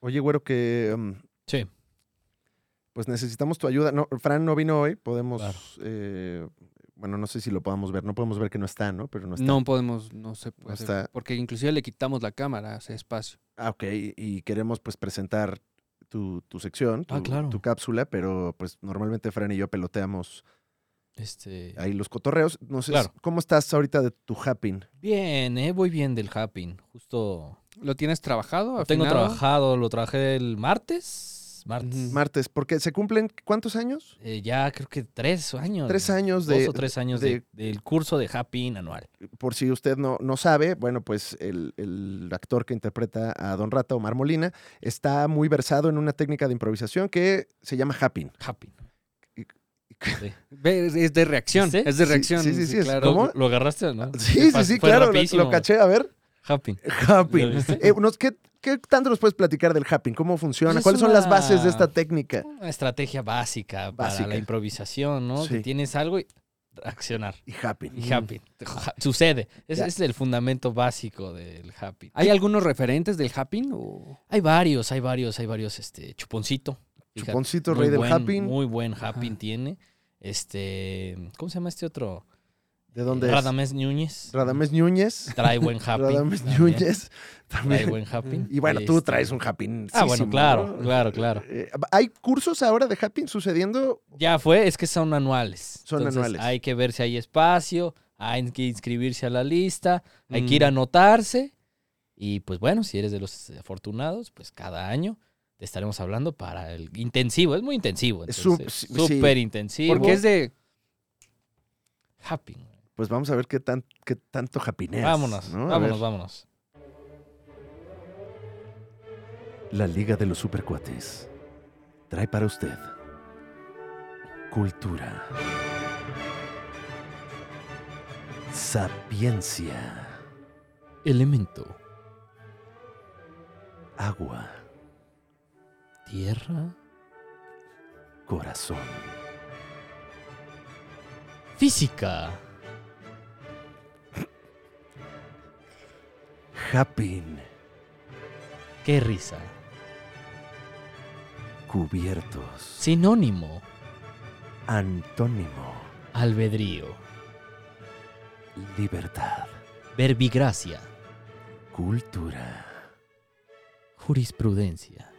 Oye, güero, que um, Sí. pues necesitamos tu ayuda. No, Fran no vino hoy, podemos... Claro. eh, bueno, no sé si lo podamos ver, no podemos ver que no está, ¿no? Pero no está. No podemos, no se puede. está. Porque inclusive le quitamos la cámara, hace espacio. Ah, ok, y queremos pues presentar tu, tu sección, tu, Ah, claro. tu cápsula, pero pues normalmente Fran y yo peloteamos Este. ahí los cotorreos. No sé, Claro. ¿cómo estás ahorita de tu happing? Bien, eh, voy bien del Happing. Justo ¿Lo tienes trabajado? lo tengo afinado? trabajado, lo trabajé el martes. Martes. Ujú. Martes, porque se cumplen cuántos años? Eh, ya creo que tres años. Tres ¿no? años Dos de, o tres años de- de- del curso de Happing anual. por si usted no, no sabe, bueno, pues el, el actor que interpreta a Don Rata, Omar Molina, está muy versado en una técnica de improvisación que se llama happing. Happing. Ve, es- Es de reacción. ¿Sí? Es de Sí, reacción. sí, sí, sí, es claro. como- ¿Cómo? Ah, ¿Lo, lo agarraste o no? Sí, sí, Fue- sí, fue claro, lo- rapidísimo. lo caché, a ver, Happing. ¿Lo happing. viste? Eh, nos- ¿qué, qué tanto nos puedes platicar del happing? ¿Cómo funciona? Pues es ¿Cuáles son las una- bases de esta técnica? Una estrategia básica para Básica. la improvisación, ¿no? Que Sí. tienes algo y accionar. Y happing. Y Ujú. Happing. Ja- Sucede. Ese Ya. es el fundamento básico del Happing. ¿Hay algunos referentes del Happing? O... Hay varios, hay varios, hay varios. Este, Chuponcito. fíjate, Chuponcito, muy rey del buen- happing. Muy buen Happing Ajá. tiene. Este, ¿cómo se llama este otro? ¿De dónde es? Radamés Núñez. Radamés Núñez. Trae buen Happing. Radamés también, Núñez. Trae También. buen Happing. Y bueno, tú Este, traes un happing. Eh, Ah, bueno, claro, claro, claro. ¿Hay cursos ahora de happing sucediendo? Ya fue, es que son anuales. Son anuales. Hay que ver si hay espacio, hay que inscribirse a la lista, hay que ir Mm. a anotarse. Y pues bueno, si eres de los afortunados, pues cada año te estaremos hablando para el intensivo. Es muy intensivo. Es sup- entonces, sí, sí. Súper intensivo. Porque es de. Happy. Pues vamos a ver qué, tan, qué tanto happiness. Vámonos, ¿no? A vámonos, ver. vámonos. La Liga de los Supercuates trae para usted cultura, sapiencia, Elemento. agua, Tierra. corazón, Física. happing, Qué risa. cubiertos, Sinónimo. antónimo, Albedrío. libertad, Verbigracia. cultura, Jurisprudencia.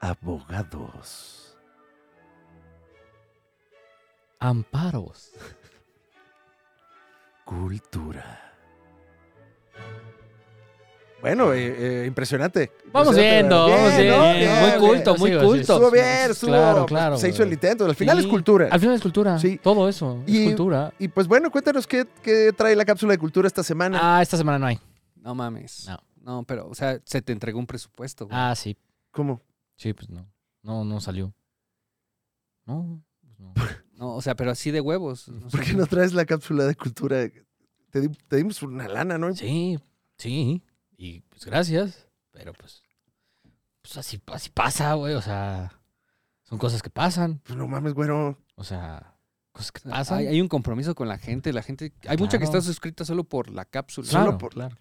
abogados, Amparos. cultura. Bueno, eh, eh, impresionante. Vamos Impresionante, viendo, ¿verdad? vamos Bien, viendo. ¿no? muy Bien, bien. pues, culto, muy Sí, sí, culto. Estuvo bien, estuvo. pues, Claro, claro. Se hizo el güey. intento. Al final Sí. es cultura. Al final es cultura. Sí. Todo eso. Y- Es cultura. Y pues bueno, cuéntanos qué, qué trae la cápsula de cultura esta semana. Ah, esta semana no hay. No mames. No. No, pero, o sea, se te entregó un presupuesto. güey. Ah, sí. ¿Cómo? Sí, pues no. No, no salió. No, pues no. No, o sea, pero así de huevos. no ¿Por sé. qué no traes la cápsula de cultura? Te, di- te dimos una lana, ¿no? Sí, sí. Y pues gracias. Pero pues. Pues así, así pasa, güey. O sea. Son cosas que pasan. Pues no mames, güero. O sea. Cosas que O sea, pasan. Hay, hay un compromiso con la gente. La gente. Hay mucha que está Claro. suscrita solo por la cápsula. Claro. solo por- por. Claro.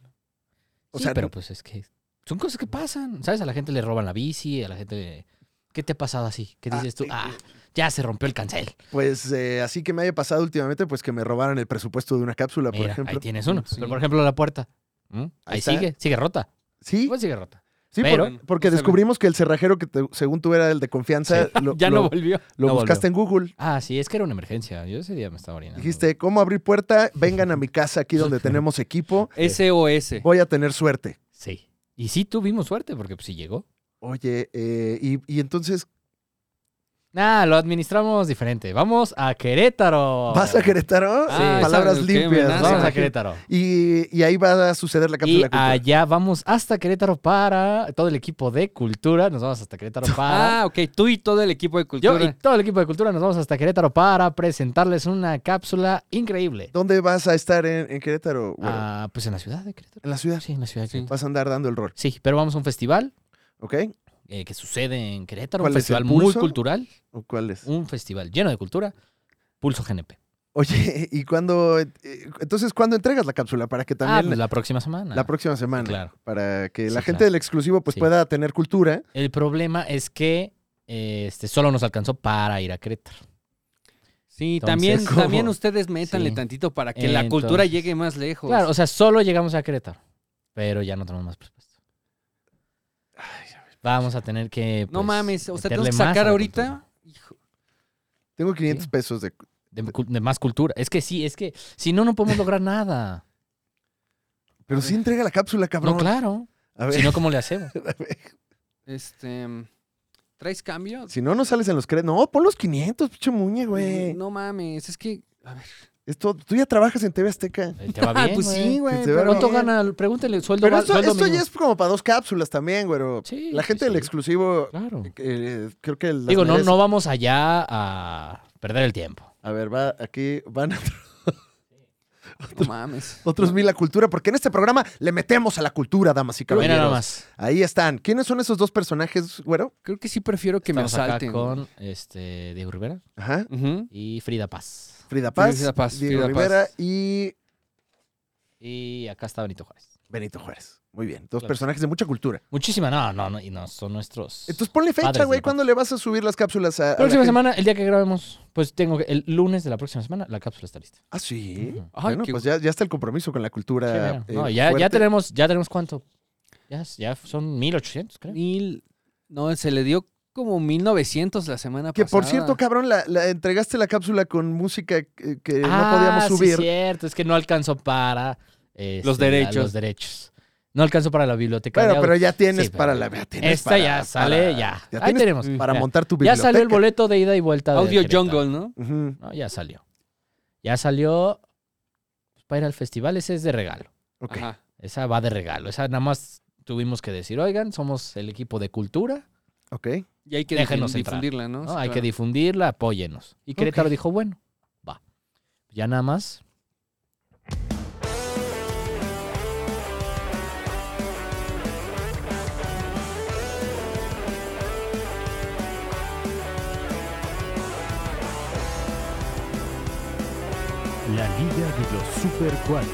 O sí, sea, pero pues es que son cosas que pasan, ¿sabes? A la gente le roban la bici, a la gente le... ¿Qué te ha pasado así? ¿Qué Ah, dices tú? eh, Ah, ya se rompió el cancel. pues eh, así que me haya pasado últimamente, pues que me robaran el presupuesto de una cápsula, por Mira, ejemplo. ahí tienes uno. Sí. Pero, por ejemplo, la puerta. ¿Mm? Ahí, está. sigue, sigue rota. Sí, Igual sigue rota. sí, pero- por- porque No se ve. descubrimos que el cerrajero que te- según tú era el de confianza, lo, Ya lo- no volvió. lo No buscaste en Google. Ah, sí, es que era una emergencia. Yo ese día me estaba orinando. Dijiste, ¿cómo abrir puerta? Vengan a mi casa aquí donde tenemos equipo. SOS. Voy a tener suerte. Sí. Y sí tuvimos suerte porque pues sí llegó. Oye, eh, y, y entonces, Nah, lo administramos diferente. Vamos a Querétaro. ¿vas a Querétaro? Sí. Ah, Palabras ¿sabes qué limpias. amenaza? Vamos Ah, a Querétaro. Y, y ahí va a suceder la cápsula Y de cultura. allá vamos hasta Querétaro para todo el equipo de cultura. Nos vamos hasta Querétaro para. Ah, ok. Tú y todo el equipo de Yo y cultura. todo el equipo de cultura nos vamos hasta Querétaro para presentarles una cápsula increíble. ¿Dónde vas a estar en, en Querétaro? güero? Ah, pues en la ciudad de Querétaro. En la ciudad. Sí, en la ciudad de Sí. Querétaro. Vas a andar dando el rol, Sí, pero vamos a un festival ¿ok? eh, que sucede en Querétaro, ¿Cuál un es el festival Pulso? muy cultural, ¿O cuál es? un festival lleno de cultura, Pulso GNP. Oye, ¿y cuándo? eh, Entonces, ¿cuándo entregas la cápsula? Para que Ah, también pues la, la próxima semana. próxima semana. Claro. Para que la Sí, gente claro. del exclusivo pues Sí. pueda tener cultura. El problema es que eh, este, solo nos alcanzó para ir a Querétar. Sí, Entonces, también, ¿cómo? también ustedes métanle Sí. tantito para que la Entonces- cultura llegue más lejos. Claro, o sea, solo llegamos a Querétar, pero ya no tenemos más presupuesto. Vamos a tener que. no pues, mames, o sea, tenemos meterle que más a sacar la ahorita. cultura. Hijo, Tengo 500 Sí. pesos de... De, cul- de más cultura. Es que sí, es que si no, no podemos lograr nada. Pero sí entrega la cápsula, cabrón. No, claro. A ver, Si no, ¿cómo le hacemos? este, ¿traes cambio? si no, no sales en los créditos. No, pon los 500, pinche muñe, güey. No mames, es que, a ver. Esto, tú ya trabajas en TV Azteca. Eh, Te va bien. pues güey. sí, güey. se vea pero- ¿Cuánto gana? Pregúntele, sueldo Pero va- esto, sueldo esto ya mínimo. es como para dos cápsulas también, güero. Sí, la sí, gente del sí. exclusivo, Claro. eh, creo que... las Digo, no, merece. no vamos allá a perder el tiempo. A ver, va, aquí van No mames. otros mil a cultura, porque en este programa le metemos a la cultura, damas y Mira caballeros. nada más. Ahí están. ¿Quiénes son esos dos personajes, güero? Creo que sí prefiero que Estamos me acá asalten. con este, Diego Rivera Ajá. Ujú. y Frida Paz. Frida Paz, Frida Paz, Diego Frida Rivera Paz. y Y acá está Benito Juárez. Benito Juárez. Muy bien, dos Claro. personajes de mucha cultura. Muchísima, no, no, no, y no, son nuestros. Entonces ponle fecha, Padres güey. de la ¿Cuándo le vas a subir las cápsulas a, a la próxima gente? semana, el día que grabemos, pues tengo que, el lunes de la próxima semana, la cápsula está lista. Ah, sí. Ujú. Ay, bueno, qué- pues ya, ya está el compromiso con la Sí, cultura. bueno. no, eh, ya, ya fuerte. tenemos, ya tenemos cuánto. Ya, ya son 1800, creo. Mil, no, se le dio como 1900 la semana Que pasada. por cierto, cabrón, la, la- entregaste la cápsula con música que, que eh, Ah, no podíamos sí, subir. cierto, es que no alcanzó para este, Los derechos. la- los derechos. No alcanzó para la biblioteca. bueno, de pero audio. ya tienes Sí, pero- para la. ya tienes Esta para- ya sale, para- ya. ya Ahí tienes tenemos. Para Ya. montar tu ya biblioteca. salió el boleto de ida y vuelta. de Audio Querétaro. Jungle, ¿no? Ujú. No, ya salió. Ya salió pues, para ir al festival. Ese es de regalo. Ok. Ajá. Esa va de regalo. Esa nada más tuvimos que decir, oigan, somos el equipo de cultura, Ok. Y hay que Déjenos difu- entrar, difundirla, ¿no? ¿no? Sí, Hay claro. que difundirla, apóyennos. Y Querétaro dijo, bueno, va. Ya nada más. La Liga de los Super 4.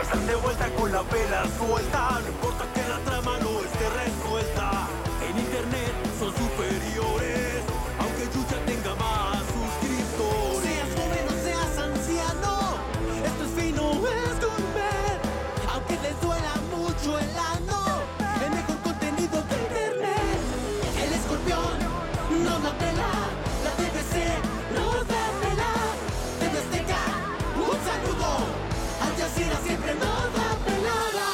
Están de vuelta con la vela suelta, no importa que la trama no esté resuelta. En internet son superiores, aunque Yuya tenga más suscriptores. Seas joven o seas anciano, esto es fino, es gourmet. Aunque les duela mucho el ano, el mejor contenido de internet. El escorpión no la pela, la TVC no la pela. TV Azteca, un saludo. Al Jazeera siempre nos da pelada.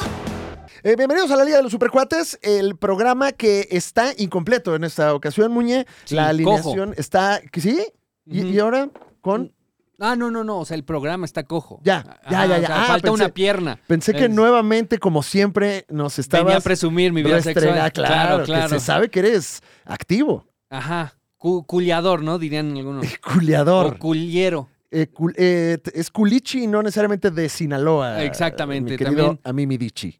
Eh, bienvenidos a la Liga de los Supercuates, el programa que está incompleto en esta ocasión, Muñe. Sí, la alineación cojo. está. ¿Sí? ¿Y, Ujú. y ahora? Con. Ah, no, no, no. O sea, el programa está cojo. Ya, ya, ya, o ya. sea, Ah, falta pensé- una pierna. Pensé que Es- nuevamente, como siempre, nos Venía a estabas presumir mi vida restregar. sexual. Claro, que se sabe que eres activo, eh, Ajá. Cu- culiador, ¿no? Dirían algunos. culiador. O culiero. Eh, cul- eh, t- es culichi y no necesariamente de Sinaloa. eh, Exactamente, Mi querido también. a mí Midichi.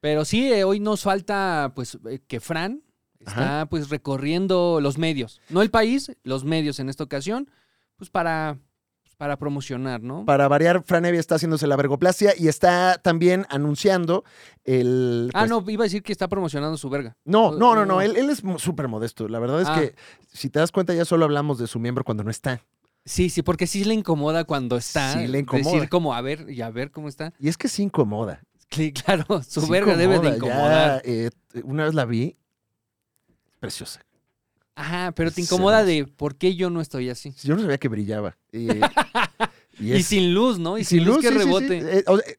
Pero sí, eh, hoy nos falta, pues, eh, que Fran está, pues, recorriendo los medios. No el país, los medios en esta ocasión, pues, para, pues, para promocionar, ¿no? Para variar, Fran Evia está haciéndose la vergoplasia y está también anunciando el. ah, pues, no, iba a decir que está promocionando su verga. No, no, no, no. No. Él, él es mo- súper modesto. La verdad es Ah. que, si te das cuenta, ya solo hablamos de su miembro cuando no está. Sí, sí, porque sí le incomoda cuando está. Sí le incomoda. Decir como, a ver, y a ver cómo está. Y es que sí incomoda. Sí, claro, su Sí verga debe de incomoda. incomodar. Ya, eh, una vez la vi. Preciosa. Ajá, pero te Sí, incomoda no. de por qué yo no estoy así. Yo no sabía que brillaba. Y, eh, y Y, es- sin luz, ¿no? Y, sin, luz, que sí, sí, sí. rebote. Eh, o sea, eh,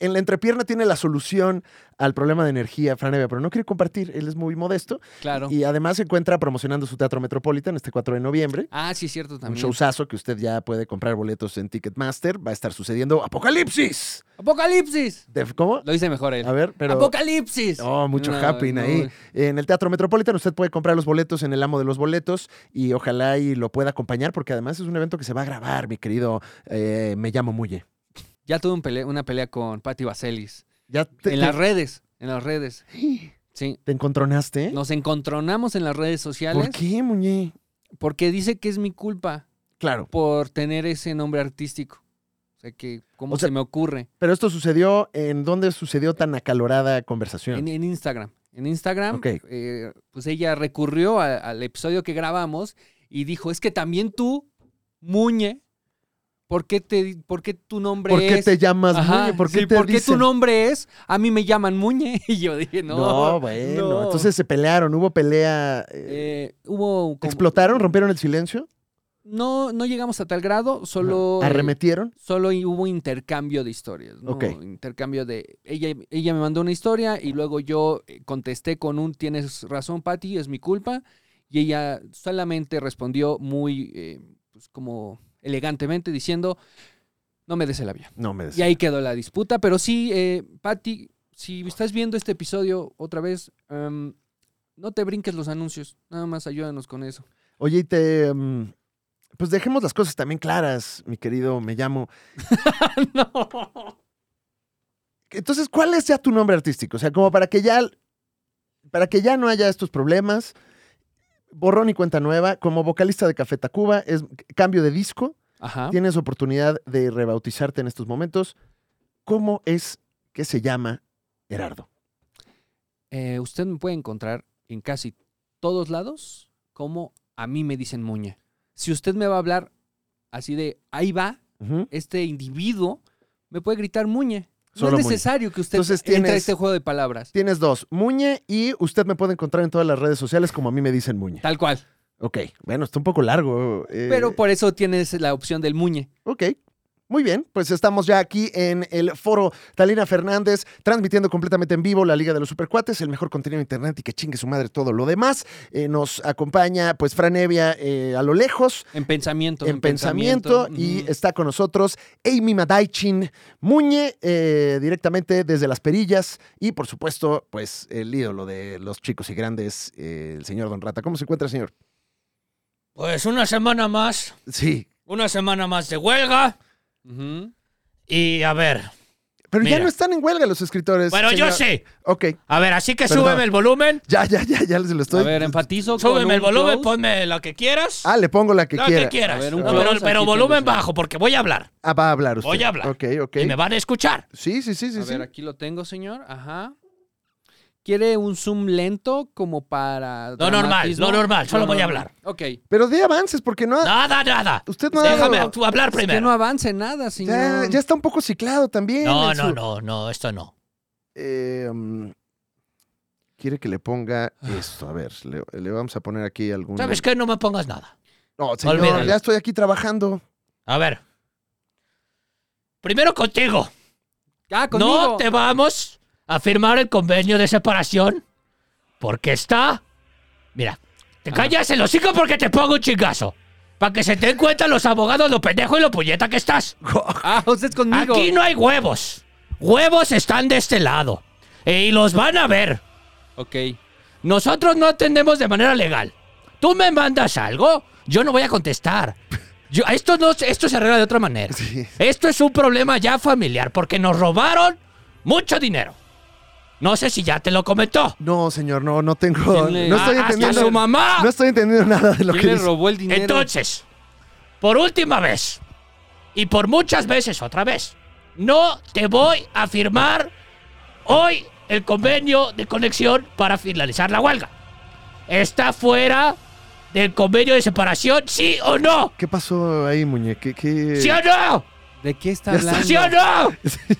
en la entrepierna tiene la solución al problema de energía, Fran Evia, pero no quiere compartir. Él es muy modesto. Claro. Y además se encuentra promocionando su Teatro Metropolitan este 4 de noviembre. Ah, sí, cierto Un también. showzazo que usted ya puede comprar boletos en Ticketmaster. Va a estar sucediendo Apocalipsis. ¡Apocalipsis! De- ¿Cómo? Lo hice mejor él. A ver, pero. ¡Apocalipsis! Oh, mucho No, happening no. ahí. En el Teatro Metropolitan usted puede comprar los boletos en el amo de los boletos y ojalá y lo pueda acompañar porque además es un evento que se va a grabar, mi querido eh, Me llamo Muye. Ya tuve un pele- una pelea con Patti Vaselis. Ya te, te- En las redes. En las redes. Sí. te encontronaste. Nos encontronamos en las redes sociales ¿Por qué, Muñe? porque dice que es mi culpa Claro. por tener ese nombre artístico. O sea, que cómo O sea, se me ocurre. Pero esto sucedió en donde sucedió tan acalorada conversación. En, en Instagram. En Instagram, Ok. eh, pues ella recurrió a- al episodio que grabamos y dijo, es que también tú, Muñe, ¿por qué, te, por qué tu nombre ¿Por qué es... te llamas Ajá, Muñe? ¿Por qué sí, te ¿por qué tu dicen? nombre es? A mí me llaman Muñe. Y yo dije, no. No, bueno. no". Entonces se pelearon, hubo pelea. eh, Eh, hubo... como- ¿Explotaron? ¿Rompieron el silencio? No, no llegamos a tal grado, solo... eh, ¿Arremetieron? solo y hubo intercambio de historias. ¿no? Ok. Intercambio de. Ella, ella me mandó una historia y luego yo eh, contesté con un tienes razón, Pati, es mi culpa. Y ella solamente respondió muy, eh, pues como elegantemente diciendo: No me des el avión. No me des. Y ahí quedó la disputa. Pero sí, eh, Pati, si estás viendo este episodio otra vez, em, no te brinques los anuncios. Nada más ayúdanos con eso. Oye, y te. mm, Pues dejemos las cosas también claras, mi querido, me llamo. no. Entonces, ¿cuál es ya tu nombre artístico? O sea, como para que ya. Para que ya no haya estos problemas. Borrón y cuenta nueva. Como vocalista de Café Tacuba, es cambio de disco. Ajá. Tienes oportunidad de rebautizarte en estos momentos. ¿Cómo es que se llama Gerardo? Eh, usted me puede encontrar en casi todos lados como a mí me dicen Muñe. Si usted me va a hablar así de ahí va Ujú. este individuo, me puede gritar Muñe. Solo no es Muñe. necesario que usted Entonces entre a tienes- este juego de palabras. Tienes dos, Muñe y usted me puede encontrar en todas las redes sociales como a mí me dicen Muñe. Tal cual. Ok, bueno, está un poco largo. eh, Pero por eso tienes la opción del Muñe. Ok. Muy bien, pues estamos ya aquí en el foro Talina Fernández, transmitiendo completamente en vivo la Liga de los Supercuates, el mejor contenido de internet y que chingue su madre todo lo demás. Eh, nos acompaña pues Fran Evia eh, a lo lejos, En pensamiento. en pensamiento, y Ujú. está con nosotros Amy Madaichin Muñe, eh, directamente desde Las Perillas y por supuesto pues el ídolo de los chicos y grandes, eh, el señor Don Rata. ¿Cómo se encuentra, señor? Pues una semana más, Sí, una semana más de huelga. Ujú. Y a ver, pero ya Mira. no están en huelga los escritores. bueno, señor. yo sé. Ok. A ver, así que Perdón. súbeme el volumen, Ya, ya, ya, ya se lo estoy. A ver, enfatizo. con un súbeme el volumen, pues. close. ponme lo que quieras. Ah, le pongo la que lo quiera. que quieras. A ver, un No, pero, close, pero aquí volumen tengo, sí. bajo, porque voy a hablar. Ah, va a hablar usted. Voy a hablar. Ok, ok. Y me van a escuchar. Sí, sí, sí, sí. A sí. ver, aquí lo tengo, señor. Ajá. ¿Quiere un zoom lento como para. No normal, dramatismo? no normal, solo voy a hablar. Ok. Pero de avances, porque no. ha- Nada, nada. Usted no ha dado- Déjame tú hablar Es que primero. no avance nada, señor. ya, ya está un poco ciclado también. No, en no, su- no, no, esto no. Eh, mm, quiere que le ponga esto. A ver, le, le vamos a poner aquí algún. Ah. ¿Sabes qué? No me pongas nada. No, señor, Olvídalo. ya estoy aquí trabajando. A ver. Primero contigo. Ah, conmigo. No te vamos a firmar el convenio de separación porque está... Mira, te callas el hocico porque te pongo un chingazo. Para que se te den cuenta los abogados lo pendejo y lo puñeta que estás. Ah, usted es conmigo. Aquí no hay huevos. Huevos están de este lado. Y los van a ver. Ok. Nosotros no atendemos de manera legal. Tú me mandas algo, yo no voy a contestar. Yo- esto, no, esto se arregla de otra manera. Sí. Esto es un problema ya familiar porque nos robaron mucho dinero. No sé si ya te lo comentó. No, señor, no, no tengo. ¿Quién le- No estoy Ah, hasta entendiendo. su mamá. No estoy entendiendo nada de lo ¿Quién que le dice. robó el dinero? Entonces, por última vez y por muchas veces otra vez, no te voy a firmar hoy el convenio de conexión para finalizar la huelga. Está fuera del convenio de separación, sí o no. ¿Qué pasó ahí, muñeque? ¿Qué... ¿Sí o no? ¿De qué está Ya está. hablando? ¿Sí o no?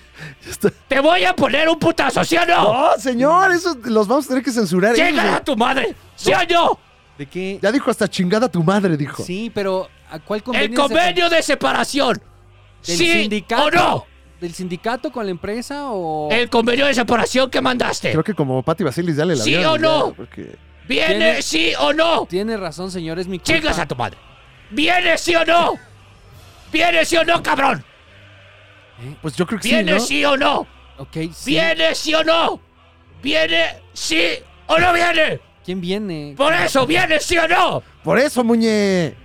Está- Te voy a poner un putazo, ¿sí o no? No, ah, señor, eso los vamos a tener que censurar. ellos, Llega güey. a tu madre, ¿sí o no? ¿De qué? Ya dijo hasta chingada tu madre, dijo. Sí, pero ¿a cuál convenio? El se- convenio de separación, ¿Del sí sindicato? o no? ¿Del sindicato con la empresa o.? El convenio de separación que mandaste. Creo que como Pati Basilis, dale la ¿Sí avión, o no? ya, porque- ¿Viene Tiene- sí o no? Tiene razón, señor, es mi culpa. Chingas a tu madre. ¿Viene sí o no? ¿Viene sí o no, cabrón? Pues yo creo que ¿Viene sí, sí, o no? Ok, sí. ¿Viene sí o no? ¿Viene sí o no viene? ¿Quién viene? Por eso, ¿viene sí o no? ¿no? Por eso, Muñe.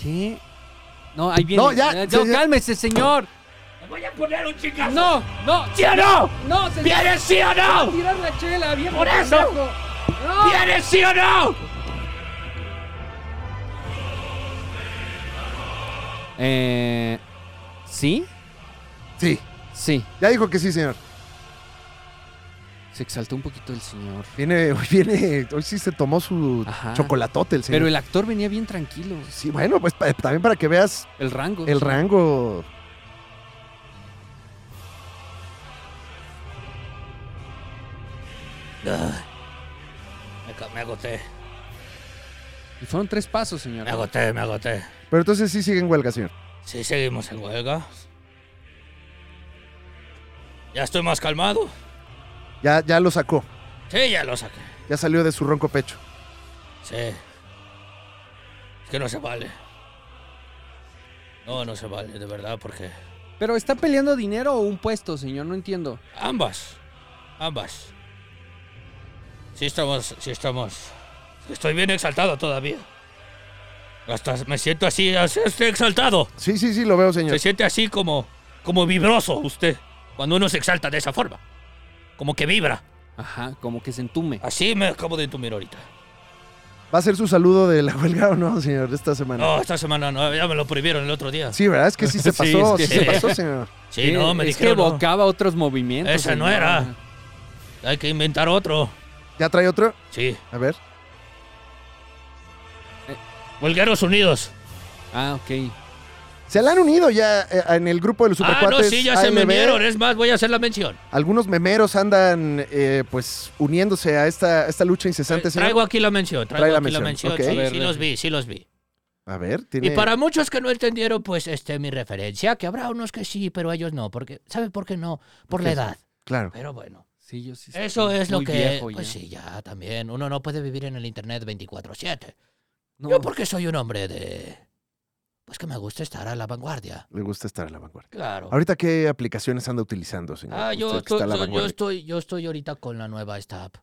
¿Qué? No, ahí viene. No, ya, señor. cálmese, señor. Te voy a poner un chingazo. No, no. ¿Sí o no? No, señor. ¿Viene sí o Va a no? tirar la chela, viejo. Por eso. pendejo. No. ¿Viene sí o no? Eh, ¿Sí? Sí, Sí. ya dijo que sí, señor. Se exaltó un poquito el señor. Viene, hoy viene, hoy sí se tomó su Ajá. chocolatote el señor. Pero el actor venía bien tranquilo. Sí, bueno, pues pa- también para que veas El rango. el rango. Me, ca- me agoté, Y fueron tres pasos, señor. me agoté, me agoté. Pero entonces sí sigue en huelga, señor. Sí, seguimos en huelga. Ya estoy más calmado. Ya, ya lo sacó, Sí, ya lo saqué. ya salió de su ronco pecho. Sí. Es que no se vale. No, no se vale, de verdad, porque... Pero está peleando dinero o un puesto, señor. No entiendo. Ambas. Ambas. Sí estamos, sí estamos. Estoy bien exaltado todavía. Hasta me siento así, así estoy exaltado. Sí, sí, sí, lo veo, señor. Se siente así como, como vibroso usted. Cuando uno se exalta de esa forma. Como que vibra. Ajá, como que se entume. Así me acabo de entumir ahorita. ¿Va a ser su saludo de la huelga o no, señor, esta semana? No, esta semana no, ya me lo prohibieron el otro día. Sí, Sí, ¿verdad? Es que sí se Sí, pasó, es sí que- se pasó, señor. no, me es que dijeron. no. evocaba otros movimientos. Esa no era. Hay que inventar otro. ¿Ya trae otro? Sí. A ver. Huelgueros Unidos. Ah, ok. Se la han unido ya eh, en el grupo de los Ah, no, supercuates. sí, ya se eh. AMB. me unieron. Es más, voy a hacer la mención. Algunos memeros andan, eh, pues, uniéndose a esta, a esta lucha incesante, Eh, señor. Traigo aquí la mención, traigo Trae la aquí la mención, mención. ok. sí, A ver, sí deja. los vi, sí los vi. A ver, tiene... Y para muchos que no entendieron, pues, este, mi referencia, que habrá unos que sí, pero ellos no, porque, ¿sabe por qué no? Por la edad. Claro. Pero bueno, Sí, yo sí. eso estoy es lo muy que, viejo ya. pues sí, ya también, uno no puede vivir en el internet 24/7. No, Yo porque soy un hombre de, pues que me gusta estar a la vanguardia. Le gusta estar a la vanguardia. Claro. Ahorita, ¿qué aplicaciones anda utilizando, señor? Ah, yo Usted que está estoy, a la yo- yo, vanguardia. estoy, yo estoy ahorita con la nueva esta app,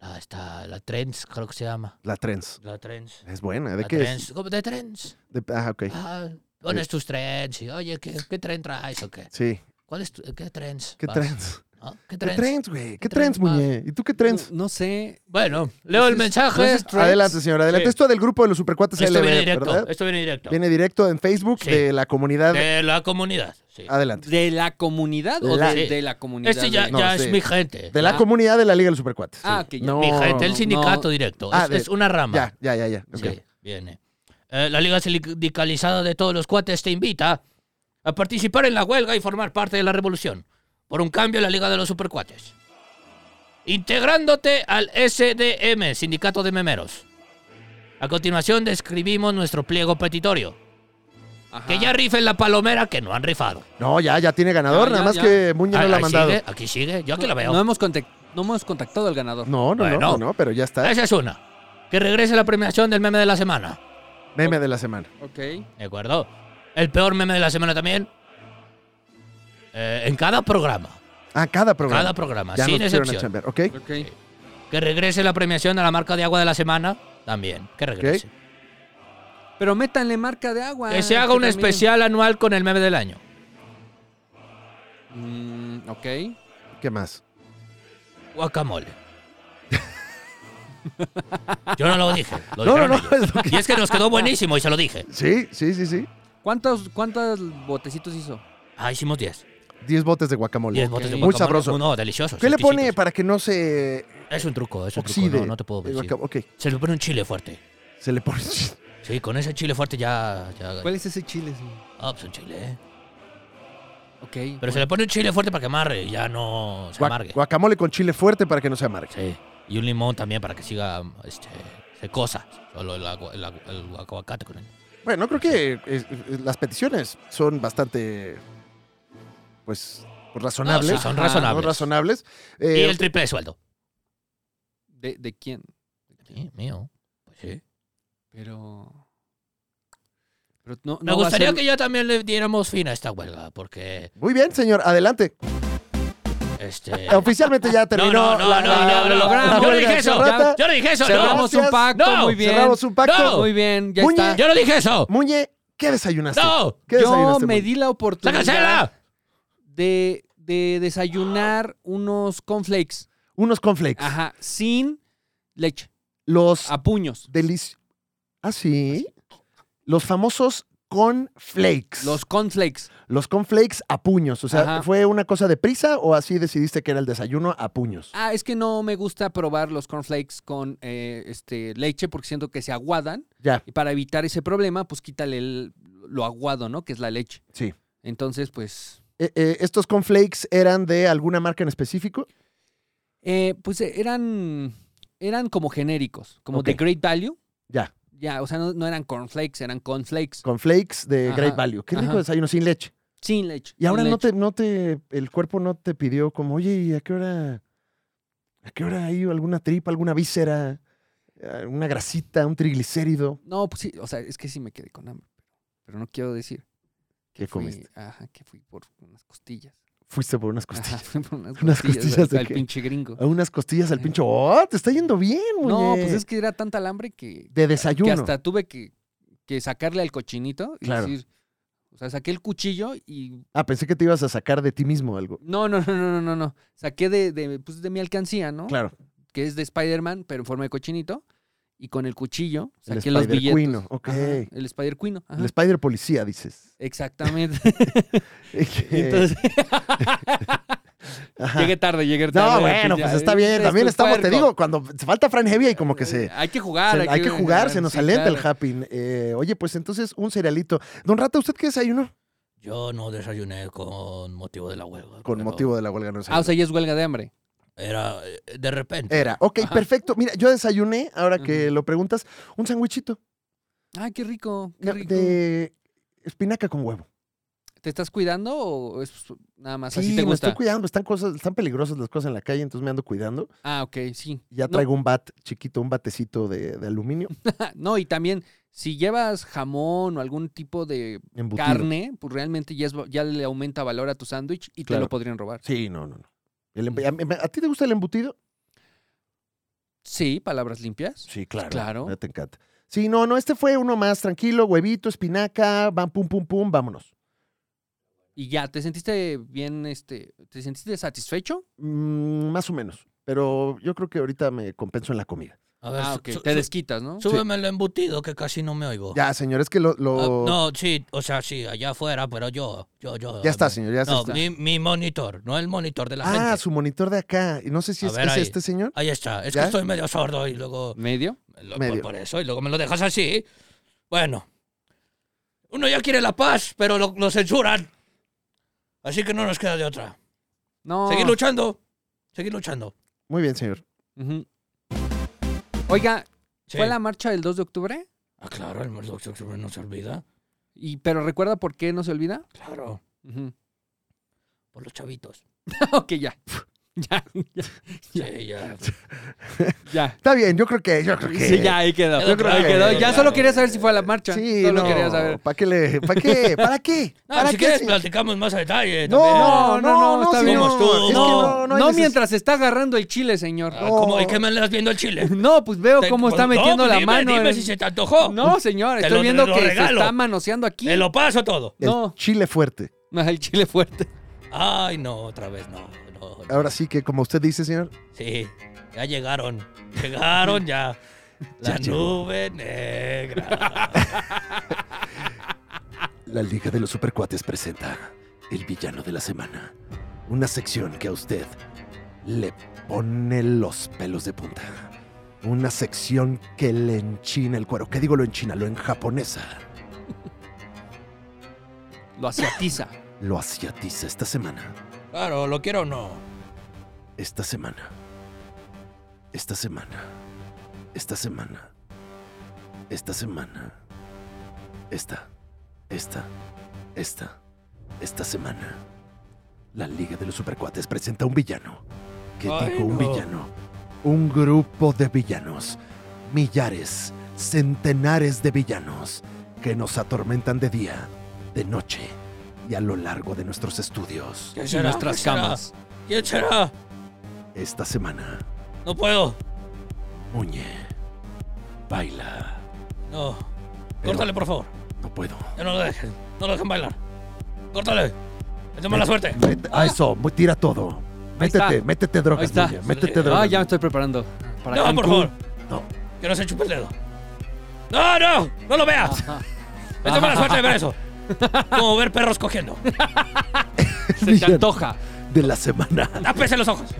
la, esta, la Trends, creo que se llama, La Trends. la Trends. Es buena. ¿De La qué es? Trends, como de Trends. De- Ah, ok. Ah, ¿dónde es tus trends? Y, oye, ¿qué, qué tren traes o qué? Sí. ¿Cuál es tu- qué trends? ¿Qué vas? trends? ¿Ah? ¿Qué ¿Qué trends? trends, güey? ¿Qué ¿Qué trends, trends vas? Mm, muñe? ¿Y tú qué trends? No, no sé. Bueno, leo el ¿No es- no mensaje. es Threads? Adelante, señor. Adelante. Sí. Esto del grupo de los supercuates Esto LB, viene directo. ¿verdad? Esto viene directo. Viene directo en Facebook Sí. de la comunidad. De la comunidad. sí. Adelante. ¿De la comunidad o La- de, Sí. de la comunidad? Este ya, de- No, ya sí. es mi gente. De la Ah. comunidad de la Liga de los Supercuates. Ah, que ya. No, mi gente, el no, sindicato no. directo. Ah, es, de- es una rama. Ya, ya, ya, ya. Ok. Sí, viene. Eh, la Liga Sindicalizada de todos los cuates te invita a participar en la huelga y formar parte de la revolución por un cambio en la Liga de los Supercuates. Integrándote al SDM, Sindicato de Memeros. A continuación describimos nuestro pliego petitorio. Ajá. Que Ah. ya rifen la palomera que no han rifado. No, ya, ya tiene ganador, Ya, nada ya, más ya. que Muñe no Ah, lo ha ahí mandado. sigue, aquí sigue, yo aquí la veo. No hemos, contact- no hemos contactado al ganador. No, no, no, Bueno. no, no, pero ya está. Esa es una. Que regrese la premiación del meme de la semana. Meme de la semana. Ok. ¿De acuerdo? El peor meme de la semana también. Eh, en cada programa. Ah, cada programa. Cada programa, Ya sin nos pusieron a excepción. chambear, ¿ok? Ok. Que regrese la premiación a la marca de agua de la semana. También, que regrese. Pero métanle marca de agua. Que se haga un también. especial anual con el meme del año. Mm, ok. ¿Qué más? Guacamole. Yo no lo dije. Lo No, no, dijeron no. ellos. Y es que nos quedó buenísimo y se lo dije. Sí, sí, sí, sí. ¿Cuántos, ¿Cuántos botecitos hizo? Ah, hicimos 10. 10 botes de guacamole. 10 botes de Muy guacamole. sabroso. No, delicioso. ¿Qué le pone para que no se Es un truco, es un oxide? truco. No, no te puedo el decir. guacam- Ok, Se le pone un chile fuerte. se le pone... Sí, con ese chile fuerte ya... ya Pues- ¿Cuál es ese chile, señor? Ah, pues un chile, ¿eh? Ok. pues, Pero se le pone un chile fuerte para que amarre y ya no se amargue. Guac- Guacamole con chile fuerte para que no se amargue. Sí. Y un limón también para que siga, este, se cosa. Solo el, agua- el agu- el aguacate con él. Bueno, creo que eh, eh, las peticiones son bastante, pues, razonables. No, sí, son Ajá, ¿no? razonables. razonables. y Eh, el triple de sueldo. ¿De, de quién? Sí, mío. Pues sí. Pero. Pero no, Me no va a gustaría ser- que ya también le diéramos fin a esta huelga, porque, Muy bien, señor, adelante. este... Oficialmente ya terminó. no, no, la- no, la- no, no, la- lo logramos. la Yo no huelga dije de eso, Cerrata. Yo no dije eso, no. Cerramos Gracias. un pacto, No, muy bien. cerramos un pacto. No. Muy bien, ya Muñe. está. Yo no dije eso. Muñe, ¿qué desayunaste? No. ¿Qué Yo desayunaste, me Muñe? di la ¡La oportunidad cancela! de, de desayunar unos cornflakes. Unos cornflakes. Ajá, sin leche, Los a puños. ¿Ah, deliciosos. Ah, sí. Los famosos Conflakes. Los cornflakes. Los Conflakes a puños. O sea, Ajá. ¿fue una cosa de prisa o así decidiste que era el desayuno a puños? Ah, es que no me gusta probar los cornflakes con eh, este, leche porque siento que se aguadan. Ya, Y para evitar ese problema, pues quítale el- lo aguado, ¿no? Que es la leche. sí. Entonces, pues... Eh, eh, ¿Estos Conflakes eran de alguna marca en específico? eh, pues eh, eran, eran como genéricos, como de Ok. Great Value. Ya, Ya, o sea, no, no eran cornflakes, eran cornflakes. Conflakes de Ajá, Great Value. Qué rico ajá. desayuno sin leche. Sin leche. Y ahora sin no leche. te, no te, el cuerpo no te pidió como, oye, ¿y a qué hora, a qué hora hay alguna tripa, alguna víscera, eh, una grasita, un triglicérido? No, pues sí, o sea, es que sí me quedé con hambre. Pero no quiero decir ¿Qué fui- comiste? Ajá, que fui por unas costillas. Fuiste por unas Ajá, costillas. fui por unas, ¿Unas costillas, costillas de al qué? pinche gringo. A unas costillas al pincho. ¡Oh, te está yendo bien, muñe! No, pues es que era tanta el hambre que, De que desayuno. hasta tuve que, que sacarle al cochinito y Claro. decir, o sea, saqué el cuchillo y Ah, pensé que te ibas a sacar de ti mismo algo. no, no, no, no, no, no, no. Saqué de, de, pues, de mi alcancía, ¿no? Claro, Que es de Spider-Man, pero en forma de cochinito. Y con el cuchillo El saqué los billetes. Spider-Cuino, ok. Ajá, el spider cuino. el Spider Policía, dices. Exactamente. Y Que- Entonces, Ajá. llegué tarde, llegué tarde. No, bueno, ya, pues está bien. eres También un estamos, te puerco. digo, cuando falta Fran Heavy y como que se... Eh, Hay que jugar. se- hay que jugar, se nos sí, alenta el claro. happy. Eh, oye, pues entonces un cerealito. Don Rata, ¿usted qué desayunó? Yo no desayuné con motivo de la huelga. Con pero motivo de la huelga no desayunó. Ah, o sea, ya es huelga de hambre. Era eh, de repente. Era. Ok, perfecto. Mira, yo desayuné, ahora que Ujú. lo preguntas, un sándwichito Ah, qué rico, qué rico. de espinaca con huevo. ¿Te estás cuidando o es nada más Sí, así te me gusta? estoy cuidando. Están cosas, están peligrosas las cosas en la calle, entonces me ando cuidando. Ah, ok, sí. Ya No. traigo un bat chiquito, un batecito de, de aluminio No, y también si llevas jamón o algún tipo de embutido. carne, pues realmente ya, es va- ya le aumenta valor a tu sándwich y te Claro. lo podrían robar. Sí, no, no, no. El embu- ¿A, a- a ti te gusta el embutido? Sí, palabras limpias. Sí, claro. Claro. Ya te encanta. Sí, no, no, este fue uno más tranquilo, huevito, espinaca, van pum pum pum, vámonos. Y ya, ¿te sentiste bien, este, te sentiste satisfecho? Mm, más o menos. Pero yo creo que ahorita me compenso en la comida. A ver, Ah, su- ok. su- Te su- desquitas, ¿no? súbeme el embutido que casi no me oigo. Ya, señor, es que lo. Oh. Ah, lo- no, sí, o sea, sí, allá afuera, pero yo, yo, yo. ya está, señor. señor, ya No, está. mi, mi monitor, no el monitor de la ah, gente. su monitor de acá. Y No sé si A es, ver es ahí. este señor. Ahí está. Es ¿Ya? que estoy medio sordo y luego. ¿Medio? lo- Medio. por, por eso, y luego me lo dejas así. Bueno. Uno ya quiere la paz, pero lo, lo censuran. Así que no nos queda de otra. No. Seguir luchando. Seguir luchando. Muy bien, señor. Ujú. Oiga, Sí. ¿fue la marcha del 2 de octubre? Ah, claro, el marzo de octubre no se olvida. Y, pero recuerda por qué no se olvida. Claro. Ujú. Por los chavitos. ok, ya. ya, ya, Ya. Sí, ya. ya. Está bien, yo creo que. Yo creo que... Sí, ya, ahí quedó. Yo creo Ahí que- quedó. Ya claro. solo quería saber si fue a la marcha. Sí, solo no. quería saber. ¿Para qué le.? ¿Para qué? ¿Para qué? No, ¿Para si qué, quieres, señor? platicamos más a detalle. también. No, no, no, no, está bien. señor. Somos todos. Es que No, no, no, no, hay neces- mientras está agarrando el chile, señor. Ah, ¿cómo- no. ¿Y qué me andas viendo el chile? No, pues veo Te- cómo está no, metiendo la dime, mano. Dime en- si se te antojó. No, señor, Te estoy lo- viendo te lo que se regalo. está manoseando aquí. Te lo paso todo. El No. Chile fuerte. No, el chile fuerte. Ay, no, otra vez no. no, no. Ahora sí que, como usted dice, señor. Sí, ya llegaron. Llegaron ya. La Ya llegó. nube negra. La Liga de los Supercuates presenta El Villano de la Semana. Una sección que a usted le pone los pelos de punta. Una sección que le enchina el cuero. ¿Qué digo lo enchina? Lo en japonesa. Lo asiatiza. Lo asiatiza esta semana. Claro, lo quiero o no. Esta semana. Esta semana. Esta semana. Esta semana. Esta. Esta. Esta. Esta semana. La Liga de los Supercuates presenta un villano. ¿Qué Ay, digo un no. villano? Un grupo de villanos. Millares, centenares de villanos que nos atormentan de día, de noche y a lo largo de nuestros estudios. ¿Quién en será? nuestras ¿Quién será? camas. ¿Quién será? Esta semana. No puedo. Muñe, baila. No. Pero- Córtale, por favor. No puedo. Ya no lo dejen. No lo dejen bailar. Córtale. Es de mala suerte. Vete- a eso, mu- tira todo. Métete, está. métete Ahí drogas, está. Muñe, métete Ah, drogas. Ah, ya me estoy preparando. Para No, por Cancún. favor. No. Que no se chupe el dedo. No, no. No lo veas. Yo tengo la suerte de ver eso. Como ver perros cogiendo. Se te antoja. de la semana. Tápese los ojos.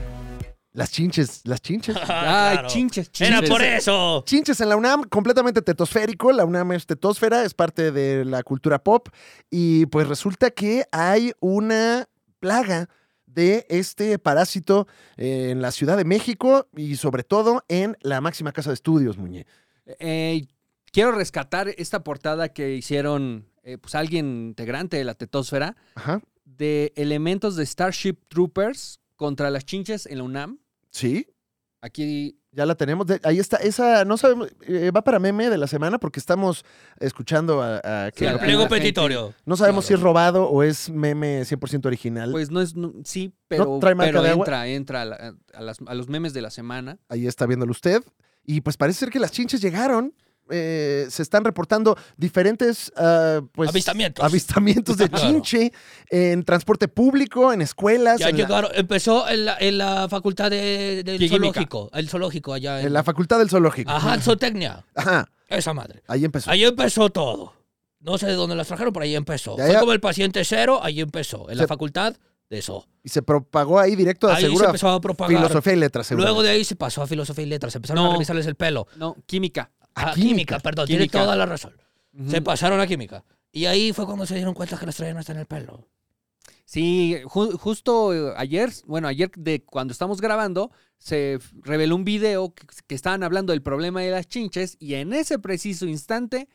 Las chinches, las chinches. Ay, Ah, claro. chinches, chinches. Era por eso. Chinches en la UNAM, completamente tetosférico. La UNAM es tetosfera, es parte de la cultura pop. Y pues resulta que hay una plaga de este parásito eh, en la Ciudad de México y sobre todo en la máxima casa de estudios, Muñe. Eh, quiero rescatar esta portada que hicieron eh, pues alguien integrante de la tetósfera Ajá. de elementos de Starship Troopers contra las chinches en la UNAM. Sí, Aquí ya la tenemos. De- ahí está, esa, no sabemos, eh, va para meme de la semana porque estamos escuchando a... a que- Sí, al Pliego la gente- petitorio. no sabemos claro. si es robado o es meme 100% original. Pues no es, no- sí, pero, trae marca pero de agua? entra, entra a, la- eh, a las- a los memes de la semana. Ahí está viéndolo usted. Y pues parece ser que las chinches llegaron. Eh, se están reportando diferentes ah, pues, Avistamientos. avistamientos de Claro. chinche en transporte público, en escuelas, Ya en, la, llegaron. Empezó en la, en la facultad de- del Química. zoológico. El zoológico allá. En, en la facultad del zoológico. Ajá, en zootecnia. Ajá, Esa madre. ahí empezó. Ahí empezó todo. No sé de dónde las trajeron, pero ahí empezó. Ya, Fue ya. como el paciente cero, ahí empezó. En la Se- facultad de eso. Y se propagó ahí directo a Ahí se seguro a empezó a propagar. filosofía y letras. seguro. Luego de ahí se pasó a filosofía y letras. Empezaron No. a revisarles el pelo. No, química. A A, química. Mm. química. perdón. Química. Tiene toda la razón. Ujú. Se pasaron a química. Y ahí fue cuando se dieron cuenta que las traían hasta en el pelo. Sí, ju- justo eh, ayer, bueno, ayer de cuando estamos grabando, se f- reveló un video que, que estaban hablando del problema de las chinches y en ese preciso instante,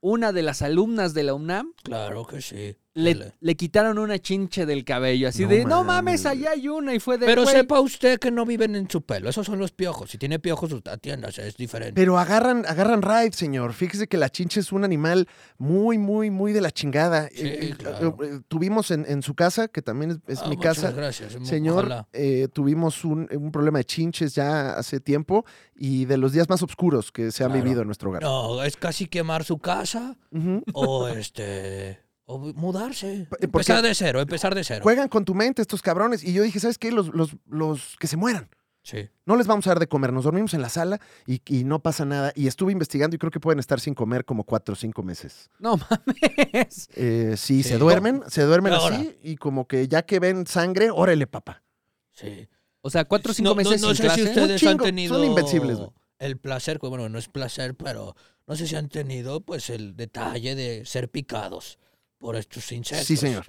una de las alumnas de la UNAM Claro que sí. le, Dale. le quitaron una chinche del cabello, así No de, no mames". mames, allá hay una y fue de... Pero "Güey". sepa usted que no viven en su pelo. Esos son los piojos. Si tiene piojos, usted atiéndase. Es diferente. Pero agarran, agarran raid, señor. Fíjese que la chinche es un animal muy, muy, muy de la chingada. Sí, Eh, eh, claro. eh, eh, tuvimos en, en su casa, que también es, es Ah, mi muchas casa, gracias. Señor, Ojalá. eh, tuvimos un, un problema de chinches ya hace tiempo y de los días más oscuros que se han Claro. vivido en nuestro hogar. No, es casi quemar su casa. Ujú. o este o mudarse P- porque- empezar de cero empezar de cero Juegan con tu mente estos cabrones. Y yo dije, ¿sabes qué? Los, los, los que se mueran. sí No les vamos a dar de comer. Nos dormimos en la sala y, y no pasa nada. Y estuve investigando y creo que pueden estar sin comer como cuatro o cinco meses. No mames. Eh, sí, Sí. se duermen, se duermen Ahora. así y como que ya que ven sangre, órale, papá. sí O sea, cuatro o cinco No- no- meses no, sin sé clase. si ustedes chingo, han son tenido invencibles, güey. el placer pues, bueno no es placer pero no sé si han tenido pues el detalle de ser picados por estos insectos Sí, señor.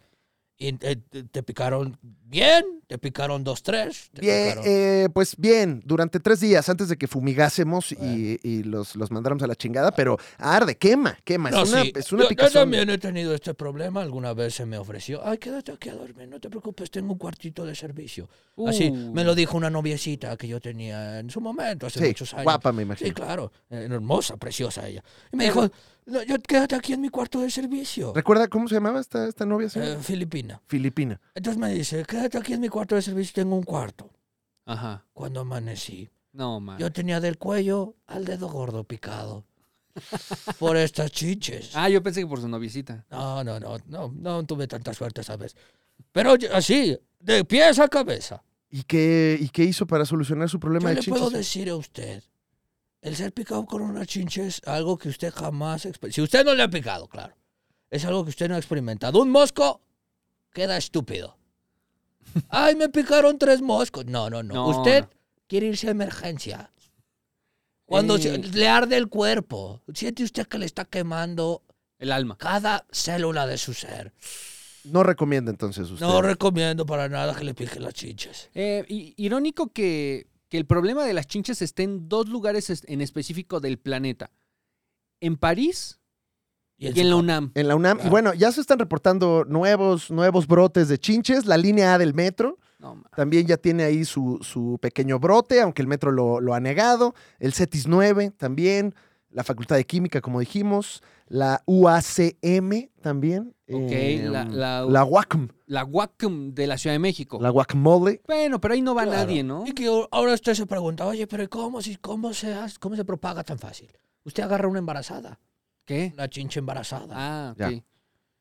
y eh, te, te picaron bien te picaron dos tres te Bien, picaron- eh, pues bien, durante tres días antes de que fumigásemos y- Bueno. y, los, los mandáramos a la chingada, pero arde, quema, quema. No, es una, sí. es una Yo- yo, picazón. también he tenido este problema. Alguna vez se me ofreció, ay, quédate aquí a dormir, no te preocupes, tengo un cuartito de servicio. Así Uh. me lo dijo una noviecita que yo tenía en su momento, hace Sí, muchos años. guapa, me Sí, imagino. claro, eh, hermosa, preciosa ella. Y me dijo, "No, yo quédate aquí en mi cuarto de servicio. ¿Recuerda cómo se llamaba esta, esta novia? señor? eh, Filipina. Filipina. Entonces me dice, quédate aquí en mi cuarto de servicio, tengo un cuarto. Ajá. Cuando amanecí, No mames. yo tenía del cuello al dedo gordo picado por estas chiches. Ah, yo pensé que por su noviecita. No, no, no, no, no tuve tanta suerte esa vez. Pero yo- así, de pies a cabeza, ¿Y qué, ¿Y qué hizo para solucionar su yo problema le de puedo chinches? decir a usted, el ser picado con una chinche es algo que usted jamás experimentado. Si usted no le ha picado, claro, es algo que usted no ha experimentado. Un mosco queda estúpido. Ay, me picaron tres moscos. No, no, no. No, usted no. quiere irse a emergencia. Cuando se- Eh. le arde el cuerpo, siente usted que le está quemando El alma. cada célula de su ser. No recomienda entonces usted. No recomiendo para nada que le piquen las chinches. Eh, i- irónico que, que el problema de las chinches esté en dos lugares es- en específico del planeta. En París y su en la ca- UNAM. en la UNAM. Ah. Y bueno, ya se están reportando nuevos, nuevos brotes de chinches. La línea A del metro No, ma- también ya tiene ahí su, su pequeño brote, aunque el metro lo, lo ha negado. El CETIS 9 también. La Facultad de Química, como dijimos. La UACM también. em, Ok, Eh, la- la- UACM. la Wacom de la Ciudad de México. La guacamole. Bueno, pero ahí no va Claro. nadie, ¿no? Y que o- ahora usted se pregunta, oye, pero ¿y ¿cómo, si, cómo, se, hace- ¿cómo se propaga tan fácil? Usted agarra una embarazada, ¿Qué? una chinche embarazada. Ah, Ya. ok.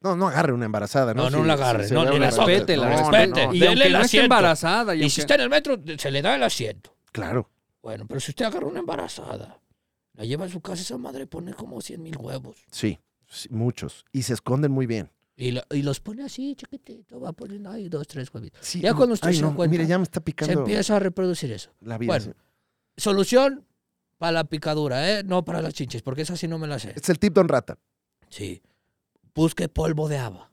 No, no agarre una embarazada, ¿no? No, no la agarre, no, vea ni una la embarazada. Respete, la No, no, respete. no. Y Dele aunque el no esté asiento. embarazada. y Y aunque- si está en el metro, se le da el asiento. Claro. Bueno, pero si usted agarra una embarazada, la lleva a su casa, esa madre pone como 100 mil huevos. Sí. Sí, muchos. Y se esconden muy bien. Y, lo- y los pone así, chiquitito, va poniendo ahí dos, tres huevitos. Sí, Ya cuando usted ay, se no, da cuenta, Mire, ya me está Se picando empieza a reproducir eso. la vida. bueno. sí. Solución para la picadura, ¿eh? No para las chinches, porque esa sí no me la sé. Es el tip Don Rata. Sí. Busque polvo de haba.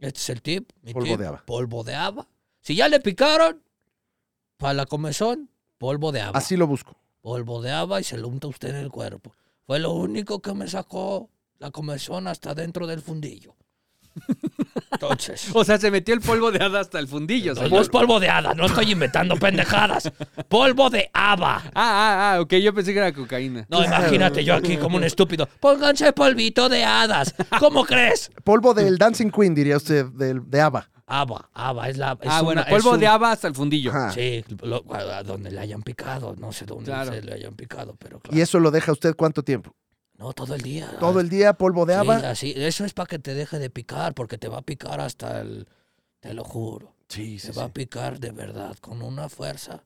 Este es el tip. mi Polvo tip, de haba. Polvo de haba. Si ya le picaron, para la comezón, polvo de haba. Así lo busco. Polvo de haba y se lo unta usted en el cuerpo. Fue lo único que me sacó la comezón hasta dentro del fundillo. Entonces. O sea, se metió el polvo de hada hasta el fundillo. No, señor. no es polvo de hada, no estoy inventando pendejadas. Polvo de haba. Ah, ah, ah, ok, yo pensé que era cocaína. No, imagínate yo aquí como un estúpido. Pónganse polvito de hadas. ¿Cómo crees? Polvo Mm. del Dancing Queen, diría usted, del, de ABBA. Haba, haba, es la. es ah, bueno, una- es polvo un- de haba hasta el fundillo. Ajá. Sí, lo- a donde le hayan picado. No sé dónde Claro. se le hayan picado, pero claro. ¿Y eso lo deja usted cuánto tiempo? No, todo el día. ¿Todo el día polvo de Sí, ABBA? así. Eso es para que te deje de picar, porque te va a picar hasta el. Te lo juro. Sí, Se va a picar de verdad, con una fuerza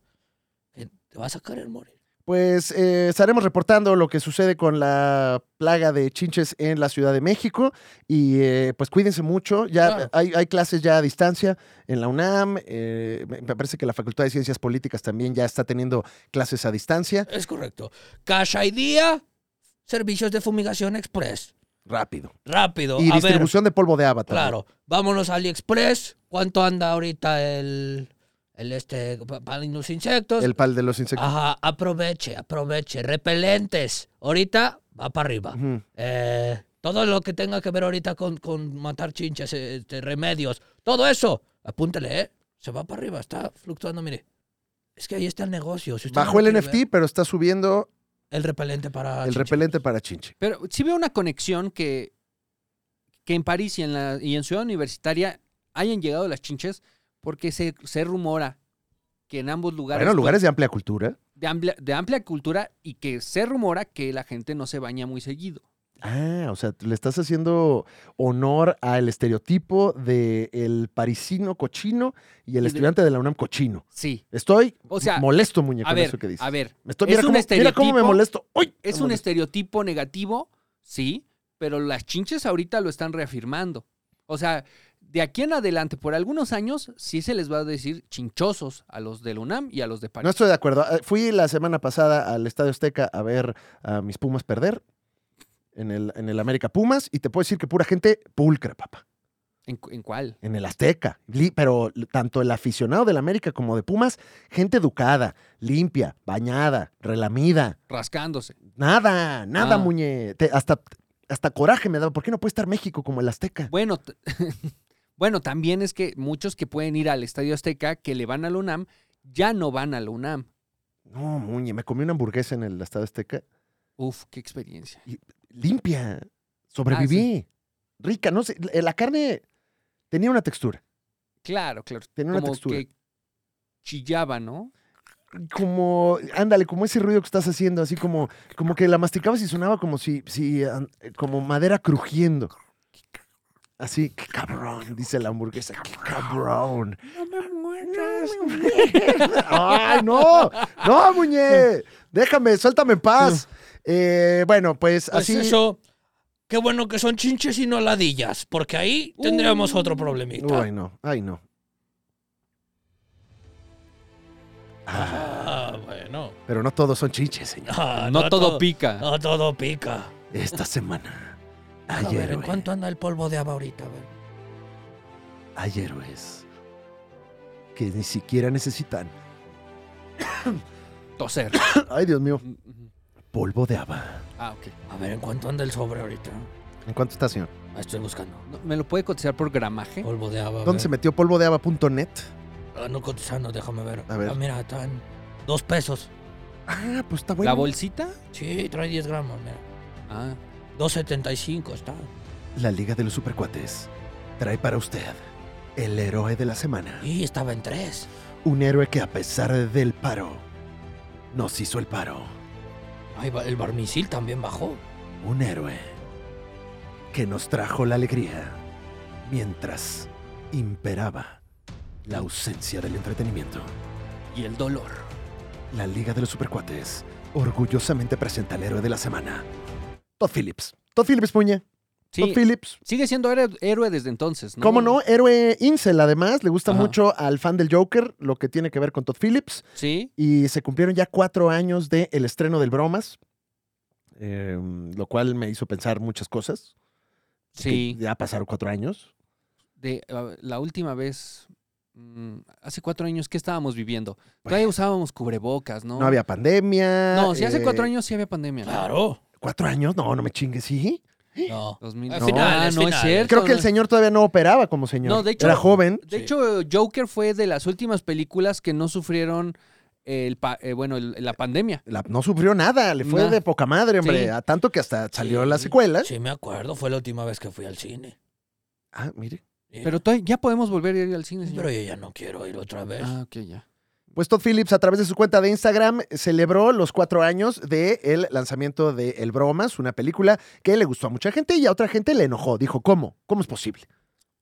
que te vas a querer morir. Pues eh, estaremos reportando lo que sucede con la plaga de chinches en la Ciudad de México y eh, pues cuídense mucho. Ya Claro. hay, hay clases ya a distancia en la UNAM. eh, me me parece que la Facultad de Ciencias Políticas también ya está teniendo clases a distancia. Es correcto. Casa y día, servicios de fumigación express. Rápido. Rápido. Y a ver. distribución de polvo de avatar. Claro, vámonos a AliExpress. ¿Cuánto anda ahorita el, el este pa- para los insectos? El pal de los insectos. Ajá, aproveche, aproveche. Repelentes. Ahorita va para arriba. Ujú. Eh, todo lo que tenga que ver ahorita con, con matar chinches, eh, este, remedios, todo eso, apúntele, ¿eh? Se va para arriba, está fluctuando, mire. Es que ahí está el negocio. si usted no Bajó lo el quiere NFT, ver, pero está subiendo el repelente el para. chinches. repelente para chinche. Pero sí veo una conexión que, que en París y en, la, y en Ciudad Universitaria hayan llegado las chinches porque se, se rumora que en ambos lugares... Bueno, lugares de amplia cultura. de amplia, de amplia cultura y que se rumora que la gente no se baña muy seguido. Ah, o sea, le estás haciendo honor al estereotipo del el parisino cochino y el Y de- estudiante de la UNAM cochino. Sí. Estoy O sea, molesto, muñeco, a con ver, eso que dices. a ver, Me estoy- es mira, cómo, mira un cómo me estereotipo, molesto. ¡Uy! es Me un molesto. estereotipo negativo, sí, pero las chinches ahorita lo están reafirmando. O sea, de aquí en adelante, por algunos años, sí se les va a decir chinchosos a los del UNAM y a los de París. No estoy de acuerdo. Eh, Fui la semana pasada al Estadio Azteca a ver a mis Pumas perder en el, en el América Pumas y te puedo decir que pura gente pulcra, papá. ¿En, cu- en cuál? En el Azteca. Li- Pero tanto el aficionado del América como de Pumas, gente educada, limpia, bañada, relamida. Rascándose. Nada, nada, Ah. Muñe. Te- hasta, hasta coraje me daba. ¿Por qué no puede estar México como el Azteca? Bueno, t- bueno, también es que muchos que pueden ir al Estadio Azteca, que le van al UNAM, ya no van al UNAM. No, Muñe, me comí una hamburguesa en el Estado Azteca. Uf, qué experiencia. Limpia. Ah, Sobreviví. Rica, no sé. la- La carne tenía una textura. Claro, claro. Tenía una Como textura. que chillaba, ¿no? Como, ándale, como ese ruido que estás haciendo, así como, como que la masticabas y sonaba como si, si, an- eh, como madera crujiendo. Así, qué cabrón, dice la hamburguesa, qué cabrón. No me mueras. ¡Ay, no! ¡No, Muñe! Déjame, suéltame en paz. Eh, bueno, pues, Pues así. eso. Qué bueno que son chinches y no ladillas, porque ahí Uh. tendríamos otro problemita. Ay, no, ay, no. Ah, bueno. Pero no todos son chinches, señor. Ah, No todo pica. No todo pica. Esta semana. A Hay ver, ¿en héroes. cuánto anda el polvo de haba ahorita? A ver. Hay héroes que ni siquiera necesitan. Toser. Ay, Dios mío. Mm, mm. Polvo de haba. ah, ok. A ver, ¿en cuánto anda el sobre ahorita? ¿En cuánto está, señor? Ah, Estoy buscando. No, ¿Me lo puede cotizar por gramaje? Polvo de haba. a ¿Dónde se ver. metió polvodeaba.net? Ah, no cotizando, déjame ver. A ver. Ah, mira, están dos pesos. Ah, pues está ¿La bueno. bolsita? Sí, trae 10 gramos, mira. Ah. 2.75 está. La Liga de los Supercuates trae para usted el héroe de la semana. Y estaba en 3. Un héroe que a pesar del paro, nos hizo el paro. Ahí va, el barmisil también bajó. Un héroe que nos trajo la alegría mientras imperaba la ausencia del entretenimiento. Y el dolor. La Liga de los Supercuates orgullosamente presenta al héroe de la semana, Todd Phillips. Todd Phillips, puña. Todd Sí, Phillips. sigue siendo héroe, héroe desde entonces, ¿no? ¿Cómo no? Héroe Incel, además. Le gusta Ajá. mucho al fan del Joker, lo que tiene que ver con Todd Phillips. Sí. Y se cumplieron ya cuatro años del el estreno del Bromas, eh, lo cual me hizo pensar muchas cosas. que Sí. Ya pasaron cuatro años. de a- la última vez, mm, hace cuatro años, ¿qué estábamos viviendo? Todavía usábamos cubrebocas, ¿no? Pues, No, había pandemia. No, si hace eh, cuatro años sí había pandemia. ¿no? Claro. ¿Cuatro años? No, no me chingues, sí. No. 2000. Al No, final, ah, al no es final. cierto. Creo que el no. señor todavía no operaba como señor. No, de hecho- Era joven. De Sí. hecho, Joker fue de las últimas películas que no sufrieron el pa- eh, bueno, el- la pandemia. la- no sufrió nada, le fue Nah. de poca madre, hombre. Sí. A tanto que hasta salió Sí, la secuela. Sí, me acuerdo. Fue la última vez que fui al cine. Ah, mire. Sí. Pero todavía- ya podemos volver a ir al cine, señor. Pero yo ya no quiero ir otra vez. Ah, ok, ya. Pues Todd Phillips, a través de su cuenta de Instagram, celebró los cuatro años del el lanzamiento de El Bromas, una película que le gustó a mucha gente y a otra gente le enojó. Dijo, ¿cómo? ¿Cómo es posible?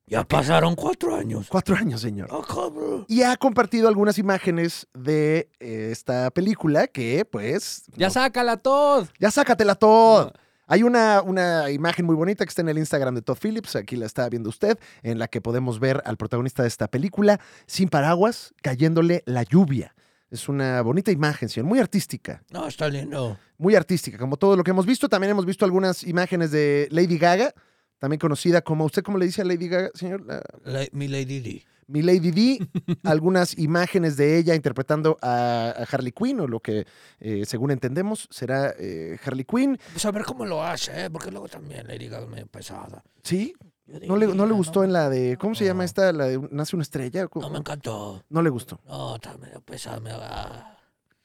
Ya pasaron cuatro años. Cuatro años, señor. Ah, cabrón. Y ha compartido algunas imágenes de eh, esta película que, pues... Ya no- sácala, Todd. Ya sácatela Todd. Hay una, una imagen muy bonita que está en el Instagram de Todd Phillips, aquí la está viendo usted, en la que podemos ver al protagonista de esta película sin paraguas, cayéndole la lluvia. Es una bonita imagen, señor, muy artística, No, está lindo. muy artística, como todo lo que hemos visto. También hemos visto algunas imágenes de Lady Gaga, también conocida como, ¿usted cómo le dice a Lady Gaga, señor? La- La- mi Lady D. mi Lady D, algunas imágenes de ella interpretando a, a Harley Quinn, o lo que, eh, según entendemos, será eh, Harley Quinn. Pues a ver cómo lo hace, ¿eh? Porque luego también Lady Gaga es medio pesada. Sí, Yo digo, No le, no le mira, gustó en la de. ¿Cómo se llama No. esta? La de Nace una estrella. ¿Cómo? No me encantó. No le gustó. No, está medio pesada. me- ah,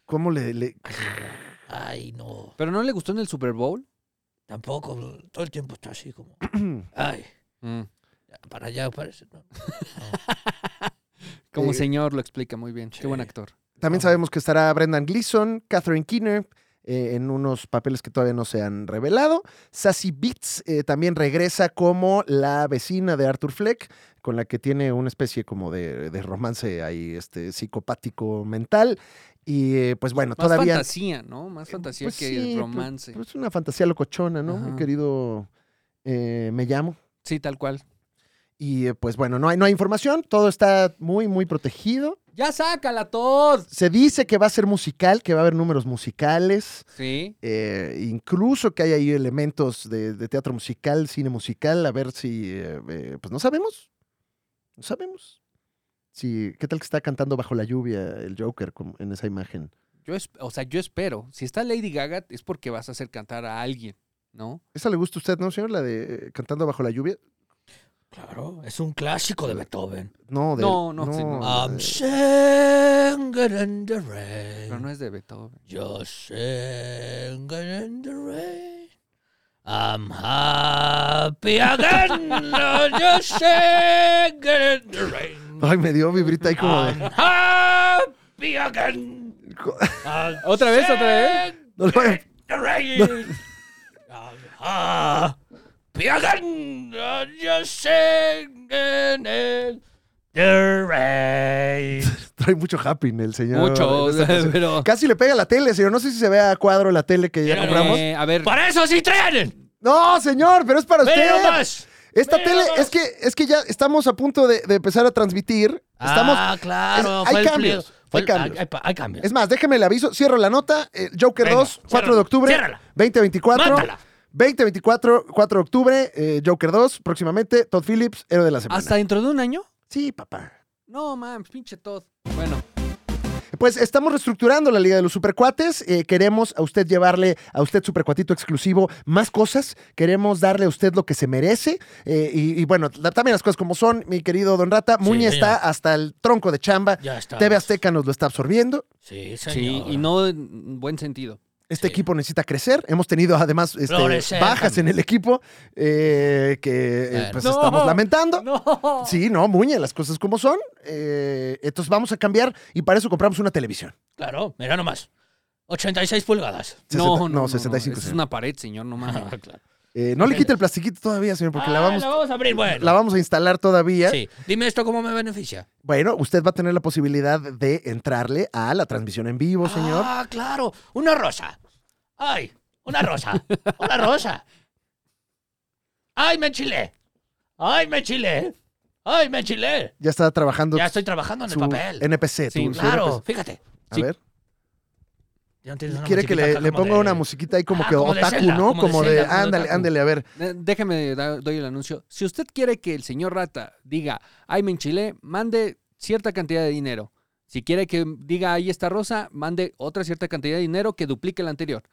¿Cómo le.? le- Ay, no. ¿Pero no le gustó en el Super Bowl? Tampoco. Todo el tiempo está así como... Ay, Mm. para allá parece. ¿no? Como Eh, señor lo explica muy bien. Qué buen sí. actor. También No. sabemos que estará Brendan Gleeson, Catherine Keener. eh, en unos papeles que todavía no se han revelado. Sassy Beats eh, también regresa como la vecina de Arthur Fleck, con la que tiene una especie como de, de romance ahí, este, psicopático mental. Y eh, pues bueno, Más todavía. fantasía, ¿no? Más fantasía Pues que sí, pues- romance. pues Es una fantasía locochona, ¿no? Mi Ajá. querido. eh, me llamo. sí, tal cual. Y eh, pues bueno, no hay, no hay información, todo está muy, muy protegido. ¡Ya sácala, Todd! Se dice que va a ser musical, que va a haber números musicales, Sí. eh, incluso que hay ahí elementos de, de teatro musical, cine musical, a ver si, eh, eh, pues no sabemos, no sabemos. Si, ¿Qué tal que está cantando bajo la lluvia el Joker como en esa imagen? Yo es- o sea, yo espero. Si está Lady Gaga, es porque vas a hacer cantar a alguien, ¿no? ¿Esa le gusta a usted, no, señor? La de eh, cantando bajo la lluvia. Claro, es un clásico de Beethoven. No, de, No, no, sí, no. eh, I'm singing in the rain. Pero no es de Beethoven. Just singing in the rain. I'm happy again. Just singing in the rain. Ay, me dio vibrita ahí como I'm um. de... happy again. I'm ¿Otra vez, otra vez? singing No, no, in the rain. I'm ah. happy again. Just singing in the rain. Trae mucho happy en el señor. Mucho, en esta canción. pero... Casi le pega a la tele, señor. No sé si se ve a cuadro la tele que ya Mira, compramos. Eh, a ver, Para eso sí traen. No, señor, pero es para usted. Pero más. Esta Mira tele, nomás. es que, es que ya estamos a punto de, de empezar a transmitir. Estamos. ah, claro. es- hay fue el cambios, pliego- hay el- cambios. Hay, hay cambios. Es más, déjeme le aviso. Cierro la nota. eh, Joker Venga, 2, 4 ciérrala, de octubre. ciérrala. 2024. Mátala. 2024, 4 de octubre. eh, Joker 2, próximamente. Todd Phillips, héroe de la semana. ¿hasta dentro de un año? Sí, papá. No, man, pinche Todd. Bueno, Pues estamos reestructurando la Liga de los Supercuates. Eh, queremos a usted llevarle a usted Supercuatito exclusivo más cosas. Queremos darle a usted lo que se merece. Eh, y, y bueno, la- también las cosas como son, mi querido Don Rata. Muñe señor. está hasta el tronco de chamba. Ya está. TV Azteca nos lo está absorbiendo. Sí, sí, señor. y no en buen sentido. Este Sí. equipo necesita crecer. Hemos tenido además este, Florecer bajas en también. el equipo eh, que eh, Claro. pues No. estamos lamentando. ¡No! Sí, no, Muñe, las cosas como son. Eh, entonces vamos a cambiar y para eso compramos una televisión. Claro, mira nomás. 86 pulgadas. No, 60 no, no, no, 65. Es señor. una pared, señor, no mames. Claro. Eh, no le quite el plastiquito todavía, señor, porque la Ah, vamos, la vamos a abrir, bueno. la vamos a instalar todavía. Sí. Dime esto cómo me beneficia. Bueno, usted va a tener la posibilidad de entrarle a la transmisión en vivo, señor. Ah, claro. Una rosa. Ay, una rosa. una rosa. ¡Ay, me enchilé! ¡Ay, me enchilé! ¡Ay, me enchilé! Ya está trabajando Ya estoy trabajando en el su papel. NPC. Sí, tu- pues. su Claro, NPC. fíjate. A sí. ver, Ya no tienes una quiere que musiquita le, acá le como ponga de- una musiquita ahí como Ah, que como de otaku, Zelda, ¿no? como de Como de, Zelda, como de ándale, otaku. ándale, a ver. Eh, Déjeme, da- doy el anuncio. Si usted quiere que el señor Rata diga, ay, me enchilé, mande cierta cantidad de dinero. Si quiere que diga, ahí está Rosa, mande otra cierta cantidad de dinero que duplique la anterior.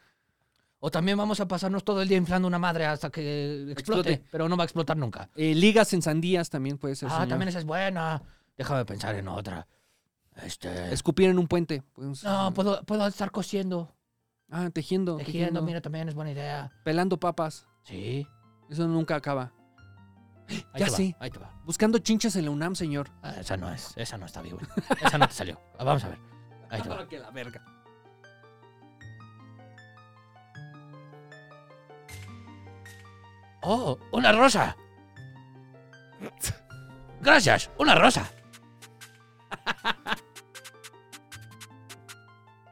O también vamos a pasarnos todo el día inflando una madre hasta que explote, Explote. pero no va a explotar nunca. Eh, ligas en sandías también puede ser. ah, señor. también esa es buena. Déjame pensar en otra. Este. Escupir en un puente. Pues, No, puedo, puedo estar cosiendo, Ah, tejiendo. tejiendo, mira, también es buena idea. Pelando papas. Sí. Eso nunca acaba. Ahí Ya te va, sí. Ahí te va. Buscando chinches en la UNAM, señor. Ah, esa no es, esa no está bien. Esa no te salió. Ah, Vamos a ver. Ahí te va. Ah, que la verga. Oh, una rosa. Gracias, una rosa.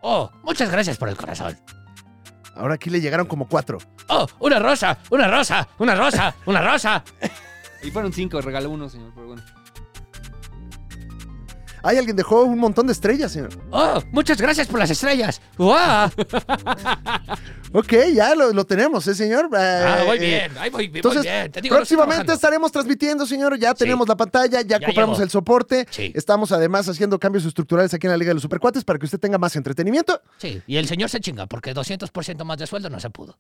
Oh, muchas gracias por el corazón. Ahora aquí le llegaron como cuatro. Oh, una rosa, una rosa, una rosa, una rosa. Y fueron cinco, regaló uno, señor, pero bueno. Ay, alguien dejó un montón de estrellas, señor. Oh, muchas gracias por las estrellas. ¡Guau! Ok, ya lo, lo tenemos, ¿eh, señor? Eh, Ah, muy eh, bien, ahí voy, muy Entonces, bien. Te digo, no estoy próximamente trabajando. estaremos transmitiendo, señor. Ya tenemos la pantalla, ya, Ya compramos llegó. el soporte. Sí. Estamos además haciendo cambios estructurales aquí en la Liga de los Supercuates para que usted tenga más entretenimiento. Sí, y el señor se chinga porque 200% más de sueldo no se pudo.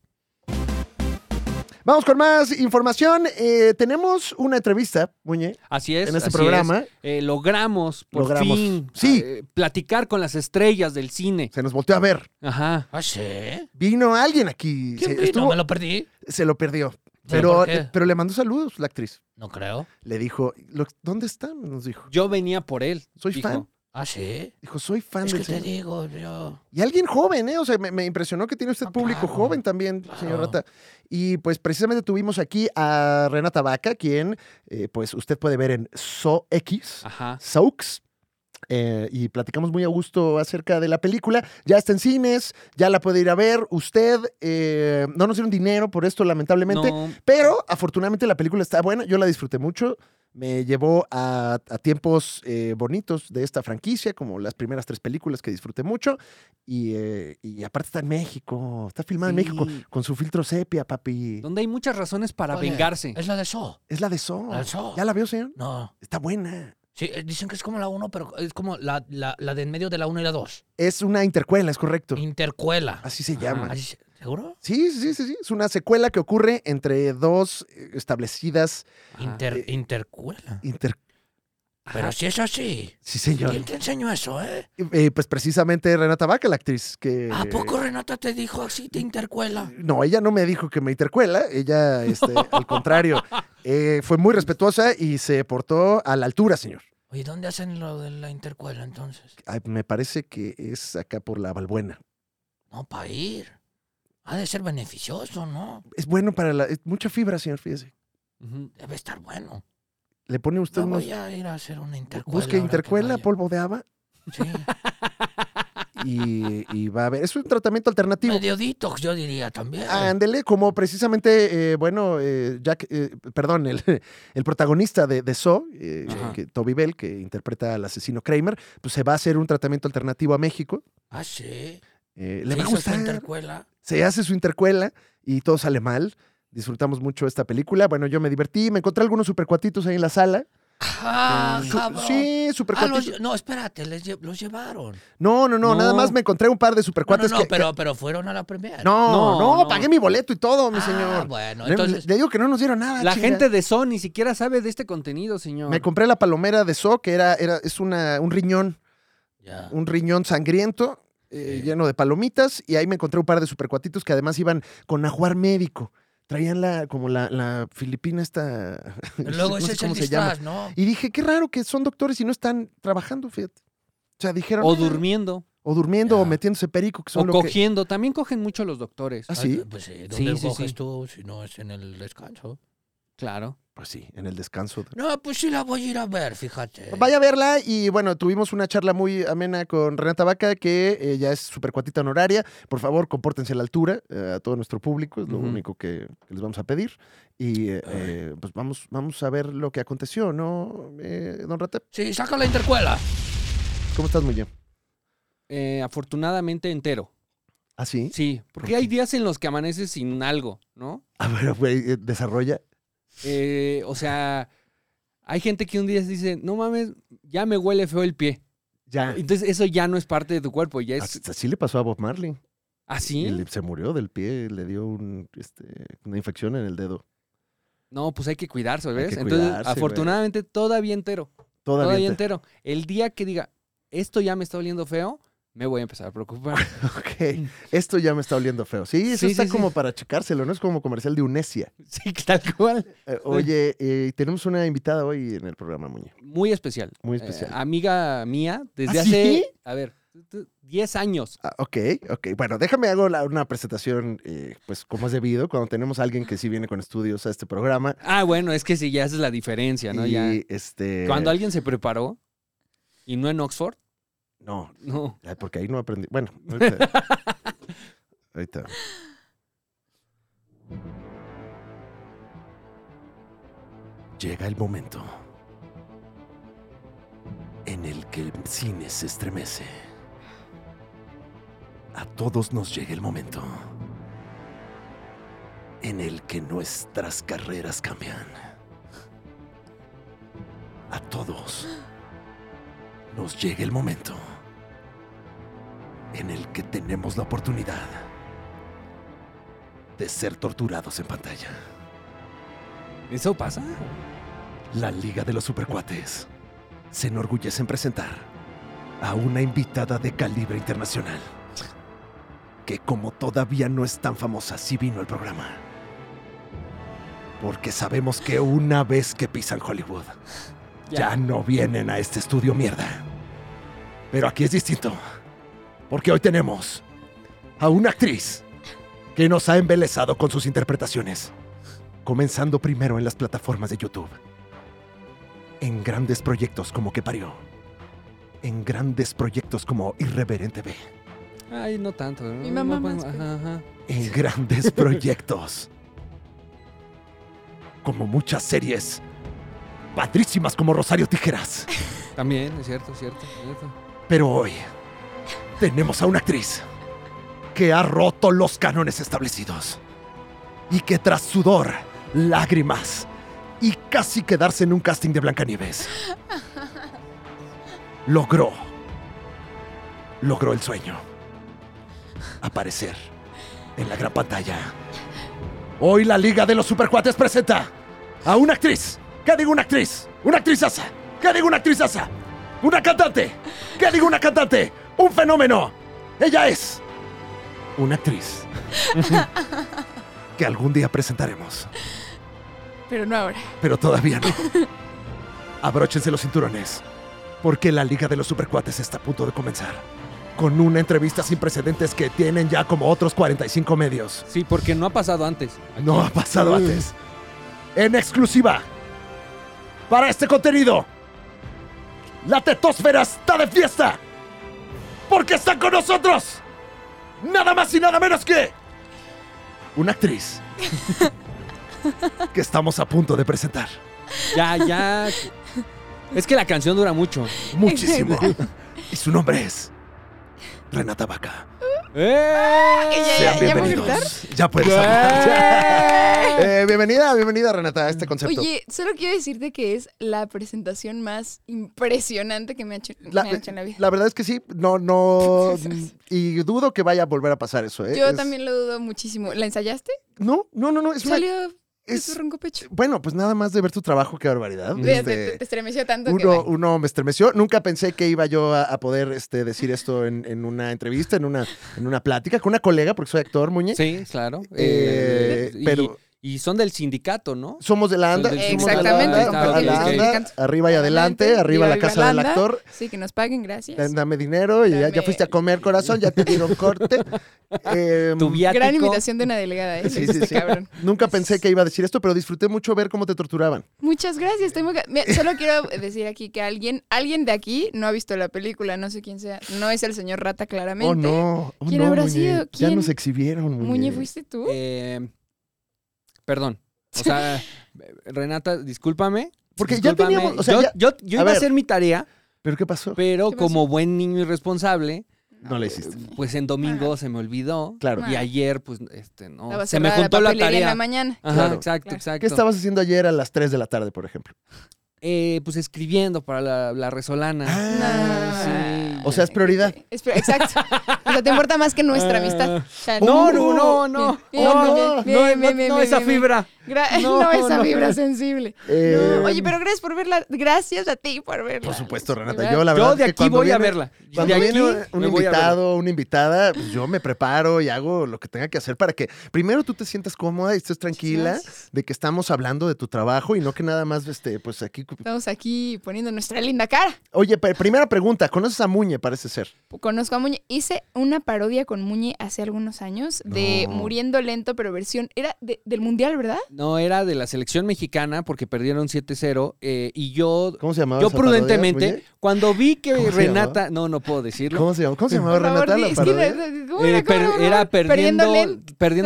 Vamos con más información. Eh, tenemos una entrevista, Muñe. Así es. En este así programa. es. Eh, logramos, por Logramos. fin, Sí. eh, platicar con las estrellas del cine. Se nos volteó a ver. Ajá. Ah, sí. Vino alguien aquí. ¿Quién se, vino? estuvo- ¿Me lo perdí? se lo perdió. ¿Pero Pero, eh, por qué? pero le mandó saludos la actriz. No creo. Le dijo, "Lo- ¿dónde están? Nos dijo. Yo venía por él. Soy dijo. fan. Ah, sí. Dijo, soy fan Es del que te señor". digo, yo. Y alguien joven, ¿eh? O sea, me, me impresionó que tiene usted Ah, público claro, joven también, señor claro. Rata. Y pues precisamente tuvimos aquí a Renata Vaca, quien eh, pues usted puede ver en SoX, Ajá. Sox. eh, y platicamos muy a gusto acerca de la película. Ya está en cines, ya la puede ir a ver. Usted, eh, no nos dieron dinero por esto, lamentablemente. No, Pero afortunadamente la película está buena, yo la disfruté mucho. Me llevó a, a tiempos eh, bonitos de esta franquicia, como las primeras tres películas que disfruté mucho. Y, eh, y aparte está en México, está filmada en Sí. México, con su filtro sepia, papi. donde hay muchas razones para Oye, vengarse. Es la de So. Es la de So. Ah, La de Saw. ¿Ya la vio, señor? No. Está buena. Sí, eh, dicen que es como la 1, pero es como la, la, la de en medio de la 1 y la 2. Es una intercuela, es correcto. Intercuela. Así se Ajá. llama. Así se- ¿Seguro? Sí, sí, sí, sí. Es una secuela que ocurre entre dos eh, establecidas Ajá. Inter- Eh, intercuela. inter... ah. Pero si es así. Sí, señor. ¿Quién te enseñó eso, eh? Eh, pues precisamente Renata Vaca, la actriz que... ¿A poco Renata te dijo así te intercuela? No, ella no me dijo que me intercuela, ella, este, al contrario, eh, fue muy respetuosa y se portó a la altura, señor. Oye, ¿dónde hacen lo de la intercuela entonces? Ay, me parece que es acá por la Balbuena. No, para ir. Ha de ser beneficioso, ¿no? Es bueno para la... es mucha fibra, señor, fíjese. Ujú. Debe estar bueno. Le pone usted Yo unos... voy a ir a hacer una intercuela. Busque ahora que intercuela, vaya. polvo de haba Sí. y, y va a ver. Es un tratamiento alternativo. Medio detox, yo diría también. Ándele, como precisamente, eh, bueno, eh, Jack, eh, perdón, el, el protagonista de, de Saw, eh, Ajá. que, Toby Bell, que interpreta al asesino Kramer, pues se va a hacer un tratamiento alternativo a México. ah, sí. Eh, le ¿Se va a hizo esta gustar. intercuela? se hace su intercuela y todo sale mal. Disfrutamos mucho esta película. Bueno, yo me divertí, me encontré algunos supercuatitos ahí en la sala. ¡Ah, cabrón! Sí, Ah, los supercuatitos. lle- no, espérate, les lle- los llevaron. No, no, no, No. nada más me encontré un par de No, no, supercuates no, que- que- pero, pero fueron a la primera. No, no, No, no. pagué mi boleto y todo, mi Ah, señor. bueno, Le- entonces- le, digo que no nos dieron nada. La Ah, chinga. gente de Sony ni siquiera sabe de este contenido, señor. Me compré la palomera de So, que era, era es una, un riñón, Ya. un riñón sangriento, eh, Ah. Sí. lleno de palomitas, y ahí me encontré un par de supercuatitos que además iban con ajuar médico. Traían la, como la, la filipina esta. Luego no sé ese es el cómo se llama. Ah, disfraz, ¿no? Y dije, qué raro que son doctores y no están trabajando, fíjate. O sea, dijeron. o "Ah, durmiendo. O durmiendo, o Ya. metiéndose perico, que son O lo que. cogiendo. También cogen mucho los doctores. Ah, Ay, sí. Pues sí, Sí, ¿dónde sí, coges sí. tú si no es en el descanso? Claro. Pues sí, en el descanso. de- No, pues sí la voy a ir a ver, fíjate. Vaya a verla y bueno, tuvimos una charla muy amena con Renata Vaca, que eh, ya es super cuatita honoraria. Por favor, compórtense a la altura eh, a todo nuestro público, es lo Ujú. único que, que les vamos a pedir. Y eh, eh, pues vamos, vamos a ver lo que aconteció, ¿no, eh, don Ratep? Sí, saca la intercuela. ¿Cómo estás, muy bien? Eh, afortunadamente entero. ¿Ah, sí? Sí, porque hay días en los que amaneces sin algo, ¿no? A ver, güey, eh, desarrolla. Eh, o sea, hay gente que un día se dice, no mames, ya me huele feo el pie. Ya. Entonces eso ya no es parte de tu cuerpo, ya es Así, así le pasó a Bob Marley. así. Ah, Y le- se murió del pie, le dio un, este, una infección en el dedo. No, pues hay que cuidarse, ¿ves? que Entonces, cuidarse, güey. afortunadamente, todavía entero. Todavía, Todavía te- entero. El día que diga, esto ya me está oliendo feo, me voy a empezar a preocupar. Ok, esto ya me está oliendo feo. Sí, eso Sí, está sí, sí. como para checárselo, ¿no? Es como comercial de Unesia. sí, tal cual. Eh, oye, eh, tenemos una invitada hoy en el programa, Muñe. Muy especial. Muy Eh, especial. amiga mía, desde ¿Ah, hace, sí? a ver, tú- tú- 10 años. Ah, ok, ok. Bueno, déjame hago la- una presentación, eh, pues como es debido, cuando tenemos a alguien que sí viene con estudios a este programa. Ah, bueno, es que sí, ya esa es la diferencia, ¿no? y Ya. este. Cuando alguien se preparó, y no en Oxford, No, no. ay, porque ahí no aprendí. Bueno, ahorita. ahorita. Llega el momento en el que el cine se estremece. A todos nos llega el momento en el que nuestras carreras cambian. A todos nos llega el momento en el que tenemos la oportunidad de ser torturados en pantalla. ¿Eso pasa? La Liga de los Supercuates se enorgullece en presentar a una invitada de calibre internacional, que como todavía no es tan famosa, sí vino al programa. Porque sabemos que una vez que pisan Hollywood, ya no vienen a este estudio mierda. Pero aquí es distinto, porque hoy tenemos a una actriz que nos ha embelezado con sus interpretaciones, comenzando primero en las plataformas de YouTube, en grandes proyectos como Que Parió, en grandes proyectos como Irreverente B, Ay, no tanto. ¿no? Mi mamá No podemos- más, ajá, ajá. en grandes proyectos como muchas series padrísimas como Rosario Tijeras. También, es cierto, es cierto, es cierto. Pero hoy tenemos a una actriz que ha roto los cánones establecidos y que tras sudor, lágrimas y casi quedarse en un casting de Blancanieves logró logró el sueño aparecer en la gran pantalla. Hoy la Liga de los Supercuates presenta a una actriz. ¿Qué digo una actriz? Una actriz asa. ¿Qué digo una actriz asa? Una cantante. ¿Qué digo una cantante? Un fenómeno. Ella es una actriz que algún día presentaremos, Pero no ahora. pero todavía no. Abróchense los cinturones, porque la Liga de los Supercuates está a punto de comenzar con una entrevista sin precedentes que tienen ya como otros 45 medios. Sí, porque no ha pasado antes. No ha pasado antes. En exclusiva. Para este contenido. La tetósfera está de fiesta. Porque están con nosotros. Nada más y nada menos que... Una actriz. que estamos a punto de presentar. Ya, ya. Es que la canción dura mucho. Muchísimo. y su nombre es... Renata Vaca. Ah, ¡Eh! Ya, Sean ya, ya voy a bienvenidos. gritar. Ya puedes hablar. Eh, bienvenida, bienvenida Renata a este concepto. Oye, solo quiero decirte que es la presentación más impresionante que me ha hecho, La, me ha hecho en la vida. la verdad es que sí, no, no. mm, y dudo que vaya a volver a pasar eso, ¿eh? Yo Es- también lo dudo muchísimo. ¿La ensayaste? No, no, no, no. Es una- Salió de es- tu ronco pecho. Bueno, pues nada más de ver tu trabajo, qué barbaridad. Mm. Te, Este, te- te estremeció tanto que... uno, bueno. uno me estremeció. Nunca pensé que iba yo a, a poder este, decir esto en, en una entrevista, en una, en una plática con una colega, porque soy actor, Muñe. Sí, claro. Eh, y- pero- Y son del sindicato, ¿no? Somos de la ANDA. Del somos de la Exactamente, ANDA, sindicato, a la ok. ANDA, arriba y adelante, arriba la Viva casa del Irlanda. actor. Sí, que nos paguen, gracias. Dan- Dame dinero y ya- ya Dame- fuiste a comer, corazón, ya te dieron corte. Em, Tu viático. Gran invitación de una delegada, ¿eh? Sí, Este sí, sí. cabrón. Nunca pensé que iba a decir esto, pero disfruté mucho ver cómo te torturaban. Muchas gracias, estoy muy... ca- Mira, solo quiero decir aquí que alguien, alguien de aquí no ha visto la película, no sé quién sea. No es el señor Rata, claramente. Oh, no. Oh, ¿Quién no, habrá Muñe. sido? Ya ¿Quién? nos exhibieron, Muñe. Muñe, ¿fuiste tú? Eh, perdón. O sea, Renata, discúlpame. Porque ya discúlpame. teníamos- o sea, yo ya- yo- yo a iba a ver. hacer mi tarea, ¿Pero qué pasó? pero ¿Qué pasó? como buen niño irresponsable, No la hiciste. pues en Ah. domingo se me olvidó. Claro. Y ayer, pues, este, no. Estaba Se me cerrada juntó la papelería en tarea. la mañana. Ajá, Claro. exacto, Claro. exacto. ¿Qué estabas haciendo ayer a las 3 de la tarde, por ejemplo? Eh, pues escribiendo para la, la resolana. Ah, sí. O sea, es prioridad. Eh, Es- Exacto. O sea, te importa más que nuestra amistad. Chale. Ah. No, no, no, no. Oh, Bien, no, bien, no, bien, no, Uh. bien, no, bien, no, bien, esa bien, bien. fibra. Gra- No, no, esa no. vibra sensible. Eh, No, Oye, pero gracias por verla. Gracias a ti por verla. Por supuesto, Renata. Yo, la verdad Yo de es que aquí cuando voy a viene- verla. De Cuando viene aquí un me voy a verla. invitado, una invitada, pues yo me preparo y hago lo que tenga que hacer para que primero tú te sientas cómoda y estés tranquila gracias. de que estamos hablando de tu trabajo y no que nada más, este, pues aquí. Estamos aquí poniendo nuestra linda cara. Oye, pe- primera pregunta, ¿conoces a Muñe? Parece ser. Conozco a Muñe. Hice una parodia con Muñe hace algunos años de No. Muriendo Lento, pero versión. Era de- del Mundial, ¿verdad? No, era de la selección mexicana porque perdieron 7-0 eh, y yo, ¿Cómo se llamaba? yo esa parodia, Muñe? prudentemente, cuando vi que ¿Cómo se Renata, no, no puedo decirlo, ¿Cómo se llamaba? ¿Cómo se llamaba Por favor, Renata? la di- es que parodia? era- ¿cómo eh, era? ¿Cómo per- era? era perdiendo, perdiendo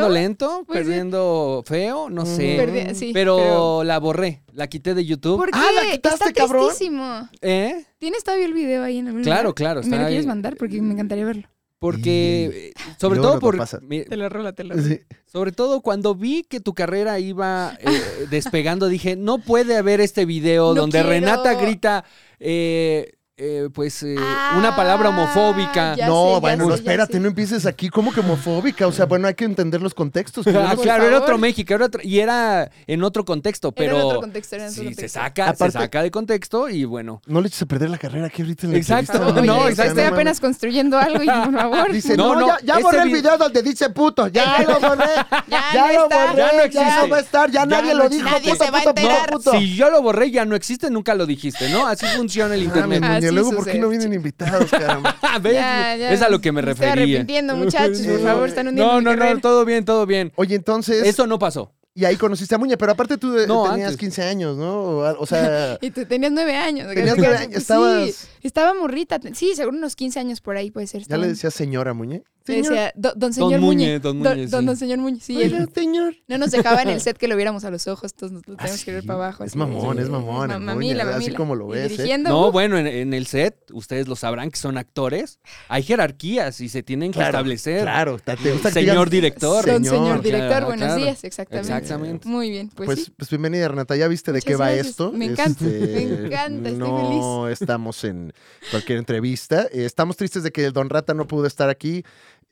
lento, perdiendo, ¿no? Pues sí. feo, Mm. no sé, Perdi- sí, pero, pero- la borré, la quité de YouTube. ¿Por qué? Ah, ¿la quitaste, Está cabrón? tristísimo. ¿eh? ¿Tienes todavía el video ahí en algún Claro, lugar? claro, ¿Me está lo quieres ahí. mandar? Porque me encantaría verlo. Porque, eh, sobre Luego todo no te por, pasa. mi- Te lo rola, te lo Sí. Sobre todo cuando vi que tu carrera iba eh, despegando, dije, no puede haber este video No donde quiero. Renata grita, eh, eh, pues, eh, una palabra homofóbica. Ah, Ya sé, no, ya bueno, no, sé, ya espérate, sé. no empieces aquí como que homofóbica. O sea, bueno, hay que entender los contextos. Ah, primero. por claro, era favor. otro México, era otro- y era en otro contexto, Era pero en otro contexto, era en otro sí, se contexto. saca, Aparte- se saca de contexto y bueno. No le eches a perder la carrera aquí ahorita en la Exacto, entrevista, Oye, No, Muñe, o estoy- sea, exacto. Estoy no mames. apenas construyendo algo y por favor. Dice, No, no, no, ya, ya ese borré el vi- video donde dice puto, ya lo borré, ya, Ya no lo está. borré, Ya ya no no, existe. va a estar, ya, Ya nadie no lo existe. dijo, Nadie puto, se va a puto, puto, enterar. puto. Si yo lo borré, ya no existe, nunca lo dijiste, ¿no? Así funciona el Mames, internet. Ah, Muñe, Ah, Así luego, ¿por qué sucede, no vienen invitados, caramba? ¿Ves? Ya, ya. Es a lo que me Me refería. Estoy arrepintiendo, muchachos, por favor, están hundiendo No, mi no, no, carrera. todo bien, todo bien. Oye, entonces, Eso no pasó. y ahí conociste a Muñe, pero aparte tú eh, No, tenías antes. 15 años, ¿no? O, o sea, Y tú tenías nueve años. Tenías nueve años, estabas- Sí, estaba morrita. Sí, seguro unos 15 años por ahí puede ser. ¿ya le estaba- decías señora Muñe? Le decía, "Do- don, señor Muñe, Muñe, don Don, Muñe, don- sí. don señor Muñe. Sí, Oiga, él señor. no nos dejaba en el set que lo viéramos a los ojos, entonces nos lo Ah, tenemos que ver sí. para abajo. Es así, mamón, es mamón, Ma- el mamila, Muñe, así mamila. como lo Y ves, ¿eh? dirigiendo, No, ¡uh! bueno, en, en el set, ustedes lo sabrán que son actores, hay jerarquías y se tienen que establecer. Claro, ta- te gusta que Señor digan- director. Don señor, Señor, director, claro, buenos claro. días, exactamente. Exactamente. Muy bien, pues, Pues, sí. pues bienvenida, Renata. Ya viste de Muchas qué va gracias. esto. Este, Me encanta, me encanta, estoy No estamos en cualquier entrevista. Eh, estamos tristes de que el Don Rata no pudo estar aquí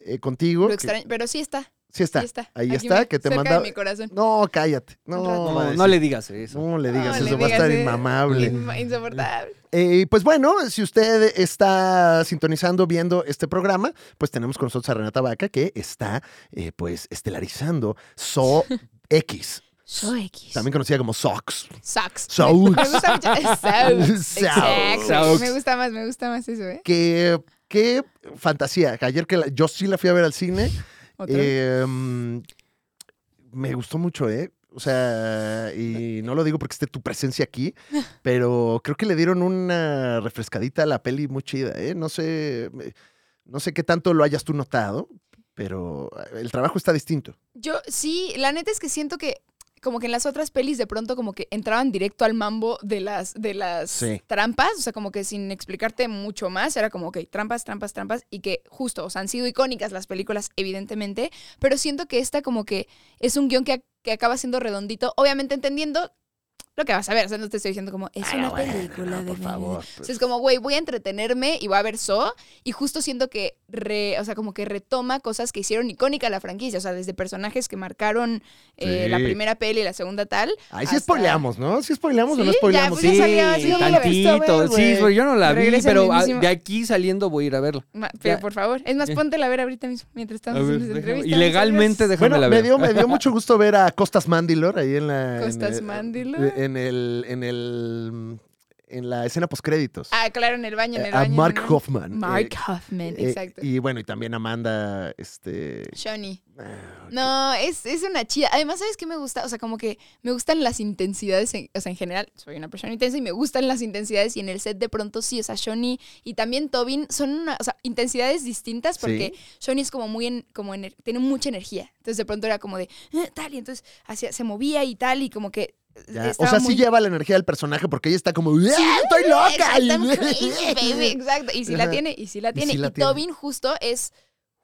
eh, contigo. Lo que- extraño, pero sí está, Sí está. sí está. Ahí Aquí está, me- que te cerca manda. de mi corazón. No, cállate. No, Un rato. va a No, decir- no le digas eso. No le digas No eso, le va a estar digas, eh, inmamable. inma- Insoportable. Eh, Y pues bueno, si usted está sintonizando, viendo este programa, pues tenemos con nosotros a Renata Vaca que está eh, pues estelarizando So X, Soy X. también conocida como Sox. Sucks. Saux. Me, me gusta mucho. Saux. Saux. Exacto. Saux. Me gusta más, me gusta más eso, ¿eh? Qué, qué fantasía. Ayer que la- yo sí la fui a ver al cine. Otro. eh, mm, me gustó mucho, ¿eh? O sea, y no lo digo porque esté tu presencia aquí, pero creo que le dieron una refrescadita a la peli muy chida, ¿eh? No sé, me- no sé qué tanto lo hayas tú notado, pero el trabajo está distinto. Yo sí, la neta es que siento que como que en las otras pelis de pronto como que entraban directo al mambo de las de las Sí. trampas, o sea, como que sin explicarte mucho más, era como que trampas, trampas, trampas y que justo, o sea, han sido icónicas las películas evidentemente, pero siento que esta como que es un guión que, a- que acaba siendo redondito, obviamente entendiendo lo que vas a ver. O sea, no te estoy diciendo como, es Ay, Ah, una bueno, película Ah, no, de... por favor, Pues O sea, es como, güey, voy a entretenerme y voy a ver So. Y justo siento que, re- o sea, como que retoma cosas que hicieron icónica la franquicia. O sea, desde personajes que marcaron eh, Sí. la primera peli y la segunda tal. Ahí sí hasta- spoileamos, ¿no? Sí spoileamos o no Sí, ya, spoileamos. pues ya salió, sí, yo no la he visto, güey, sí, güey. pero yo no la vi, Regresa pero ah, mismísimo. de aquí saliendo voy a ir a verla. Ma- pero Ya. por favor. Es más, Ya. póntela a ver ahorita mismo, mientras A estamos ver, haciendo esta déjame- entrevista. ilegalmente Entonces, déjame Bueno, la me ver. dio, me dio mucho gusto ver a Costas Mandilor ahí en la. en Costas el- Mandylor. En el. En el. mm, En la escena postcréditos. Eh, Ah, claro, en el baño, en el a baño. Mark en el baño. Hoffman. Mark eh, Hoffman, eh, exacto. y bueno, y también Amanda, este. Shoni. ah, No, es, es una chida. Además, ¿sabes qué me gusta? O sea, como que me gustan las intensidades. en- o sea, en general, soy una persona intensa y me gustan las intensidades. Y en el set, de pronto, sí, o sea, Shoni y también Tobin son una, o sea, intensidades distintas porque Shoni es como muy, en, como ener- tiene mucha energía. Entonces, de pronto era como de "Ah, tal, y entonces hacía- se movía y tal, y como que. ya, O estaba sea, muy- sí lleva la energía del personaje porque ella está como. "Ah, ¡Estoy loca! Exacto, I'm crazy, baby, exacto. Y si la Ajá. tiene, y si la Y tiene. Y, sí la tiene. Tobin justo es.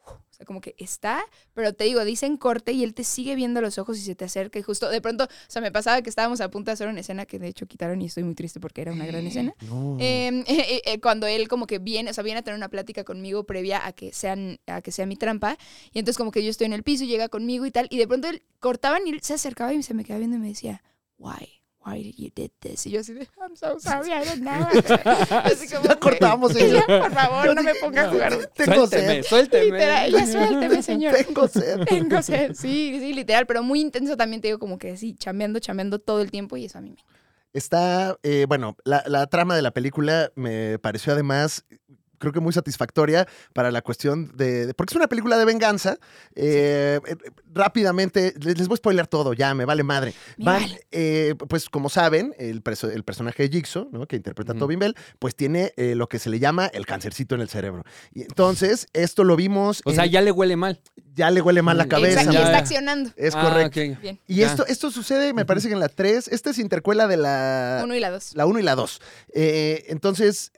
O sea, como que está, pero te digo, dicen corte y él te sigue viendo a los ojos y se te acerca. Y justo de pronto, o sea, me pasaba que estábamos a punto de hacer una escena que de hecho quitaron y estoy muy triste porque era una gran escena. No. Eh, eh, eh, cuando él como que viene, o sea, viene a tener una plática conmigo previa a que sean, a que sea mi trampa. Y entonces como que yo estoy en el piso y llega conmigo y tal. Y de pronto él cortaban y él se acercaba y se me quedaba viendo y me decía, why? Why did you did this? Y yo así de, I'm so sorry, I don't know. Así como, ya cortamos "Güey, eso. ya, por favor, no me ponga a jugar. Tengo Suélteme, sed. Literal, ya suélteme. suélteme, señor. Tengo sed. Tengo sed, sí, sí, literal, pero muy intenso también te digo como que sí, chambeando, chambeando todo el tiempo y eso a mí me Está, eh, bueno, la, la trama de la película me pareció además, creo que muy satisfactoria para la cuestión de, de- porque es una película de venganza. eh, eh, rápidamente, les, les voy a spoiler todo, ya, me vale madre. Me Van, vale. eh, pues como saben, el, preso- el personaje de Jigsaw, ¿no? que interpreta Ujú. Tobin Bell, pues tiene eh, lo que se le llama el cancercito en el cerebro. Y entonces, esto lo vimos, O sea, en- ya le huele mal. ya le huele mal la cabeza. Exacto, y ya. está accionando. Es Ah, correcto. ok. Bien, Y Ya. esto, esto sucede, me parece que en la 3, esta es intercuela de la... uno y la dos. La 1 y la 2. entonces,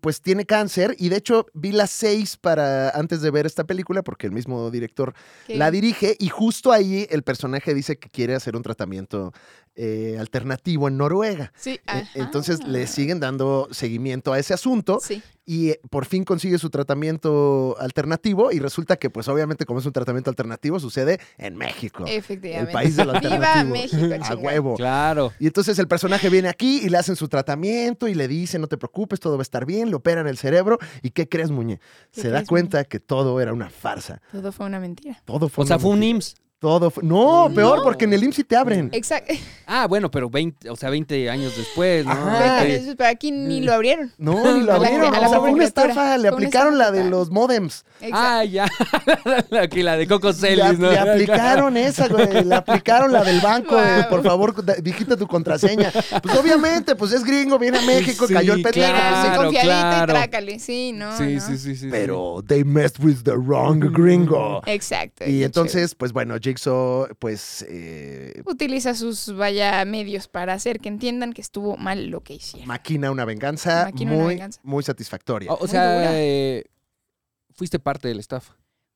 pues tiene cáncer y de hecho vi la 6 para antes de ver esta película porque el mismo director Que- la dirige y justo ahí el personaje dice que quiere hacer un tratamiento eh, alternativo en Noruega. Sí, ah, E- ajá. Entonces le siguen dando seguimiento a ese asunto Sí. y eh, por fin consigue su tratamiento alternativo y resulta que pues obviamente como es un tratamiento alternativo sucede en México, el Efectivamente. país de lo Viva alternativo. México, A chingada. huevo. Claro. Y entonces el personaje viene aquí y le hacen su tratamiento y le dicen, no te preocupes, todo va a estar bien, le operan el cerebro. ¿Y qué crees, Muñe? ¿Qué Se da crees, cuenta que todo era una farsa. Todo fue una mentira. Todo fue O sea, una fue un mentira. IMSS. Todo fue- No, No. peor, porque en el IMSS sí te abren. Exacto. Ah, bueno, pero 20, o sea, 20 años después, ¿no? Ajá. Ok. Pero aquí Mm. ni lo abrieron. No, ni lo A la- abrieron. a la o sea, fue una pobre criatura. estafa. Le Fue una aplicaron la estafa de total. los modems. Exacto. Ah, ya. Aquí la de Coco Le, Celis, ¿no? le aplicaron esa, güey. Le aplicaron la del banco. de, Guau. por favor, da- digita tu contraseña. Pues obviamente, pues es gringo, viene a México, Sí, cayó el pendejo. Mira, soy claro, confiadito claro. pues, y trácale. Sí, no. Sí, no. sí, sí, sí. Pero they messed with the wrong gringo. Exacto. Y entonces, pues bueno, Jigsaw, pues eh, Utiliza sus vaya medios para hacer que entiendan que estuvo mal lo que hicieron. maquina una venganza Maquina una muy, venganza. Oh, muy satisfactoria. O, o Muy sea, dura. eh, fuiste parte del staff.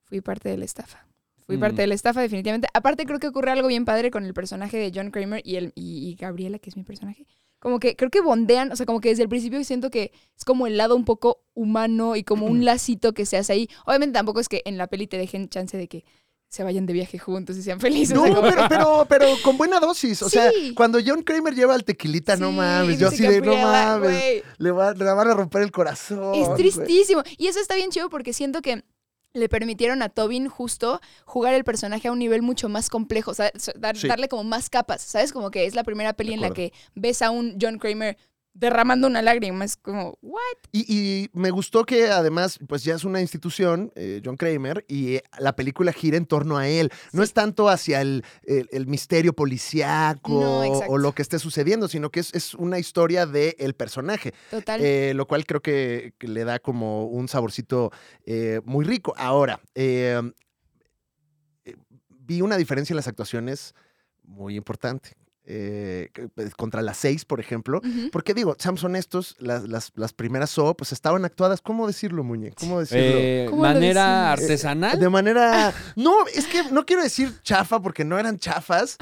Fui parte de la estafa. Fui Mm. parte de la estafa, definitivamente. Aparte, creo que ocurre algo bien padre con el personaje de John Kramer y, el, y, y Gabriela, que es mi personaje. Como que creo que bondean, o sea, como que desde el principio siento que es como el lado un poco humano y como un lacito que se hace ahí. Obviamente tampoco es que en la peli te dejen chance de que se vayan de viaje juntos y sean felices. No, o sea, como- pero, pero, pero con buena dosis. O sea, Sí. cuando John Kramer lleva el tequilita, no Sí, mames. Yo dice así de, no Gabriela, mames. güey. Le, va- le van a romper el corazón. Es güey. tristísimo. Y eso está bien chido porque siento que le permitieron a Tobin justo jugar el personaje a un nivel mucho más complejo, o sea, so- dar- Sí. darle como más capas, ¿sabes? Como que es la primera peli De en la acuerdo. que ves a un John Kramer derramando una lágrima, es como, ¿what? Y, y me gustó que además, pues ya es una institución, eh, John Kramer, y eh, la película gira en torno a él. No Sí. es tanto hacia el, el- el misterio policíaco No, exacto. o lo que esté sucediendo, sino que es, es una historia del personaje. Total. Eh, lo cual creo que, que le da como un saborcito eh, muy rico. Ahora, eh, eh, vi una diferencia en las actuaciones muy importante. eh, que- pues, contra las seis, por ejemplo. Ujú. Porque digo, Samson, estos, las, las, las primeras SO, pues estaban actuadas, ¿cómo decirlo, Muñe? ¿Cómo decirlo? Eh, ¿Cómo lo manera decimos? artesanal. De manera. No, es que no quiero decir chafa porque no eran chafas.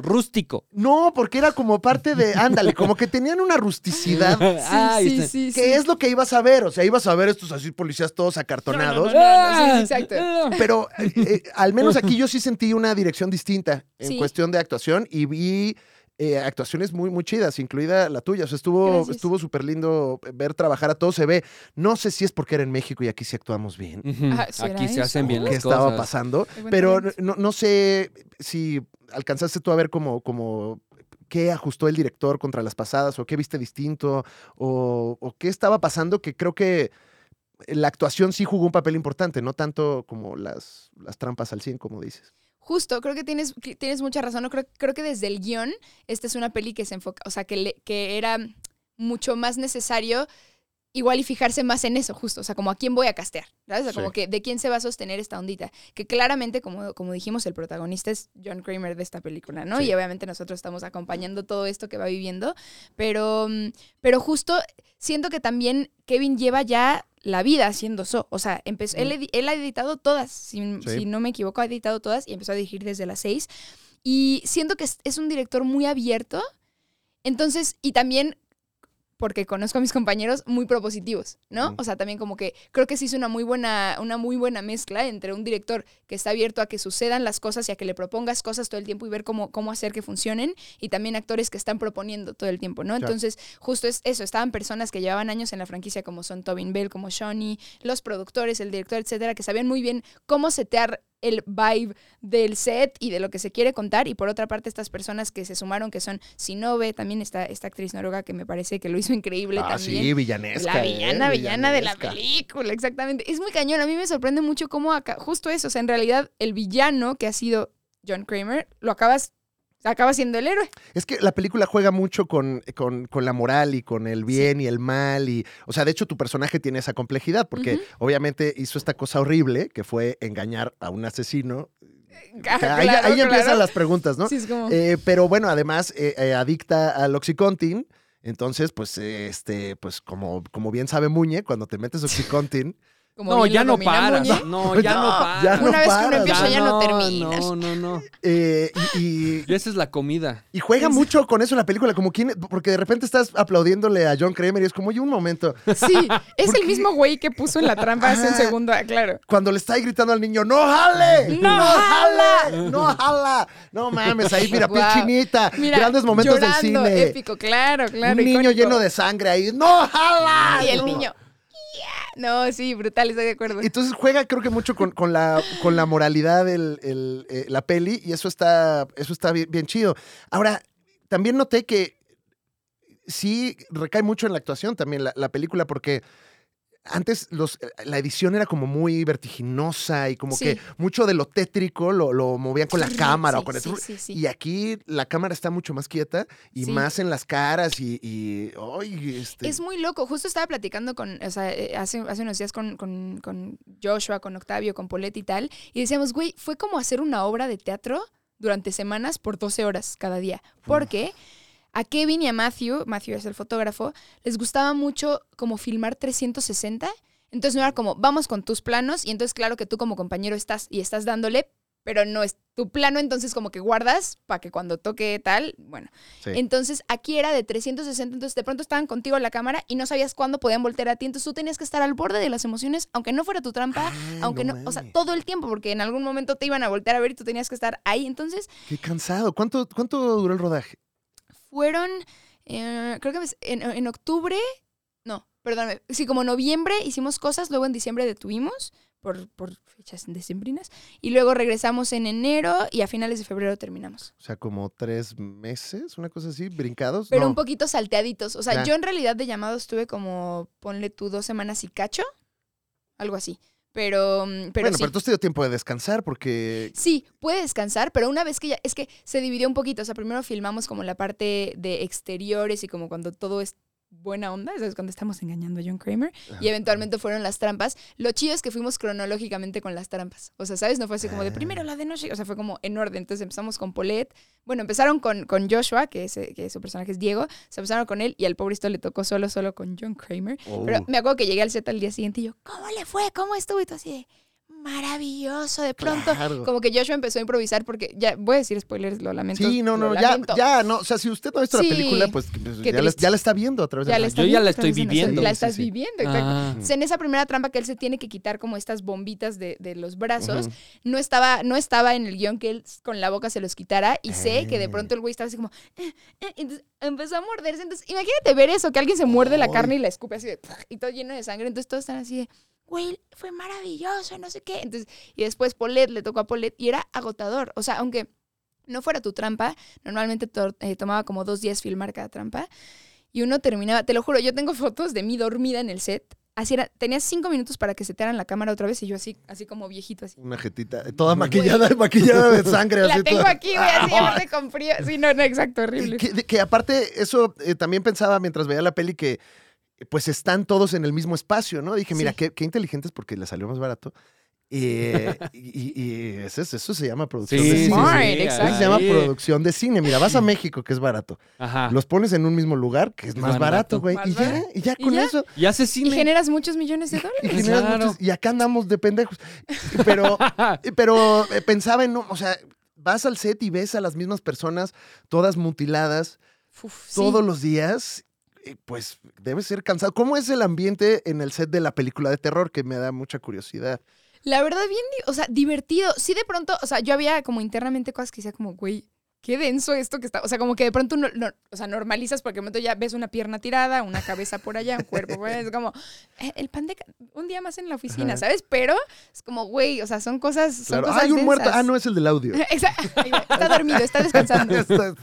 rústico. No, porque era como parte de. Ándale, como que tenían una rusticidad. Sí, Ay, sí, está- sí, que sí. este, es lo que ibas a ver. O sea, ibas a ver estos así policías todos acartonados. No, no, sí, exacto. Ah, Pero eh, eh, al menos aquí yo sí sentí una dirección distinta en Sí. cuestión de actuación y vi eh, actuaciones muy, muy chidas, incluida la tuya. O sea, estuvo Gracias. estuvo súper lindo ver trabajar a todo. Se ve. No sé si es porque era en México y aquí sí actuamos bien. Ujú, Ah, ¿será Aquí se eso? hacen bien ¿Qué las estaba cosas. pasando? Qué buen Pero talento. no, no sé si alcanzaste tú a ver como, como qué ajustó el director contra las pasadas o qué viste distinto o, o qué estaba pasando que creo que la actuación sí jugó un papel importante, no tanto como las, las trampas al 100, como dices. Justo, creo que tienes, que tienes mucha razón. ¿no? Creo, creo que desde el guión, esta es una peli que se enfoca, o sea, que, le- que era mucho más necesario igual y fijarse más en eso, justo. O sea, como a quién voy a castear, ¿sabes? O sea, Sí. como que de quién se va a sostener esta ondita. Que claramente, como, como dijimos, el protagonista es John Kramer de esta película, ¿no? Sí. Y obviamente nosotros estamos acompañando todo esto que va viviendo. Pero, mm, pero justo siento que también Kevin lleva ya la vida haciendo eso. O sea, empezó, él, edi- él ha editado todas, si, Mm. Sí. si no me equivoco, ha editado todas y empezó a dirigir desde las seis. Y siento que es, es un director muy abierto. Entonces, y también porque conozco a mis compañeros muy propositivos, ¿no? Ujú. O sea, también como que creo que se hizo una muy buena una muy buena mezcla entre un director que está abierto a que sucedan las cosas y a que le propongas cosas todo el tiempo y ver cómo cómo hacer que funcionen y también actores que están proponiendo todo el tiempo, ¿no? Claro. Entonces, justo es eso, estaban personas que llevaban años en la franquicia como son Tobin Bell, como Shawnee, los productores, el director, etcétera, que sabían muy bien cómo setear el vibe del set y de lo que se quiere contar. Y por otra parte, estas personas que se sumaron, que son Sinobe, también está esta actriz noruega que me parece que lo hizo increíble también. Ah, villanesca. La ¿eh? villana, villana de la Villanesca. película, exactamente. Es muy cañón. A mí me sorprende mucho cómo acá, justo eso, o sea, en realidad el villano que ha sido John Kramer, lo acabas, acaba siendo el héroe. Es que la película juega mucho con, con- con la moral y con el bien y el mal. Y, o sea, de hecho, tu personaje tiene esa complejidad, porque Ujú. obviamente hizo esta cosa horrible que fue engañar a un asesino. Ah, O sea, ahí ya- claro, ahí ya empiezan claro. las preguntas, ¿no? Sí, es como- Eh, pero bueno, además, eh, eh, adicta al Oxycontin. Entonces, pues, eh, este, pues, como, como bien sabe Muñe, cuando te metes Oxycontin, como No, bien ya lo no domina paras. Muñe. No, ya no No, paras. ya no Una vez que uno paras, empieza ¿no? ya no terminas. No, no, no. eh, y- y, Y esa es la comida. y juega mucho con eso la película, como quien, porque de repente estás aplaudiéndole a John Kramer y es como, oye, un momento, Sí, es Porque- el mismo güey que puso en la trampa hace un Ah. segundo, ah, claro. cuando le está ahí gritando al niño, ¡no jale! ¡No jale! ¡No jala! ¡No mames! Ahí, mira, piel Guau. chinita, Mira, grandes momentos llorando, del cine. épico, claro, claro. un niño icónico. lleno de ¡Ah! sangre ahí, ¡no jala! Y el No. niño. "Yeah". No, sí, brutal, estoy de acuerdo. Entonces juega creo que mucho con, con la, con la moralidad del el, eh, la peli y eso está, eso está bien, bien chido. Ahora, también noté que sí recae mucho en la actuación también la, la película porque antes los, eh, la edición era como muy vertiginosa y como Sí. que mucho de lo tétrico lo, lo movían con la cámara o Sí, con el... sí, sí, sí. Y aquí la cámara está mucho más quieta y Sí. más en las caras y... y- ay, este, Es muy loco. Justo estaba platicando con, o sea, eh, hace, hace unos días con, con- con Joshua, con Octavio, con Poletti y tal. Y decíamos, güey, fue como hacer una obra de teatro durante semanas por 12 horas cada día. Porque a Kevin y a Matthew, Matthew es el fotógrafo, les gustaba mucho como filmar 360. Entonces no era como, vamos con tus planos. Y entonces, claro que tú como compañero estás y estás dándole, pero no es tu plano. Entonces, como que guardas para que cuando toque tal, bueno. sí. Entonces aquí era de 360, entonces de pronto estaban contigo en la cámara y no sabías cuándo podían voltear a ti, entonces tú tenías que estar al borde de las emociones, aunque no fuera tu trampa, Ah, aunque no, o sea, mames. todo el tiempo, porque en algún momento te iban a voltear a ver y tú tenías que estar ahí. Entonces Qué cansado. ¿Cuánto, ¿Cuánto duró el rodaje? fueron, eh, creo que en, en octubre, no, perdóname, sí, como noviembre hicimos cosas, luego en diciembre detuvimos por, por fechas decembrinas y luego regresamos en enero y a finales de febrero terminamos. O sea, como tres meses, una cosa así, brincados. Pero No. un poquito salteaditos. O sea, Ya. yo en realidad de llamados tuve como, ponle tú dos semanas y cacho, algo así. Pero, mm, pero bueno, sí. pero tú te dio tiempo de descansar porque. Sí, puede descansar, pero una vez que ya. Es que se dividió un poquito. O sea, primero filmamos como la parte de exteriores y como cuando todo es buena onda, es cuando estamos engañando a John Kramer, y eventualmente fueron las trampas. Lo chido es que fuimos cronológicamente con las trampas. O sea, ¿sabes? No fue así como de Ah. primero la de noche, o sea, fue como en orden. Entonces empezamos con Paulette, bueno, empezaron con, con Joshua, que, es, eh, que su personaje es Diego, se empezaron con él y al pobrecito le tocó solo, solo con John Kramer. Ah, Uh. oh, Pero me acuerdo que llegué al set al día siguiente y yo, ¿cómo le fue? ¿Cómo estuvo? Y tú así de, maravilloso, de pronto. Claro. Como que Joshua empezó a improvisar porque, ya voy a decir spoilers, lo lamento. Sí, no, lo no, ya, lamento. ya, no. O sea, si usted no ha visto Sí. la película, pues pues, ya Qué la, triste. ya la está viendo a través de Ya la la- está Yo ya viendo, la está estoy viendo, viviendo. La Sí, sí, estás sí. viviendo, exacto. Ah. Entonces, en esa primera trampa que él se tiene que quitar como estas bombitas de, de los brazos, no, estaba, no estaba en el guión que él s- con la boca se los quitara y sé que de Ah. pronto el güey estaba así como... "Eh, eh", entonces empezó a morderse. Entonces imagínate ver eso, que alguien se muerde la Ay. carne y la escupe así de... Y todo lleno de sangre. Entonces todos están así de... Güey, fue maravilloso, no sé qué. Entonces, y después Polet le tocó a Polet y era agotador. O sea, aunque no fuera tu trampa, normalmente to- eh, tomaba como dos días filmar cada trampa. Y uno terminaba, te lo juro, yo tengo fotos de mí dormida en el set. Así era, tenía cinco minutos para que se setearan la cámara otra vez y yo así, así como viejito, así. Una jetita, eh, toda maquillada, maquillada de sangre. La así tengo toda. aquí, güey, así aparte con frío. Sí, no, no, exacto, horrible. Que, que- que aparte, eso eh, también pensaba mientras veía la peli que eh, pues están todos en el mismo espacio, ¿no? Dije, mira, Sí. qué, qué inteligentes porque le salió más barato. Eh, y y- y eso, es- eso se llama producción Sí, de sí, cine. Smart, sí, Eso exacto. se llama sí. producción de cine. Mira, vas a México, que es barato. Ajá. Los pones en un mismo lugar, que Ah. es Es más barato, barato. güey. Y Más ya, barato. y ya Y con ya. eso. Y hace Y cine. generas muchos millones de Y, dólares. generas Claro. muchos- y acá andamos de pendejos. Pero, eh, pero eh, pensaba en, no, o sea, vas al set y ves a las mismas personas, todas mutiladas, Uf, sí. todos los días, eh, pues debe ser cansado. ¿Cómo es el ambiente en el set de la película de terror? Que me da mucha curiosidad. La verdad, bien, di- o sea, divertido. Sí, de pronto, o sea, yo había como internamente cosas que decía como, güey, qué denso esto que está. O sea, como que de pronto, no, no- o sea, normalizas porque de momento ya ves una pierna tirada, una cabeza por allá, un cuerpo por allá. Es como, eh, el pan de ca- un día más en la oficina, ¿sabes? Pero es como, güey, o sea, son cosas. Son Claro, cosas hay un muerto. densas. Ah, no, es el del audio. Este, Exacto. Ay, güey, Está dormido, está descansando. Esta-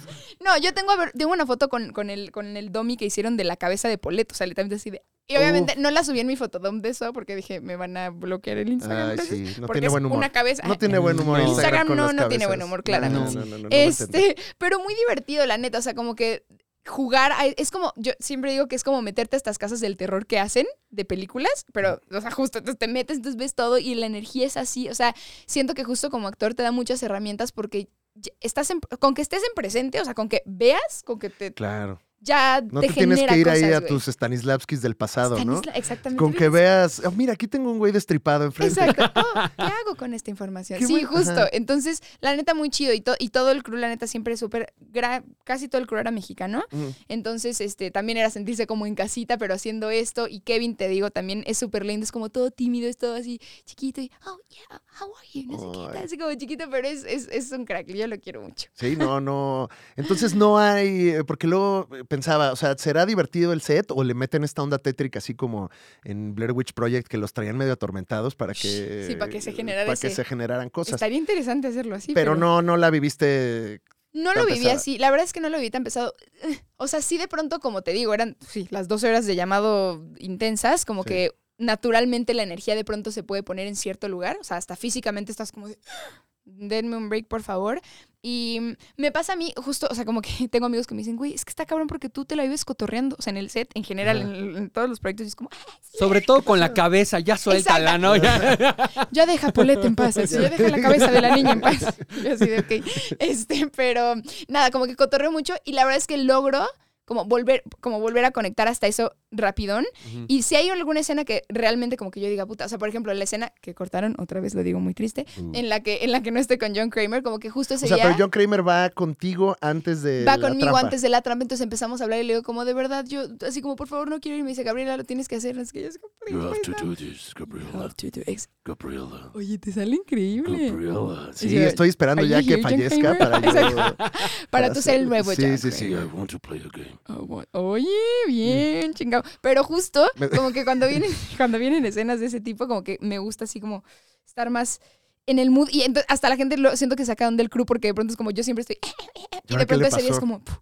No, yo tengo, a ver- tengo una foto con, con el, con el dummy que hicieron de la cabeza de Poleto, o sea, literalmente así de... Y obviamente no la subí en mi fotodom de eso porque dije, me van a bloquear el Instagram. Ay, gracias", sí, no porque tiene es buen humor. una cabeza... Ah, No tiene buen humor. No. Instagram con no- las no tiene cabezas. buen humor, claramente. No, no, no, no, no me entendí. Este, pero muy divertido, la neta. O sea, como que jugar a- es como yo siempre digo que es como meterte a estas casas del terror que hacen de películas pero o sea justo entonces te metes entonces ves todo y la energía es así o sea siento que justo como actor te da muchas herramientas porque ya- estás en- con que estés en presente o sea con que veas con que te Claro. ya No te, te, tienes genera que ir cosas, ahí a güey. tus Stanislavskis del pasado, ¿no? Stanisla- exactamente Con que bien. veas, oh, mira, aquí tengo un güey destripado enfrente. Exacto. Oh, ¿Qué hago con esta información? Qué sí, bueno. justo. Ajá. Entonces, la neta, muy chido. Y, to- y todo el crew, la neta, siempre súper. gra- Casi todo el crew era mexicano. Mm. Entonces, este, también era sentirse como en casita, pero haciendo esto. Y Kevin, te digo, también es súper lindo. Es como todo tímido, es todo así chiquito. Y, oh, yeah, how are you? No sé qué. Ay. tal, Así como chiquito, pero es, es, es un crack. Yo lo quiero mucho. Sí, no, no. Entonces no hay, eh, porque luego eh, pensaba, o sea, ¿será divertido el set o le meten esta onda tétrica así como en Blair Witch Project que los traían medio atormentados para que... Sí, para que se generara Para que ese- se generaran cosas. Estaría interesante hacerlo así. pero no, no la viviste... No tan lo viví pesada. así, la verdad es que no lo viví tan pesado. O sea, sí de pronto, como te digo, eran sí, las 12 horas de llamado intensas, como Sí. que naturalmente la energía de pronto se puede poner en cierto lugar, o sea, hasta físicamente estás como de, "Ah, denme un break, por favor. Y mm, me pasa a mí, justo, o sea, como que tengo amigos que me dicen, güey, es que está cabrón porque tú te la vives cotorreando, o sea, en el set, en general, Ajá. en, en todos los proyectos, y es como, "Ah, Sobre todo con la cabeza, ya suéltala, ¿no? Ya. ya deja a Paulette en paz, así, ya deja la cabeza de la niña en paz. Yo así de, ok. Este, pero nada, como que cotorreo mucho y la verdad es que logro como volver, como volver a conectar hasta eso rapidón. Y si hay alguna escena que realmente como que yo diga, puta, o sea, por ejemplo, la escena que cortaron, otra vez lo digo muy triste, en la que, en la que no esté con John Kramer, como que justo Mm. ese O sea, día pero John Kramer va contigo antes de... va la conmigo trampa. antes de la trampa, entonces empezamos a hablar y le digo como, de verdad, yo, así como, por favor, no quiero ir. Y me dice, Gabriela, lo tienes que hacer. Es que yo así como, You have to "Puta". do this, You Gabriela. have to do it. Gabriela. Oye, te sale increíble. Gabriela. Sí, Sí, estoy esperando are ya you que John fallezca Kramer? para yo... Exacto. Para tú ser el nuevo Sí, John sí, Sí, sí. I want to play a game. Ah, bueno. Oye, bien, chingado. Pero justo, como que cuando vienen, cuando vienen escenas de ese tipo, como que me gusta así como estar más en el mood. Y ento- hasta la gente lo siento que sacaron del crew porque de pronto es como yo siempre estoy. "Eh, eh, eh", ¿Y y ahora de qué le pronto ese día es pasó? como. "Puf".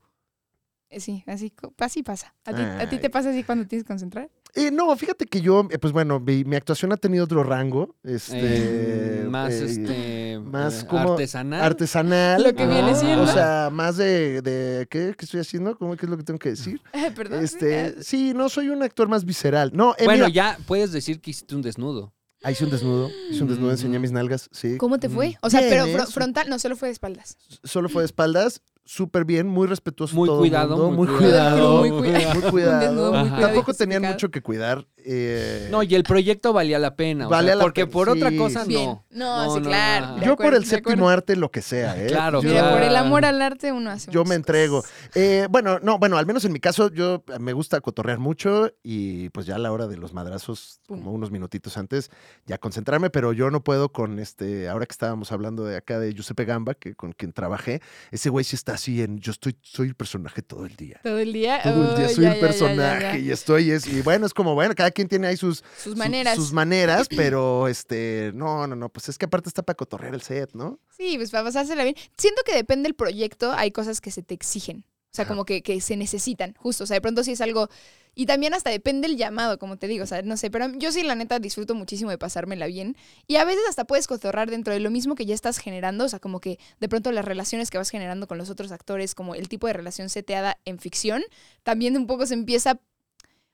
Eh, Sí, así co- pasa y pasa. ¿A ti, a ti Ay. te pasa así cuando tienes que concentrar? Eh, no, fíjate que yo, eh, pues bueno, mi, mi actuación ha tenido otro rango. Este, Eh, más eh, este, más eh, como artesanal. Artesanal. Lo que viene Ajá. siendo. O sea, más de, de ¿qué, ¿qué estoy haciendo? ¿Cómo qué es lo que tengo que decir? Eh, Perdón. Este, sí, no soy un actor más visceral. No, eh, bueno, mira, ya puedes decir que hiciste un desnudo. Ah, hice un desnudo, hice un desnudo, enseñé mis nalgas, sí. ¿Cómo te fue? O sea, Bien, pero ¿eh? fro- Su- frontal, no, solo fue de espaldas. Solo fue de espaldas, súper bien, muy respetuoso Muy Pues todo el cuidado, mundo, muy muy cuidado, cuidado. Muy cuidado. muy cuidado. Un desnudo muy Ajá. cuidado y Tampoco tenían justificado. mucho que cuidar. eh, No, y el proyecto valía la pena. o Valía sea, la porque pena, por otra sí, cosa Bien. no. No, No, sí, no, claro. no, no. de yo por acuerdo, el de séptimo acuerdo. arte, lo que sea, ¿eh? Claro, Yo- Mira, claro. por el amor al arte uno hace Yo muchas me entrego. cosas. Eh, bueno, no, bueno, al menos en mi caso, yo eh, me gusta cotorrear mucho y pues ya a la hora de los madrazos, Pum. como unos minutitos antes, ya concentrarme, pero yo no puedo con este, ahora que estábamos hablando de acá de Giuseppe Gamba, que con quien trabajé, ese güey sí está así en, yo estoy, soy el personaje todo el día. Todo el día. Todo el día oh, soy ya, el ya, ya, personaje ya, ya. y estoy, es, y bueno, es como, bueno, cada quien tiene ahí sus, Sus su- maneras. sus maneras, pero este, no, no, no, pues es que aparte está para cotorrear el set, ¿no? Sí, pues para pasársela bien. Siento que depende del proyecto, hay cosas que se te exigen. O sea, Ajá. como que, que se necesitan, justo. O sea, de pronto sí es algo. Y también hasta depende el llamado, como te digo. O sea, no sé, pero yo sí, la neta, disfruto muchísimo de pasármela bien. Y a veces hasta puedes cotorrar dentro de lo mismo que ya estás generando. O sea, como que de pronto las relaciones que vas generando con los otros actores, como el tipo de relación seteada en ficción, también un poco se empieza.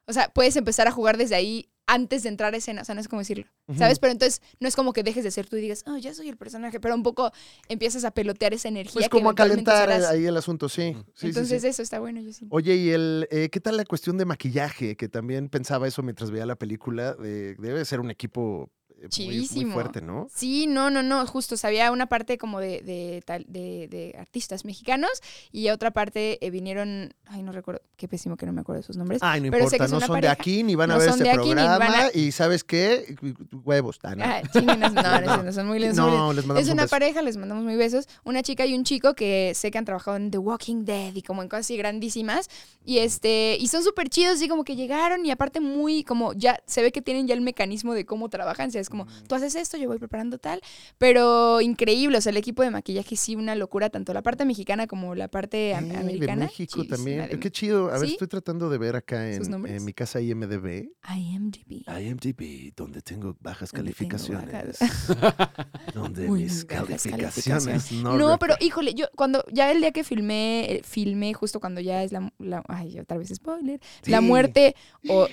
O sea, puedes empezar a jugar desde ahí antes de entrar a escena. O sea, no es como decirlo. ¿Sabes? Pero entonces no es como que dejes de ser tú y digas, oh, ya soy el personaje, pero un poco empiezas a pelotear esa energía. Pues que como a eventualmente calentar usarás. ahí el asunto, sí. sí, sí, sí. entonces eso está bueno, yo sí. Oye, y el, eh, ¿qué tal la cuestión de maquillaje? Que también pensaba eso mientras veía la película. de- debe ser un equipo eh, muy- muy, Chidísimo. fuerte, ¿no? Sí, no, no, no, justo. O sea, había una parte como de, de, tal- de- de artistas mexicanos y otra parte eh, vinieron, ay, no recuerdo, qué pésimo que no me acuerdo de sus nombres. Ay, no Pues, Pero sé que importa, es no una son de pareja. aquí, ni van a No ver son ese de aquí, ni van a- programa. Y ¿sabes qué? Huevos. Ah, no. Ah, chinguenas, no, no, no, son muy, son muy- No, les mandamos Es un una beso. pareja, les mandamos muy besos. Una chica y un chico que sé que han trabajado en The Walking Dead y como en cosas así grandísimas. Y este, y son súper chidos, y como que llegaron, y aparte muy, como ya se ve que tienen ya el mecanismo de cómo trabajan. O sea, es como, Mm. tú haces esto, yo voy preparando tal. Pero increíble, o sea, el equipo de maquillaje sí, una locura, tanto la parte mexicana como la parte am- Sí, de americana. México Chidísima, también. de- Qué chido. A ver, ¿Sí? estoy tratando de ver acá ¿Sus en, nombres? en mi casa IMDB. IMDb. IMDB, donde tengo bajas Donde tengo calificaciones. donde Muy mis bajas calificaciones no. No, reflejan- pero híjole, yo cuando ya el día que filmé, eh, filmé justo cuando ya es la, la- ay, otra vez spoiler, la Sí. muerte o,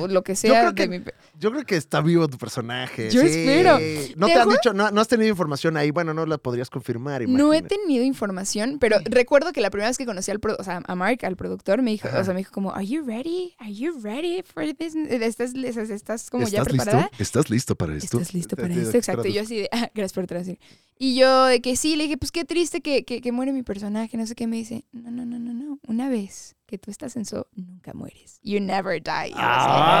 o lo que sea creo de que- mi pe- Yo creo que está vivo tu personaje. Yo sí. espero. No ¿Te te, han juro? dicho, no, no has tenido información ahí. Bueno, no la podrías confirmar. No he imagino. tenido información, pero recuerdo que la primera vez que conocí al pro- o sea, a Mark, al productor, me dijo, o sea, me dijo como, "Are you ready? Are you ready for this? ¿Estás, estás, estás como ya preparada?" ¿Estás listo para ¿Estás listo Te- para te- esto? Exacto. Y yo así de, "Ah, gracias por traducir. Y yo de que sí, le dije, pues qué triste que, que, que muere mi personaje, no sé qué. Me dice, no, no, no, no, no. Una vez que tú estás en So, nunca mueres. You never die. Y yo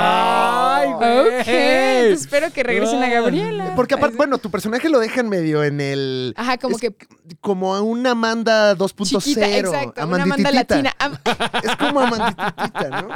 Ay, güey. así, "Ah, ok, entonces espero que regresen a Gabriela. Porque aparte, Así. bueno, tu personaje lo dejan medio en el. Ajá, como es que Como a una Amanda 2.0. chiquita, exacto. Una manda Amandititita. latina. Am- ah, Es como Amandititita, ¿no?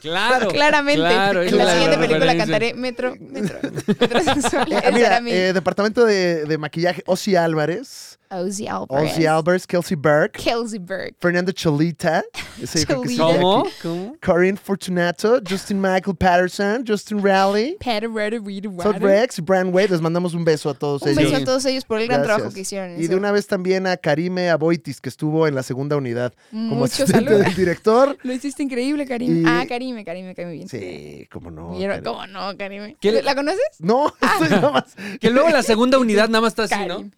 Claro. claramente. Claro, es en la una siguiente película referencia. cantaré Metro, Metro, Metro Sensual. Eh, Esa mira, era mi eh, departamento de, de maquillaje: Ozzy Álvarez, Ozzy Alvarez. Ozzy Álvarez, Kelsey Burke, Kelsey Berg. Fernando Cholita. Ese yo creo que sí, Cholita. ¿Cómo? aquí. ¿Cómo? Corinne Fortunato, Justin Michael Patterson, Justin Raleigh. Pat Ryder, Ryder, Todd Ryder. Rex, Brand Wade, les mandamos un beso a todos Un ellos. beso a todos ellos por el gran Gracias. trabajo que hicieron. Y eso. de una vez también a Karime Aboitis, que estuvo en la segunda unidad como Mm, Mucho asistente saludo. del director. Lo hiciste increíble, Karim. Y- Ah, Karim, Karim, me cae muy bien. Sí, cómo no. Vieron- Karim. ¿Cómo Ah. no, Karim? ¿Qué- ¿La conoces? No, estoy nada más. Que luego la segunda unidad nada más está así, ¿no? Karim.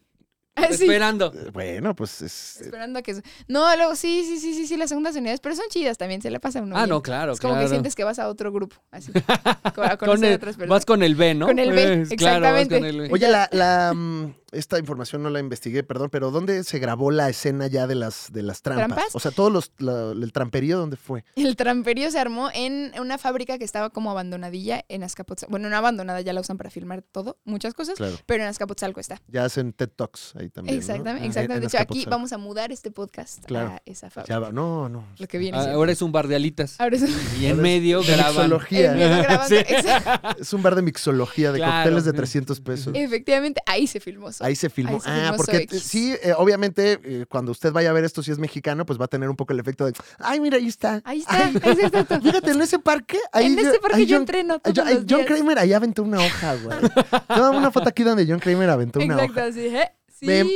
Ah, sí, Esperando. Bueno, pues es. Esperando a que... su- No, luego sí, sí, sí, sí, sí, las segundas unidades, pero son chidas también, se le pasa a uno Ah, bien. no, claro, Es como claro. que sientes que vas a otro grupo, así, co- a conocer Con el- a otras personas. vas con el B, ¿no? Con el B, Eh, claro, vas exactamente. con el B. Oye, la, la, mm, esta información no la investigué, perdón, pero ¿dónde se grabó la escena ya de las, de las trampas? ¿Trampas? O sea, todos los, la- el tramperío, ¿dónde fue? El tramperío se armó en una fábrica que estaba como abandonadilla en Azcapotzalco. Bueno, no abandonada, ya la usan para filmar todo, muchas cosas, Claro. pero en Azcapotzalco está. Ya hacen TED Talks ahí también. ¿no? Ah, Exactamente, En- en exactamente. De hecho, aquí Azcapotzalco. vamos a mudar este podcast Claro. a esa fábrica. Ya va- Ah, No, no. Lo que viene. siendo. Ahora es un bar de alitas. Ahora es Y Ahora en es medio graban. Mixología. el miedo grabando. Sí. Exacto. Es un bar de mixología, de Claro. cócteles de 300 pesos. Efectivamente, ahí se filmó Soy. Ahí se filmó. Ahí se ah, filmó porque Zoe. eh, sí, eh, obviamente, eh, cuando usted vaya a ver esto, si es mexicano, pues va a tener un poco el efecto de, ay, mira, ahí está. Ahí está, ahí está, exacto. Fíjate, en ese parque, ahí en este parque ahí yo John- entreno ahí todos John- ahí los John días. Kramer ahí aventó una hoja, güey. Toma una foto aquí donde John Kramer aventó una hoja. Exacto, así, ¿eh? Sí. Me- em,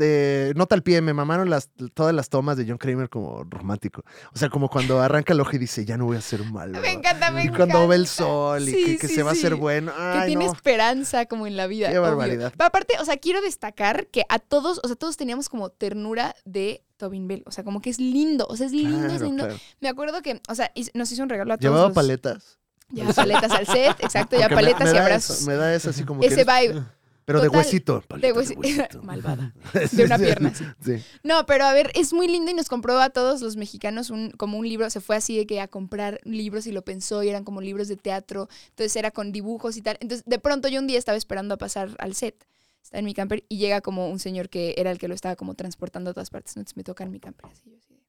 este, nota al pie, me mamaron las, todas las tomas de John Kramer como romántico. O sea, como cuando arranca el ojo y dice, ya no voy a ser malo. me encanta, me Y encanta. cuando ve el sol y Sí, que, que sí, se va a hacer sí. bueno. que Ay, tiene no. esperanza como en la vida. Qué obvio. barbaridad. Pero aparte, o sea, quiero destacar que a todos, o sea, todos teníamos como ternura de Tobin Bell. O sea, como que es lindo, o sea, es lindo, es Claro, lindo. claro. Me acuerdo que, o sea, hiz- nos hizo un regalo a todos. Llevaba los- paletas. Llevaba paletas al set, exacto, Porque ya me- paletas me y da abrazos. eso, me da eso así como que- Ese vibe. Pero de total, huesito. de paletas huesi- Malvada. Sí, De una sí, pierna. sí. No, pero a ver, es muy lindo y nos compró a todos los mexicanos un, como un libro, se fue así de que a comprar libros y lo pensó y eran como libros de teatro, entonces era con dibujos y tal. Entonces de pronto yo un día estaba esperando a pasar al set, estaba en mi camper y llega como un señor que era el que lo estaba como transportando a todas partes, entonces me toca en mi camper así, yo así de,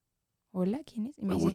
hola, ¿quién es? Y me dice,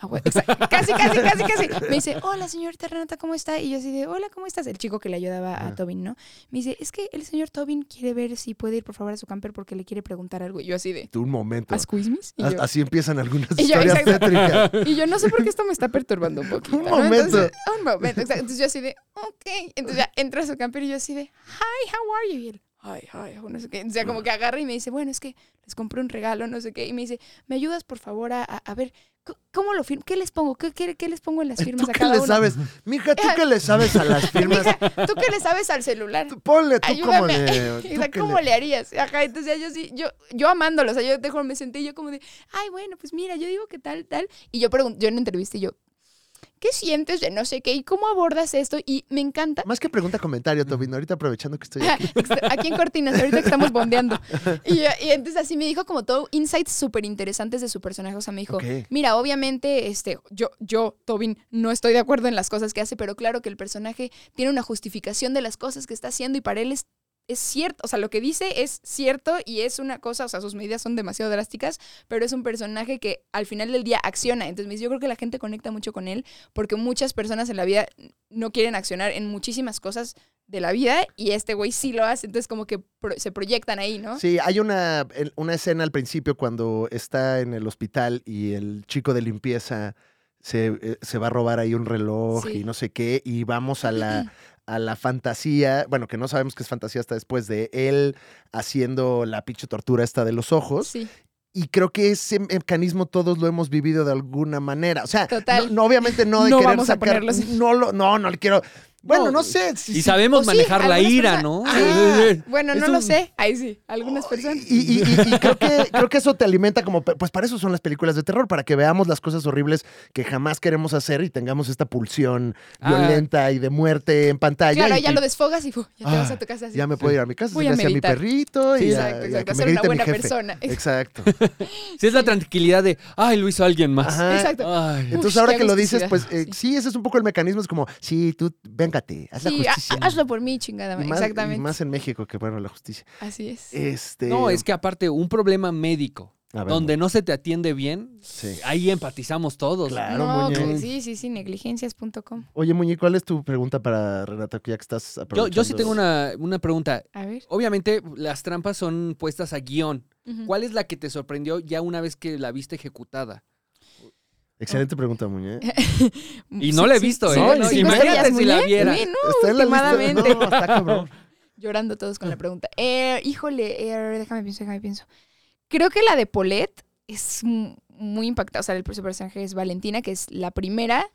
"Ah, güey", exacto, casi, casi, casi, casi. Me dice, hola señorita Renata, ¿cómo está? Y yo así de, hola, ¿cómo estás? El chico que le ayudaba a Ajá. Tobin, ¿no? Me dice, es que el señor Tobin quiere ver si puede ir por favor a su camper porque le quiere preguntar algo. Y yo así de... Tú un momento. ¿A squismis? Y A- yo, Así empiezan algunas Y yo, historias exacto. tétricas. y yo, no sé por qué esto me está perturbando un poquito. Un ¿no? momento. Entonces, un momento. exacto. Entonces yo así de, ok. Entonces ya entra a su camper y yo así de, hi, how are you? Y él, hi, hi, o no sé qué. O sea, como que agarra y me dice, bueno, es que les compré un regalo, no sé qué. Y me dice, ¿me ayudas por favor a, a- a ver c- cómo lo firmo? ¿Qué les pongo? ¿Qué, qué, qué les pongo en las ¿Tú firmas a qué cada le uno? sabes? Mija, ¿tú qué le sabes a las firmas? ¿Tú qué le sabes al celular? Tú Ponle tú como Ayúdame. de... tú O sea, que ¿cómo le harías? Ajá, entonces yo sí, yo, yo amándolo, o sea, yo mejor me senté y yo como de, ay, bueno, pues mira, yo digo que tal, tal. Y yo pregunté, yo en la entrevista y yo, ¿qué sientes de no sé qué? ¿Y cómo abordas esto? Y me encanta. Más que pregunta, comentario, Tobin. Ahorita aprovechando que estoy aquí. Extra- aquí en Cortinas, ahorita que estamos bondeando. Y, yo- y entonces así me dijo como todo insights súper interesantes de su personaje. O sea, me dijo, Ok. mira, obviamente, este, yo, yo, Tobin, no estoy de acuerdo en las cosas que hace, pero claro que el personaje tiene una justificación de las cosas que está haciendo y para él es, es cierto. O sea, lo que dice es cierto y es una cosa, o sea, sus medidas son demasiado drásticas, pero es un personaje que al final del día acciona. Entonces me dice, yo creo que la gente conecta mucho con él porque muchas personas en la vida no quieren accionar en muchísimas cosas de la vida y este güey sí lo hace, entonces como que pro- se proyectan ahí, ¿no? Sí, hay una, el- una escena al principio cuando está en el hospital y el chico de limpieza se, eh, se va a robar ahí un reloj Sí. y no sé qué, y vamos a la, a la fantasía, bueno, que no sabemos qué es fantasía hasta después de él haciendo la pinche tortura esta de los ojos. Sí. Y creo que ese mecanismo todos lo hemos vivido de alguna manera. O sea, Total. No, no, obviamente no de No querer vamos a sacar. ponerlos en- No, lo, no, no le quiero. Bueno, no, No, sé. si- Y sabemos O Pues sí, manejar la algunas ira, personas- ¿no? Ah. Sí, sí, sí. Bueno, no Eso- lo sé, ahí sí, algunas personas. Y, y- y- y creo, que, creo que eso te alimenta como, pe- pues para eso son las películas de terror, para que veamos las cosas horribles que jamás queremos hacer y tengamos esta pulsión Ah. violenta y de muerte en pantalla. claro, y- ya y lo desfogas y fu, ya te Ah, vas a tu casa así. ya me puedo ir a mi casa, Voy se me a hace a mi meditar. perrito y a- exacto, y a, exacto, que me ser una grite mi buena jefe. persona. Exacto. Sí, es la tranquilidad de, ay, lo hizo alguien más. Ajá. Exacto. Ay. Entonces Uy, ahora qué que lo dices, agusticidad. pues eh, sí. ese es un poco el mecanismo, es como, sí, tú, véngate, haz Sí, la ha- justicia. hazlo por mí, chingada. Y madre. más- Exactamente. Y más en México que, bueno, la justicia. Así es. Este, No, es que aparte, un problema médico a ver, donde no se te atiende bien, sí. ahí empatizamos todos. Claro. no, Muñe. que- sí, sí, sí, negligencias.com. Oye, Muñiz, ¿cuál es tu pregunta para Renata? Que ya que estás Yo, yo sí aprovechando- tengo una, una pregunta. A ver. Obviamente, las trampas son puestas a guión. Ujú. ¿Cuál es la que te sorprendió ya una vez que la viste ejecutada? Excelente pregunta, Muñe. Y no la he visto, ¿eh? No, Cinco imagínate estrellas, si la Muñe. viera. Muñe, no, Está en la lista. últimamente. No, está cabrón. Llorando todos Mm. con la pregunta. Eh, híjole, eh, déjame pienso, déjame pienso. Creo que la de Paulette es mu- muy impactada. O sea, el su personaje es Valentina, que es la primera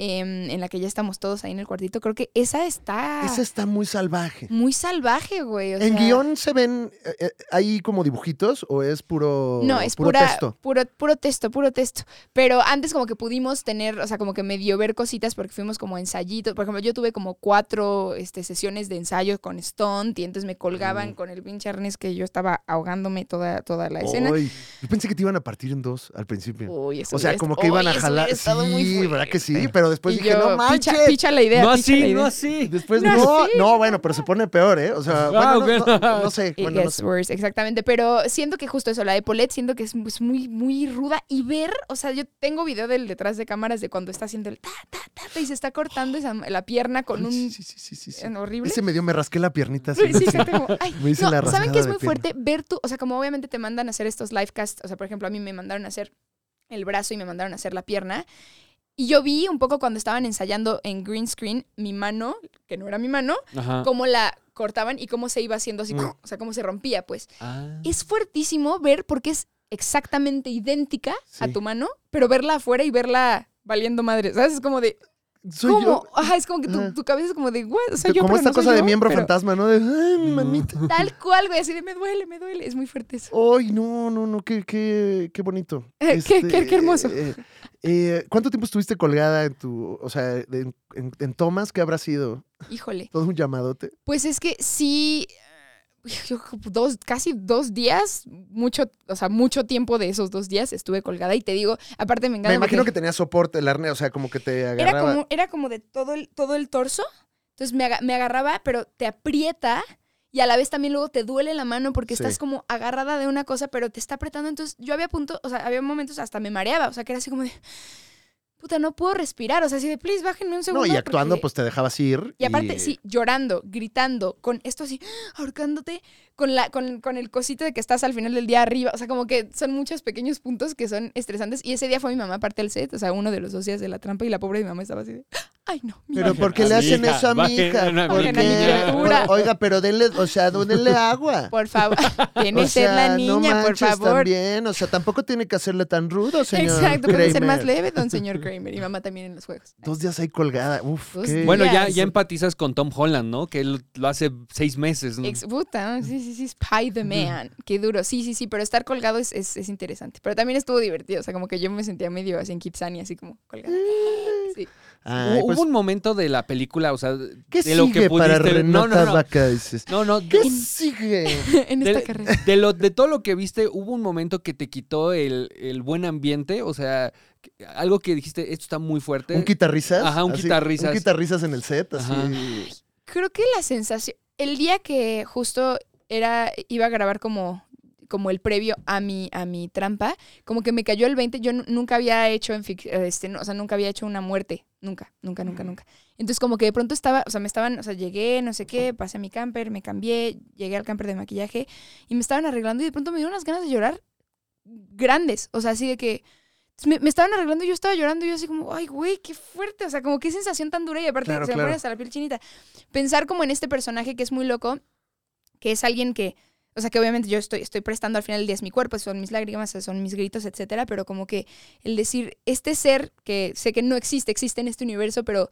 em, en la que ya estamos todos ahí en el cuartito. Creo que esa está Esa está muy salvaje. muy salvaje, güey. Ah. o ¿En sea- guión se ven eh, eh, ahí como dibujitos o es puro, No, es puro pura, texto? Puro, puro texto, puro texto. Pero antes como que pudimos tener, o sea, como que medio ver cositas porque fuimos como a ensayitos. Por ejemplo, yo tuve como cuatro este, sesiones de ensayo con Stunt y entonces me Mm. colgaban con el pinche arnés que yo estaba ahogándome toda, toda la escena. Ay, yo pensé que te iban a partir en dos al principio. Uy, eso o sea, hubiera- como que iban a uy, eso jalar. hubiera estado muy Sí, ¿verdad que sí? fuerte. Pero pero después y dije, yo, no picha, manches. picha la idea. No picha la así, idea. no así. Después no, No, no, sí. bueno, pero se pone peor, ¿eh? O sea, Ah, bueno, no, ok. no- no sé, It bueno, no gets sé. worse, exactamente. Pero siento que justo eso, la de Paulette, siento que es pues, muy, muy ruda. Y ver, o sea, yo tengo video del detrás de cámaras de cuando está haciendo el ta, ta, ta, ta, y se está cortando esa- la pierna con un Sí, sí, sí, sí, sí, sí. en horrible. Ese medio me rasqué la piernita así. Sí, sí, exacto, como, ay, Me hice no, la ¿Saben rasgada qué es de muy pierna. fuerte? Ver tú, o sea, como obviamente te mandan a hacer estos livecasts, o sea, por ejemplo, a mí me mandaron a hacer el brazo y me mandaron a hacer la pierna. Y yo vi un poco cuando estaban ensayando en green screen mi mano, que no era mi mano, Ajá. cómo la cortaban y cómo se iba haciendo así, Mm. o sea, cómo se rompía, pues. Ah. Es fuertísimo ver porque es exactamente idéntica a Sí. tu mano, pero verla afuera y verla valiendo madre. ¿Sabes? Es como de. Soy ¿Cómo? yo. Ajá, es como que tu, Ajá. tu cabeza es como de. "What? Soy yo, como pero esta no soy cosa de yo", miembro pero fantasma, ¿no? De, ay, Mm. mi mamita. Tal cual, güey, así de me duele, me duele. Es muy fuerte eso. Ay, no, no, no, qué, qué, qué bonito. Qué- qué- qué hermoso. eh, eh, ¿Cuánto tiempo estuviste colgada en tu, o sea, en, en- en tomas? ¿Qué habrá sido? Híjole. ¿Todo un llamadote? Pues es que sí. eh, yo como dos, casi dos días, mucho, o sea, mucho tiempo de esos dos días estuve colgada y te digo, aparte me encanta. Me imagino porque- que tenías soporte, el arnés, o sea, como que te era agarraba. como, era como de todo el, todo el torso. Entonces me, aga- me agarraba, pero te aprieta y a la vez también luego te duele la mano porque Sí. estás como agarrada de una cosa, pero te está apretando. Entonces yo había punto, o sea, había momentos hasta me mareaba, o sea, que era así como de, puta, no puedo respirar, o sea, así de, please, bájenme un segundo. no, y actuando, porque- pues te dejabas ir. y aparte, sí, llorando, gritando, con esto así, ahorcándote, con, la, con, con el cosito de que estás al final del día arriba. O sea, como que son muchos pequeños puntos que son estresantes. Y ese día fue mi mamá parte del set, o sea, uno de los dos días de la trampa y la pobre de mi mamá estaba así de, ay no, mi Pero mamá". ¿por qué le a Ah, mi hacen hija, eso a mi bajen hija? una ¿Por mi qué? criatura. Oiga, pero denle, o sea, denle agua. Por favor, tiene O ser la sea, no niña, por manches favor. También, o sea, tampoco tiene que hacerle tan rudo, señor. Exacto, puede ser más Kramer. leve, don señor Kramer. Y mamá también en los juegos. Dos días ahí colgada. Uf, Dos qué- días. Bueno, ya, Yes. ya empatizas con Tom Holland, ¿no? Que él lo hace seis meses. ¿no? Ex- puta, sí, sí, sí, Spy the Man. Qué duro. Sí, sí, sí, pero estar colgado es, es, es interesante. Pero también estuvo divertido. O sea, como que yo me sentía medio así en Kitsani, así como colgada. Sí. Ay, Hubo- pues, Hubo un momento de la película, o sea, de ¿Qué lo sigue que para pudiste. Renata no, no, no. Vaca? Dices, No, no. ¿Qué de- sigue? en esta de, carrera. de lo, de todo lo que viste, hubo un momento que te quitó el, el buen ambiente, o sea, que- algo que dijiste, esto está muy fuerte. ¿Un quitarrisas? Ajá, un Así, quitarrisas. Un quitarrisas en el set, así. Ajá. Creo que la sensación. El día que justo era. iba a grabar como como el previo a mi, a mi trampa, como que me cayó el 20, yo nu- nunca había hecho, en fic- eh, este, no, o sea, nunca había hecho una muerte, nunca, nunca, nunca, nunca. Entonces como que de pronto estaba, o sea, me estaban, o sea, llegué, no sé qué, pasé a mi camper, me cambié, llegué al camper de maquillaje y me estaban arreglando y de pronto me dieron unas ganas de llorar grandes, o sea, así de que me, me estaban arreglando y yo estaba llorando y yo así como, ay, güey, qué fuerte, o sea, como qué sensación tan dura y aparte Claro, se me claro. pone hasta la piel chinita. Pensar como en este personaje que es muy loco, que es alguien que, o sea, que obviamente yo estoy, estoy prestando al final del día es mi cuerpo, son mis lágrimas, son mis gritos, etcétera, pero como que el decir, este ser que sé que no existe, existe en este universo, pero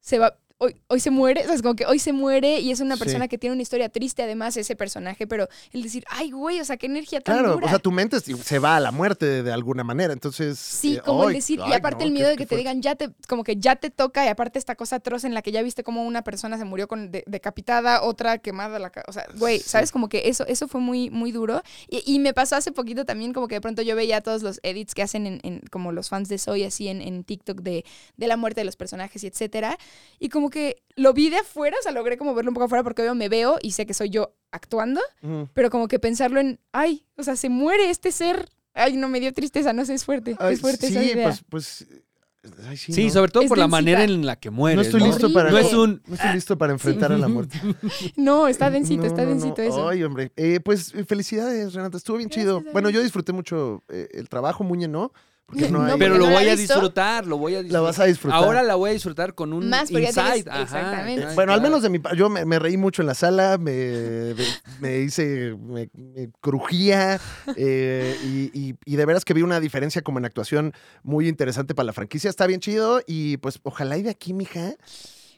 se va, hoy, hoy se muere, o sea, es como que hoy se muere y es una Sí. persona que tiene una historia triste además, ese personaje, pero el decir, ay, güey, o sea, qué energía tan Claro, dura. o sea, tu mente se- se va a la muerte de, de alguna manera, entonces... Sí, eh, como el ay, decir, y ay, aparte no, el qué- miedo de qué que te fuerte. digan, ya te, como que ya te toca, y aparte esta cosa atroz en la que ya viste como una persona se murió con de- decapitada, otra quemada, la ca- o sea, güey, Sí. ¿sabes? Como que eso, eso fue muy, muy duro. Y, y me pasó hace poquito también, como que de pronto yo veía todos los edits que hacen en, en- como los fans de Soy, así en, en TikTok de, de la muerte de los personajes y etcétera. Y como que lo vi de afuera, o sea, logré como verlo un poco afuera porque yo me veo y sé que soy yo actuando Mm. pero como que pensarlo en, ay, o sea, se muere este ser. Ay, no me dio tristeza, no sé, es fuerte. Ay, es fuerte sí, esa idea. pues... pues ay, sí, Sí, no. sobre todo Es por la densita. manera en la que muere. no estoy listo para... No es un... No estoy listo para enfrentar a la muerte. No, está densito, No, está no, no. densito eso. Ay, hombre. Eh, pues eh, felicidades, Renata. Estuvo bien Gracias, chido. amigo. Bueno, yo disfruté mucho eh, el trabajo, Muñe, ¿no? Porque no, No, hay- porque Pero no lo la voy a he visto. disfrutar, lo voy a disfrutar. la vas a disfrutar. Eh, Ahora la voy a disfrutar con un Más, porque ya tienes- insight. Ajá, exactamente. claro, Bueno, al claro. menos de mi pa- yo me, me reí mucho en la sala, me, me- me hice, me, me crujía eh, y, y- y de veras que vi una diferencia como en actuación muy interesante para la franquicia. Está bien chido y pues ojalá y de aquí, mija, Para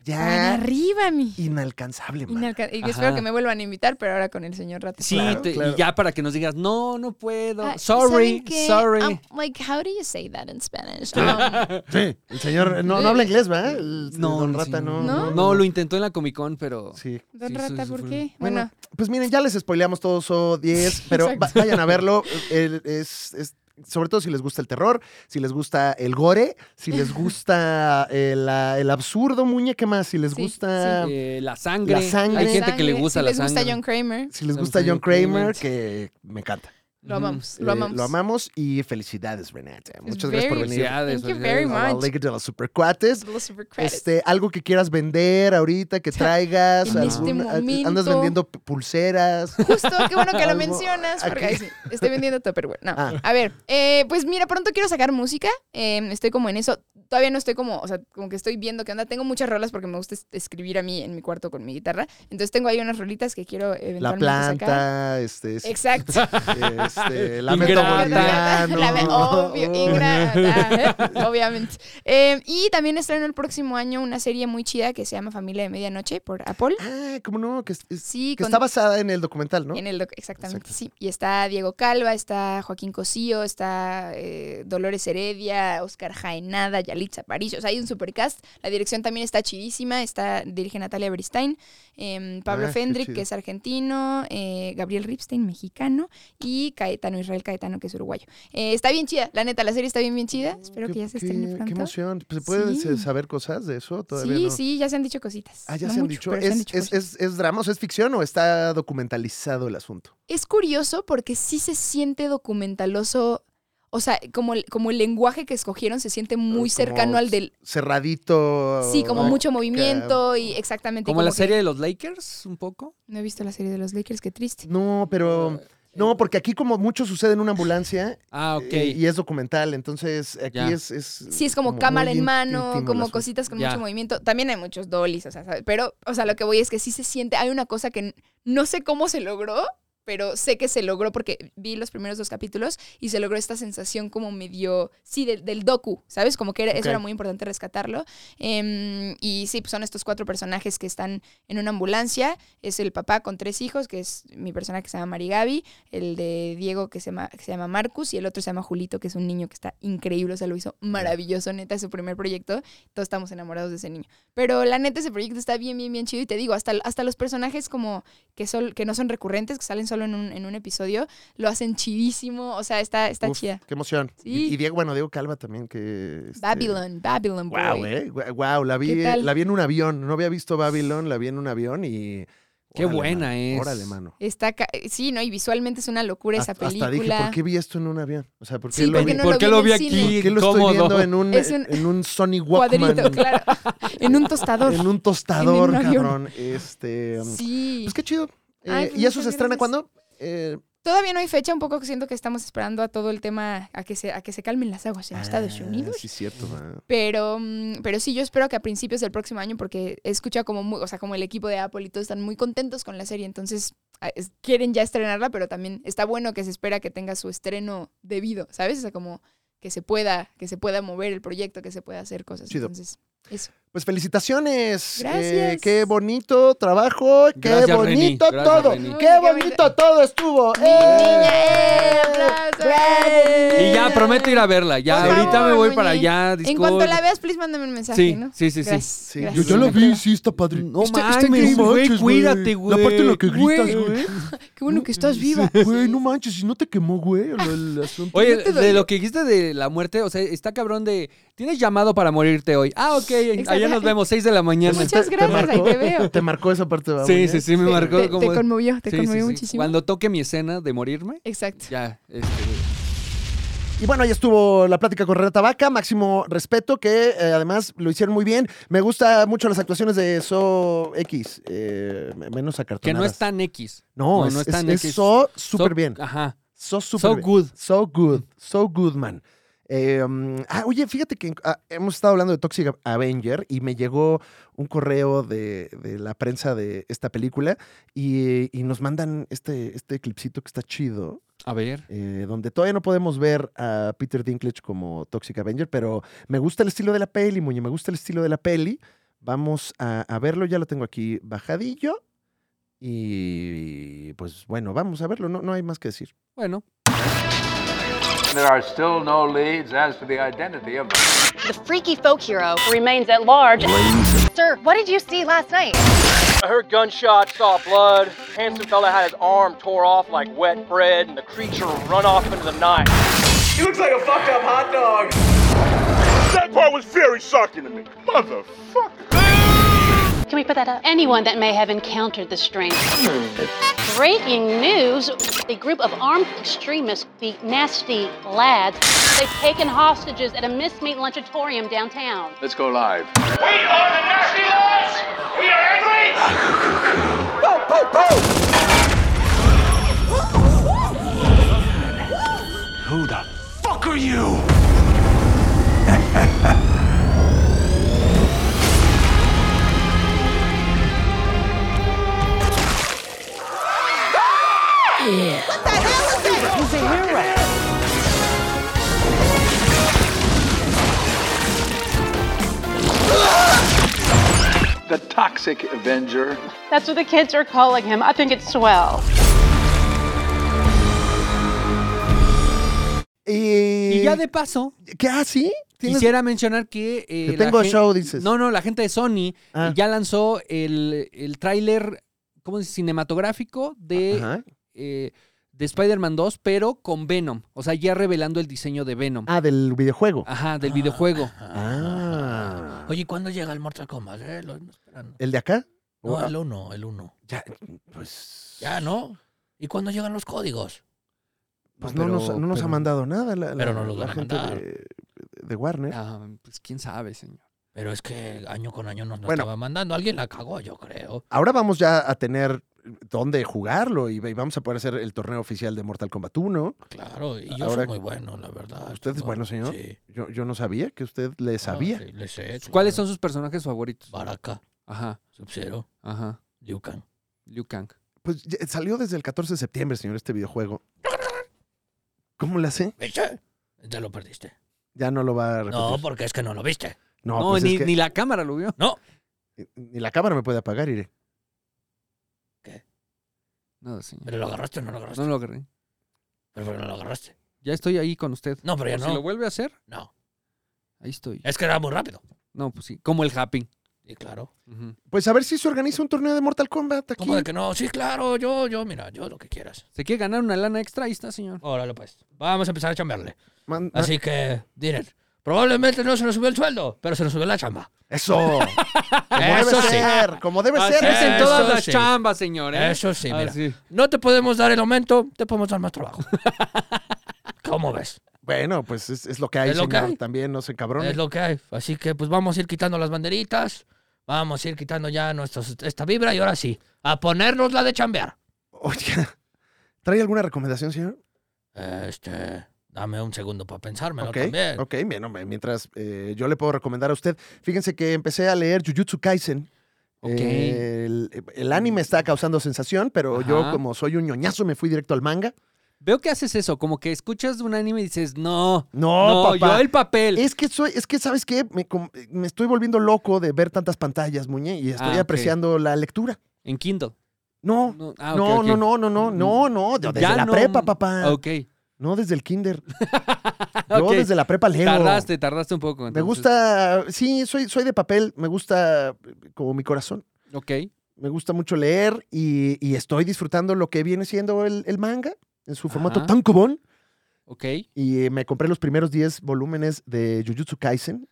ya arriba, mi. inalcanzable, man. Inalca- y Ajá. espero que me vuelvan a invitar, pero ahora con el señor Rato. Sí, Claro, te- claro. y ya para que nos digas, no, no puedo. Ah, sorry, ¿saben qué? sorry. Um, like, how do you say that in Spanish? Um, Sí, el señor no, no habla inglés, ¿verdad? Ah, El- no, don no, Rata sí, no. no. no, lo intentó en la Comic Con, pero... Sí. Don Sí, Rata, sí, ¿por sí, qué? Bueno, Bueno, pues miren, ya les spoileamos todo eso 10, pero va- Exacto. vayan a verlo. El- es, es- sobre todo si les gusta el terror, si les gusta el gore, si les gusta el, ah, el absurdo, muñe, ¿qué más? Si les Sí, gusta... Eh, la sangre. La sangre. Hay gente que le Sangre, gusta si la les sangre. gusta John Kramer, Si les gusta John Kramer, que me encanta. lo Ujú. amamos, Eh, lo amamos. Lo amamos y felicidades, Renata. Muchas gracias por very- venir. Felicidades, Thank you felicidades. very a la much. Liga de los Supercuates. Los super credits. Este, algo que quieras vender ahorita, que traigas. en este algún- a- andas momento- vendiendo p- pulseras. Justo, qué bueno que lo Algo- mencionas, ¿a porque qué? ahí sí, estoy vendiendo Tupperware. No, Ah. a ver, eh, pues mira, pronto quiero sacar música, eh, estoy como en eso, todavía no estoy como, o sea, como que estoy viendo qué onda, tengo muchas rolas porque me gusta es- escribir a mí en mi cuarto con mi guitarra, entonces tengo ahí unas rolitas que quiero eventualmente La sacar. planta, este, es- Exacto. este, la Ingrata. metaboliano. La oh. ve- obvio, Ingra- ah, obviamente. Eh, y también estreno el próximo año una serie muy chida que se llama Familia de Medianoche por Apple. Ah, ¿cómo no? Que, es- es- Sí, que con- está basada en el documental, ¿no? En el doc- exactamente, Exacto. sí. Y está Diego Calva, está Joaquín Cosío, está eh, Dolores Heredia, Oscar Jaenada, Yalitza París. O sea, hay un supercast. La dirección también está chidísima. Está, dirige Natalia Beristain, em, Pablo Ah, qué Fendrick, chido. que es argentino, eh, Gabriel Ripstein, mexicano, y Caetano Israel Caetano, que es uruguayo. Eh, está bien chida, la neta, la serie está bien, bien chida. Espero Mm, Qué- que ya se qué- estrene Qué pronto. emoción. ¿Se puede Sí. saber cosas de eso? Todavía Sí, no. sí, ya se han dicho cositas. Ah, ya No se han mucho, dicho. pero se han ¿Es, dicho es- cositas. es- es drama? O sea, ¿Es ficción o está documentalizado el asunto? es curioso porque sí se siente documentaloso. O sea, como el, como el lenguaje que escogieron se siente Eh, como muy cercano al del. Cerradito. Sí, como ah, mucho movimiento y exactamente. Como la que- serie de los Lakers, un poco. No he visto la serie de los Lakers, qué triste. No, pero. No, porque aquí, como mucho sucede en una ambulancia, Ah, ok. eh, y es documental, entonces aquí Ya. es, es. Sí, es como, muy cámara en íntimo mano, el como asunto. cositas con Ya. mucho movimiento. También hay muchos dolis, o sea, ¿sabes? pero, o sea, lo que voy es que sí se siente. Hay una cosa que n- no sé cómo se logró, pero sé que se logró porque vi los primeros dos capítulos y se logró esta sensación como medio, sí, del, del docu, ¿sabes? Como que era- Ok. eso era muy importante rescatarlo. Em, y sí, pues son estos cuatro personajes que están en una ambulancia. Es el papá con tres hijos, que es mi personaje que se llama Marigaby, el de Diego que se, llama, que se llama Marcus y el otro se llama Julito, que es un niño que está increíble, o sea, lo hizo maravilloso, neta, es su primer proyecto. Todos estamos enamorados de ese niño. Pero la neta, ese proyecto está bien, bien, bien chido y te digo, hasta, hasta los personajes como que, sol- que no son recurrentes, que salen solo en un, en un episodio, lo hacen chidísimo, o sea, está, está Uf, chida. Qué emoción. Sí. Y, y Diego, bueno, Diego Calva también, que. este, Babylon, Babylon, Boy. Wow, eh. gu- Wow, la vi, ¿Qué tal? la vi en un avión. No había visto Babylon, la vi en un avión y. Qué buena mano, es. Órale, mano. Está ca- sí, ¿no? Y visualmente es una locura esa Hasta- película. Hasta dije, ¿por qué vi esto en un avión? O sea, ¿por qué Sí, lo porque vi? no ¿Por lo qué vi lo en vi el aquí? cine. ¿Por qué lo estoy Cómodo. viendo en un, Es un- en un Sony Walkman? Cuadrito, claro. En un tostador. En un tostador, En un avión. cabrón. Este. um, Sí. Pues qué chido. Ay, Eh, pues ¿Y eso muchas se estrena gracias. cuándo? Eh, Todavía no hay fecha, un poco siento que estamos esperando a todo el tema, a que se, a que se calmen las aguas en Estados ah, Unidos. Sí, cierto. ah. Pero, mm, pero sí, yo espero que a principios del próximo año, porque he escuchado como, muy- o sea, como el equipo de Apple y todos están muy contentos con la serie, entonces a- es- quieren ya estrenarla, pero también está bueno que se espera que tenga su estreno debido, ¿sabes? O sea, como que se pueda, que se pueda mover el proyecto, que se pueda hacer cosas. Chido. Entonces, eso. Pues felicitaciones. eh, Gracias. qué bonito trabajo. Qué Gracias, Reni. bonito Gracias, todo. Reni. Qué Qué bonito bonito. todo estuvo. eh. ¡Mi niña! eh! ¡Aplausos! Y ya prometo ir a verla. Ya, Por ahorita favor, me voy Muñe. para allá. En disculpa. cuanto la veas, please mándame un mensaje, Sí, ¿no? sí, sí, sí. Gracias, Sí, gracias. yo ya la vi, sí, está padre. No Está- está mames, increíble. güey, No manches, cuídate, güey. La parte en la que gritas, Güey. güey. Qué bueno que estás viva. Güey, no manches, si no te quemó, güey, el, el asunto. Oye, No te de dolió. lo que dijiste de la muerte, o sea, está cabrón de. Tienes llamado para morirte hoy. Ah, ok, allá nos vemos, 6 de la mañana. Muchas gracias, ahí te veo. Te marcó esa parte de Sí, sí, sí, me Te- marcó te, como. te conmovió, te Sí, sí, conmovió sí. muchísimo. Cuando toque mi escena de morirme, Exacto. ya. este, Y bueno, ahí estuvo la plática con Renata Vaca. Máximo respeto, que eh, además lo hicieron muy bien. Me gusta mucho las actuaciones de So X, eh, menos acartonadas. que no es tan X. No, es, no es tan es- es X. So súper bien. Ajá. So super So bien. good. So good. So good, man. Eh, um, ah, oye, fíjate que ah, hemos estado hablando de Toxic Avenger y me llegó un correo de, de la prensa de esta película y, y nos mandan este, este clipcito que está chido, A ver. eh, donde todavía no podemos ver a Peter Dinklage como Toxic Avenger, pero me gusta el estilo de la peli, Muñe, me gusta el estilo de la peli. Vamos a, a verlo, ya lo tengo aquí bajadillo y pues bueno, vamos a verlo, no, no hay más que decir. Bueno. There are still no leads as to the identity of the. The freaky folk hero remains at large. Sir, what did you see last night? I heard gunshots, saw blood. Handsome fella had his arm tore off like wet bread, and the creature run off into the night. He looks like a fucked up hot dog. That part was very shocking to me. Mother. Can we put that up? Anyone that may have encountered the stranger. Breaking news the group of armed extremists, the Nasty Lads, they've taken hostages at a mismeet lunchatorium downtown. Let's go live. We are angry! Who the fuck are you? What the hell is that? He's a hero. The Toxic Avenger. That's what the kids are calling him. I think it's swell. Y ya de paso. ¿Qué? ¿Ah, sí? Eh, ¿Tienes- Quisiera mencionar que. eh, Que tengo gen- show, dices. No, no, la gente de Sony Ah. eh, ya lanzó el, el tráiler ¿cómo se dice? cinematográfico de, Ah, Ajá. eh, de Spider-Man 2, pero con Venom. O sea, ya revelando el diseño de Venom. Ah, del videojuego. Ajá, del videojuego. Ah. Oye, ¿cuándo llega el Mortal Kombat? eh? Lo- esperando. ¿El de acá? No, Ah, el 1, el 1. Ya, pues. Ya, ¿no? ¿Y cuándo llegan los códigos? Pues No, no, nos, pero- no nos pero- ha mandado nada la, la- pero no los la van a gente mandar. de, de Warner. Ah, pues quién sabe, señor. Pero es que año con año nos lo Bueno. estaba mandando. Alguien la cagó, yo creo. Ahora vamos ya a tener dónde jugarlo y, y vamos a poder hacer el torneo oficial de Mortal Kombat 1. Claro, y yo Ahora- soy muy bueno, la verdad. Usted es No, bueno, señor. Sí. Yo, yo no sabía que usted le Ah, sabía. sí, le sé. Pues, ¿Cuáles son sus personajes favoritos? Baraka, Ajá, Sub-Zero, ajá. Liu Kang. Liu Kang. Pues ya- salió desde el 14 de septiembre, señor, este videojuego. ¿Cómo le hace? ¿Viste? Ya lo perdiste. Ya no lo va a repetir. No, porque es que no lo viste. No, No, pues es ni, que ni la cámara lo vio. No. eh, ni la cámara me puede apagar, Iré. Nada, señor. Pero lo agarraste o no lo agarraste. No lo agarré. Pero porque no lo agarraste. Ya estoy ahí con usted. No, pero ya Por no. Eh. Si lo vuelve a hacer, No. ahí estoy. Es que era muy rápido. No, pues sí. Como el happy. Y claro. Ujú. Pues a ver si se organiza un torneo de Mortal Kombat aquí. ¿Cómo de que no? Sí, claro, yo, yo, mira, yo lo que quieras. ¿Se quiere ganar una lana extra? Ahí está, señor. Órale, pues. Vamos a empezar a chambearle. Man- man- Así que, Diner, probablemente no se nos subió el sueldo, pero se nos subió la chamba. Eso. Como debe Eso sí. ser. Como debe Así ser. ¿eh? es en Eso todas las Ah, sí. chambas, señor. ¿eh? Eso Ah, sí, mira. Así. No te podemos dar el aumento, te podemos dar más trabajo. ¿Cómo ves? Bueno, pues es, es lo que hay, Es lo que señor. hay. También no se cabrón. Es lo que hay. Así que, pues vamos a ir quitando las banderitas, vamos a ir quitando ya nuestros, esta vibra y ahora sí, a ponernos la de chambear. Oye, ¿trae alguna recomendación, señor? Este, dame un segundo para pensármelo Ok, también. ok, bueno, me- mientras eh, yo le puedo recomendar a usted, fíjense que empecé a leer Jujutsu Kaisen. Ok. Eh, el, el anime está causando sensación, pero yo Ajá. como soy un ñoñazo me fui directo al manga. Veo que haces eso, como que escuchas un anime y dices, no, No, no, papá. yo el papel. Es que soy, es que sabes qué, me, com- me estoy volviendo loco de ver tantas pantallas, muñe, y estoy Ah, ok. apreciando la lectura. En Kindle. No, no, No, ah, ok, no, ok. Mm, no, no, no, no, no, desde Ya la no- prepa, papá. Ok. No desde el kinder. Yo Ok. desde la prepa leo. Tardaste, tardaste un poco. Me entonces. gusta, sí, soy, soy de papel, me gusta eh, como mi corazón. Ok. Me gusta mucho leer y, y estoy disfrutando lo que viene siendo el, el manga en su formato Ajá. tankobon. Ok. Y eh, me compré los primeros 10 volúmenes de Jujutsu Kaisen.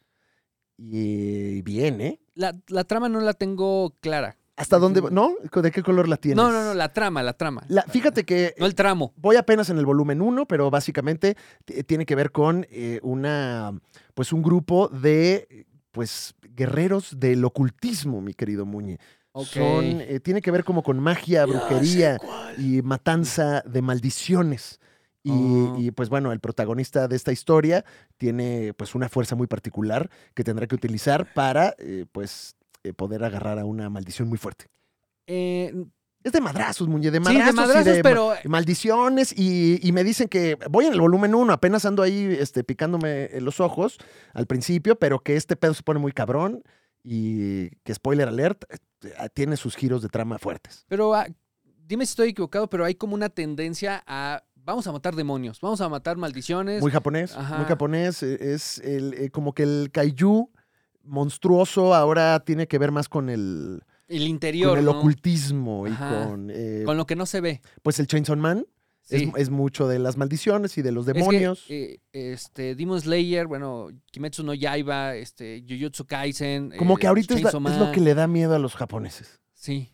Y bien, ¿eh? La, la trama no la tengo clara. ¿Hasta dónde? ¿No? ¿De qué color la tienes? No, no, no, la trama, la trama. La- fíjate que No el tramo. Voy apenas en el volumen 1, pero básicamente t- tiene que ver con eh, una, pues un grupo de eh, pues, guerreros del ocultismo, mi querido Muñe. Ok. Son, eh, tiene que ver como con magia, brujería y matanza de maldiciones. Y, Oh. y, pues bueno, el protagonista de esta historia tiene pues una fuerza muy particular que tendrá que utilizar para eh, pues eh, poder agarrar a una maldición muy fuerte. Eh, Es de madrazos, Muñe, de sí, madrazos. de y madrazos, de- pero maldiciones y, y me dicen que voy en el volumen 1, apenas ando ahí este, picándome en los ojos al principio, pero que este pedo se pone muy cabrón y que spoiler alert, eh, tiene sus giros de trama fuertes. Pero ah, dime si estoy equivocado, pero hay como una tendencia a vamos a matar demonios, vamos a matar maldiciones. Muy japonés, Ajá. muy japonés, eh, es el, eh, como que el kaiju monstruoso ahora tiene que ver más con el, el con interior, el ¿no? ocultismo y Ajá. con, eh, con lo que no se ve. pues el Chainsaw Man Es- Sí. Es, mucho de las maldiciones y de los Es que, demonios. eh, este, Demon Slayer, bueno, Kimetsu no Yaiba, este, Jujutsu Kaisen. como eh, que ahorita es, la- Chainsaw es lo Man. que le da miedo a los japoneses. Sí.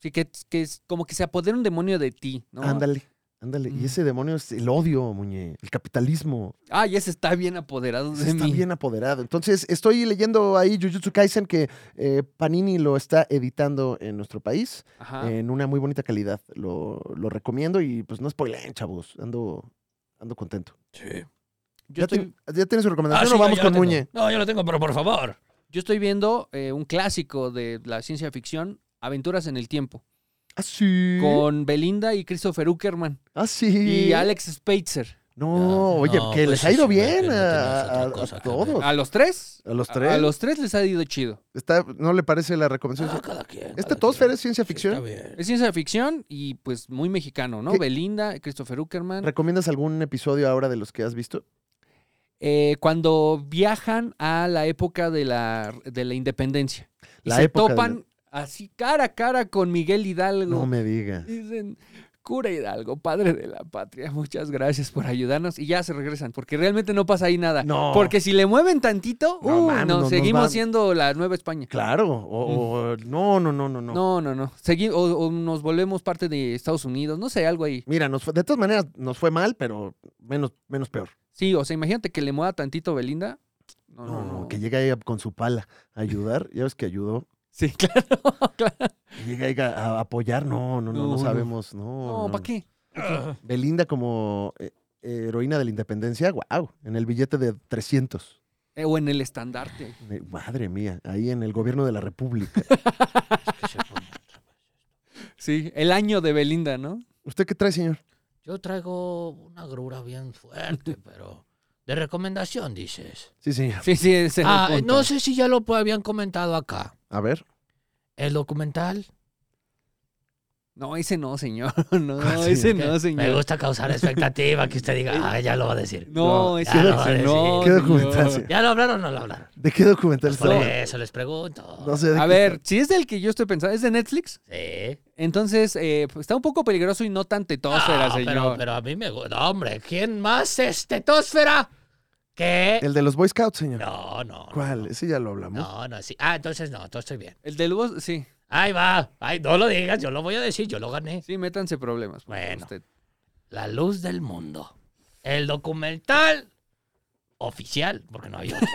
Sí, que, que es como que se apodera un demonio de ti, ¿no? Ándale, ándale. Y ese demonio es el odio, muñe, el capitalismo. Ah, ya se está bien apoderado de Está mí. bien apoderado. Entonces, estoy leyendo ahí Jujutsu Kaisen que eh, Panini lo está editando en nuestro país Ajá. en una muy bonita calidad. Lo, lo recomiendo y pues no spoileen, chavos. Ando, ando contento. Sí. Yo ¿Ya, estoy, ten- ya tienes su Ah, recomendación sí, o ya- vamos ya lo con tengo. Muñe? No, yo lo tengo, pero por favor. yo estoy viendo eh, un clásico de la ciencia ficción, Aventuras en el Tiempo, Ah, sí. con Belinda y Christopher Uckerman Ah, sí. y Alex Spitzer. No, oye, No, que pues les ha ido es una- bien no a, tenías otra a- a cosa que todos. ¿A los tres? A los tres. A los tres les ha ido chido. Está- ¿No le parece la recomendación? Ah, cada quien. Esta cada tosfera Este quien. es ciencia Sí, ficción. está bien. Es ciencia ficción y pues muy mexicano, ¿no? ¿Qué? Belinda, Christopher Uckerman. ¿Recomiendas algún episodio ahora de los que has visto? Eh, cuando viajan a la época de la, de la independencia. Y La se época de la- topan así cara a cara con Miguel Hidalgo. No me digas. Dicen, cura Hidalgo, padre de la patria, muchas gracias por ayudarnos. Y ya se regresan, porque realmente no pasa ahí nada. No. Porque si le mueven tantito, No, uh, mames, no, nos seguimos van- siendo la Nueva España. Claro, o, o- no, no, no, no, no. No, no, no. Segui- o, o nos volvemos parte de Estados Unidos, no sé, algo ahí. Mira, nos fue- de todas maneras nos fue mal, pero menos, menos peor. Sí, o sea, imagínate que le mueva tantito Belinda. No, No, no, no, no. que llega ella con su pala a ayudar, ya ves que ayudó. Sí, claro, claro. que Llega ella a apoyar, no, no, no, no, No, no. sabemos, no. No, no, ¿para no. qué? Belinda como eh, heroína de la independencia, wow, en el billete de 300. Eh, o en el estandarte. Me- Madre mía, ahí en el gobierno de la República. Sí, el año de Belinda, ¿no? ¿Usted qué trae, señor? Yo traigo una grura bien fuerte, pero. De recomendación, dices. Sí, señor. Sí, sí, ese es el Ah, punto. no sé si ya lo habían comentado acá. A ver. El documental. No, ese no, señor. No, Ah, sí? ese que no, señor. Me gusta causar expectativa que usted diga, ah, ya lo va a decir. No, ya ese lo no, va a ese no. ¿Qué decir. documental, señor. señor? ¿Ya lo hablaron o no lo hablaron? ¿De qué documental Por estamos? eso les pregunto. No sé. de A qué ver, si es del que yo estoy pensando, es de Netflix. Sí. Entonces, eh, pues, está un poco peligroso y no tan tetósfera, No, señor. Pero, pero a mí me gusta. No, hombre, ¿quién más es tetósfera? ¿Qué? está. El de los Boy Scouts, señor. No, no. Eh. ¿Cuál? Ese ya lo hablamos. No, no, sí. Ah, entonces no, todo estoy bien. El del voz, sí. Ahí va. Ay, no lo digas, yo lo voy a decir, yo lo gané. Sí, métanse problemas. por favor, Bueno. usted. La luz del mundo. El documental oficial, porque no hay otro.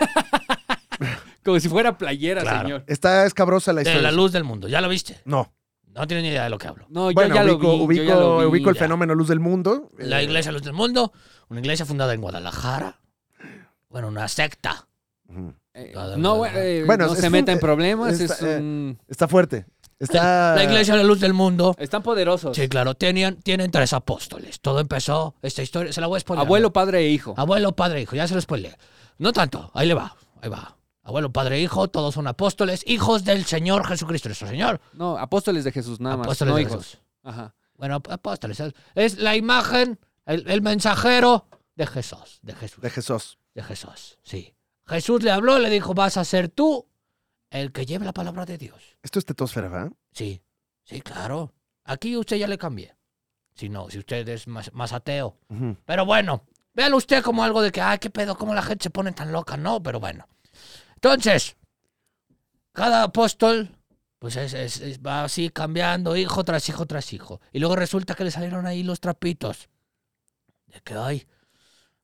Como si fuera playera, Claro. señor. Está escabrosa la De historia. la luz del mundo. ¿Ya lo viste? No. No tienes ni idea de lo que hablo. No, Bueno, yo ya ubico, lo vi. ubico, yo ya lo vi. ubico el ya. fenómeno Luz del Mundo. La Eh, iglesia Luz del Mundo, una iglesia fundada en Guadalajara. Bueno, una secta. ujú. Eh, Ah, no, bueno, eh, bueno, no es se un- meta en eh, problemas. esta- es un- Está fuerte. Está. La iglesia de la Luz del Mundo. Están poderosos. Sí, claro, tenían, tienen tres apóstoles. Todo empezó, esta historia, se la voy a spoiler. Abuelo, padre e hijo. Abuelo, padre, hijo, ya se lo spoilé. No tanto, ahí le va, ahí va. Abuelo, padre, hijo, todos son apóstoles, hijos del Señor Jesucristo, nuestro Señor. No, apóstoles de Jesús, nada más. Apóstoles no de hijos. Jesús. Ajá. Bueno, ap- apóstoles, es- es la imagen, el, el mensajero de Jesús, de Jesús, De Jesús. de Jesús, sí. Jesús le habló, le dijo, vas a ser tú el que lleve la palabra de Dios. Esto es tetosfera, ¿verdad? Sí, sí, claro. Aquí usted ya le cambié. Si no, si usted es más, más ateo. Ujú. Pero bueno, véalo usted como algo de que, ay, qué pedo, cómo la gente se pone tan loca, no, pero bueno. Entonces, cada apóstol, pues es- es- es- va así cambiando, hijo tras hijo tras hijo. Y luego resulta que le salieron ahí los trapitos. De que, ay,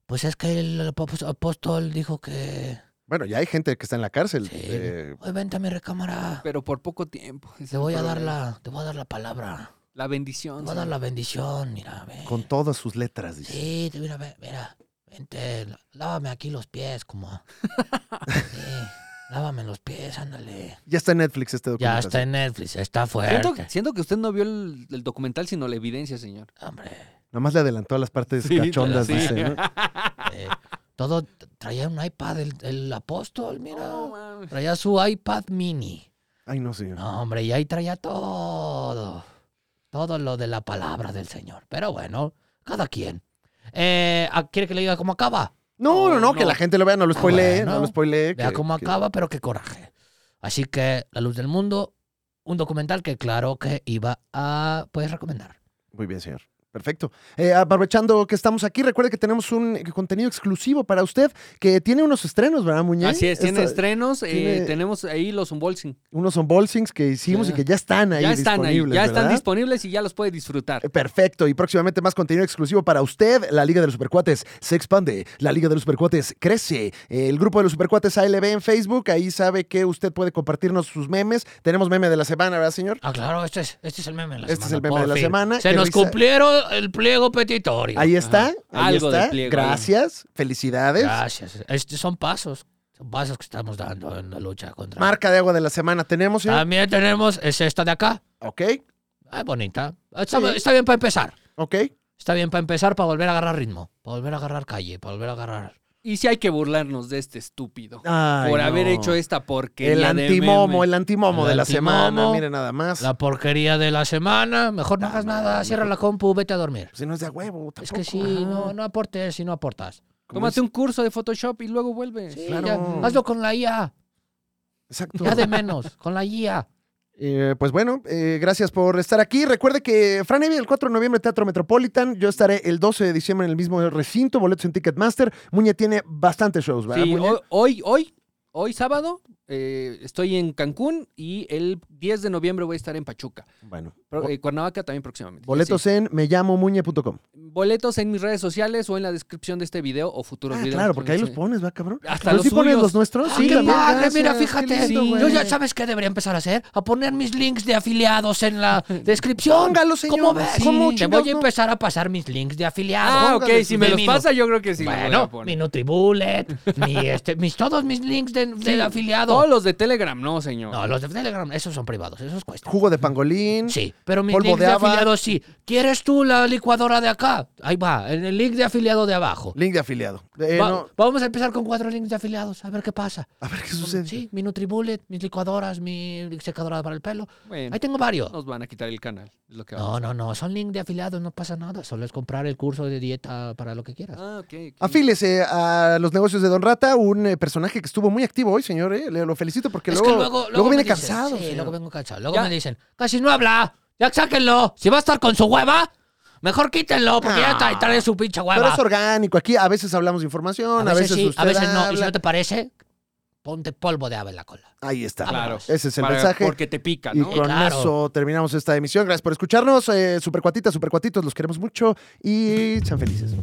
pues es que el apó- apóstol dijo que, Bueno, ya hay gente que está en la cárcel. Sí. Eh, hoy vente a mi recámara, Pero por poco tiempo. ese es te el voy a dar problema. la, te voy a dar la palabra, La te bendición. voy a dar señor. la bendición, mira, ve. con todas sus letras, dice. Sí, mira, ve- mira, vente, lá- lávame aquí los pies, como. Sí, lávame los pies, ándale. Ya está en Netflix este documental. Ya está en Netflix, está fuerte. Siento, siento que usted no vio el, el documental, sino la evidencia, señor. Hombre, Nada más le adelantó a las partes Sí, cachondas, sí. dice. ¿no? eh, todo t- traía un iPad el, el apóstol, Oh, No, mira. mames. Traía su iPad mini. Ay, no, señor. No, hombre, y ahí traía todo. Todo lo de la palabra del Señor. Pero bueno, cada quien. Eh, ¿a- ¿Quiere que le diga cómo acaba? No, no, no, que no. la gente lo vea, no lo Ah, spoilee, no bueno. lo spoilee. Vea que- cómo que- acaba, pero qué coraje. Así que La Luz del Mundo, un documental que claro que iba a pues recomendar. Muy bien, señor. Perfecto. Eh, aprovechando que estamos aquí, recuerde que tenemos un contenido exclusivo para usted que tiene unos estrenos, ¿verdad, Muñe? Así es, tiene Esta- estrenos, eh, tiene- tenemos ahí los unboxing. Unos unboxings que hicimos Ya. y que ya están ahí Ya están ahí, disponibles. ya están ¿verdad? disponibles y ya los puede disfrutar. Perfecto, y próximamente más contenido exclusivo para usted. La Liga de los Supercuates se expande, la Liga de los Supercuates crece. El grupo de los Supercuates ALB en Facebook, ahí sabe que usted puede compartirnos sus memes. Tenemos meme de la semana, ¿verdad, señor? Ah, claro, este es, este es el meme de la Este es semana. el meme por de la fin. semana. Se Qué nos risa. cumplieron el pliego petitorio. Ahí está, ahí Algo de está. pliego, Gracias, felicidades. Gracias. Estos son pasos. Son pasos que estamos dando en la lucha contra. Marca de agua de la semana tenemos, señor? También tenemos, es esta de acá. Ok, Ah, bonita. Está, Sí. está bien para empezar. ok. Está bien para empezar, para volver a agarrar ritmo. Para volver a agarrar calle, para volver a agarrar. Y si hay que burlarnos de este estúpido Ay, por haber no. hecho esta porquería. El de antimomo, meme. el antimomo El de la antimomo. semana, mire nada más. La porquería de la semana. Mejor no hagas nada. Cierra la compu, vete a dormir. Si no es de a huevo, tampoco. Es que sí, no, no aportes si no aportas. Como Tómate es- un curso de Photoshop y luego vuelves. Sí, Claro. ya, hazlo con la IA. Exacto. Ya de menos. Con la IA. Eh, pues bueno, eh, gracias por estar aquí. Recuerde que Fran Evia, el 4 de noviembre, Teatro Metropolitan. Yo estaré el 12 de diciembre en el mismo recinto, boletos en Ticketmaster. Muñe tiene bastantes shows, ¿verdad? Sí, Muñe? hoy, hoy, hoy, hoy sábado, eh, estoy en Cancún y el 10 de noviembre voy a estar en Pachuca. Bueno, Pero, eh, Cuernavaca también próximamente. boletos Sí. en mellamomuñe.com. Boletos en mis redes sociales o en la descripción de este video o futuros Ah, videos. claro, porque ahí los Sí. pones, ¿va, cabrón? Hasta ¿No los sí pones suyos. Ah, los nuestros? ¡Qué Sí, también, padre! gracias, mira, qué fíjate. lindo, Sí, güey. Yo ya sabes qué debería empezar a hacer, a poner mis links de afiliados en la descripción. Póngalo, señor. ¿Cómo ves? Sí. ¿Cómo te chingados voy a no? empezar a pasar mis links de afiliados. Ah, Póngale ok, si sus me los meninos. pasa yo creo que sí. los voy a bueno, mi poner. NutriBullet, mi este, mis todos mis links de, de Sí, afiliado. Todos los de Telegram, no, señor. No, los de Telegram, esos son privados, esos cuestan. Jugo de pangolín. Sí, pero mis Polvo links de de, haba. afiliado sí. ¿Quieres tú la licuadora de acá? Ahí va, en el link de afiliado de abajo. Link de afiliado. Eh, Va- no, Vamos a empezar con cuatro links de afiliados, a ver qué pasa. a ver qué sucede. Sí, mi NutriBullet, mis licuadoras, mi secadora para el pelo. Bueno, Ahí tengo varios. nos van a quitar el canal. Es lo que vamos No, no, a no, son link de afiliados, no pasa nada. Solo es comprar el curso de dieta para lo que quieras. Ah, ok. ok. Afílese a los negocios de Don Rata, un eh, personaje que estuvo muy activo hoy, señor. eh. Le lo felicito porque luego, luego, me viene dicen- cansado. Sí, señor. luego vengo cansado. Luego Ya. me dicen, casi no habla, ya sáquenlo. Si va a estar con su hueva, mejor quítenlo porque ya trae, trae su pinche hueva. Ah. Pero es orgánico. Aquí a veces hablamos de información, a veces, sí, usted a veces no. Y si habla. no te parece, ponte polvo de ave en la cola. Ahí está. Claro. Ese es el Para- mensaje. Porque te pica, Y ¿no? con Ah, Claro. eso terminamos esta emisión. Gracias por escucharnos. Eh, supercuatitas, supercuatitos, los queremos mucho y sean felices.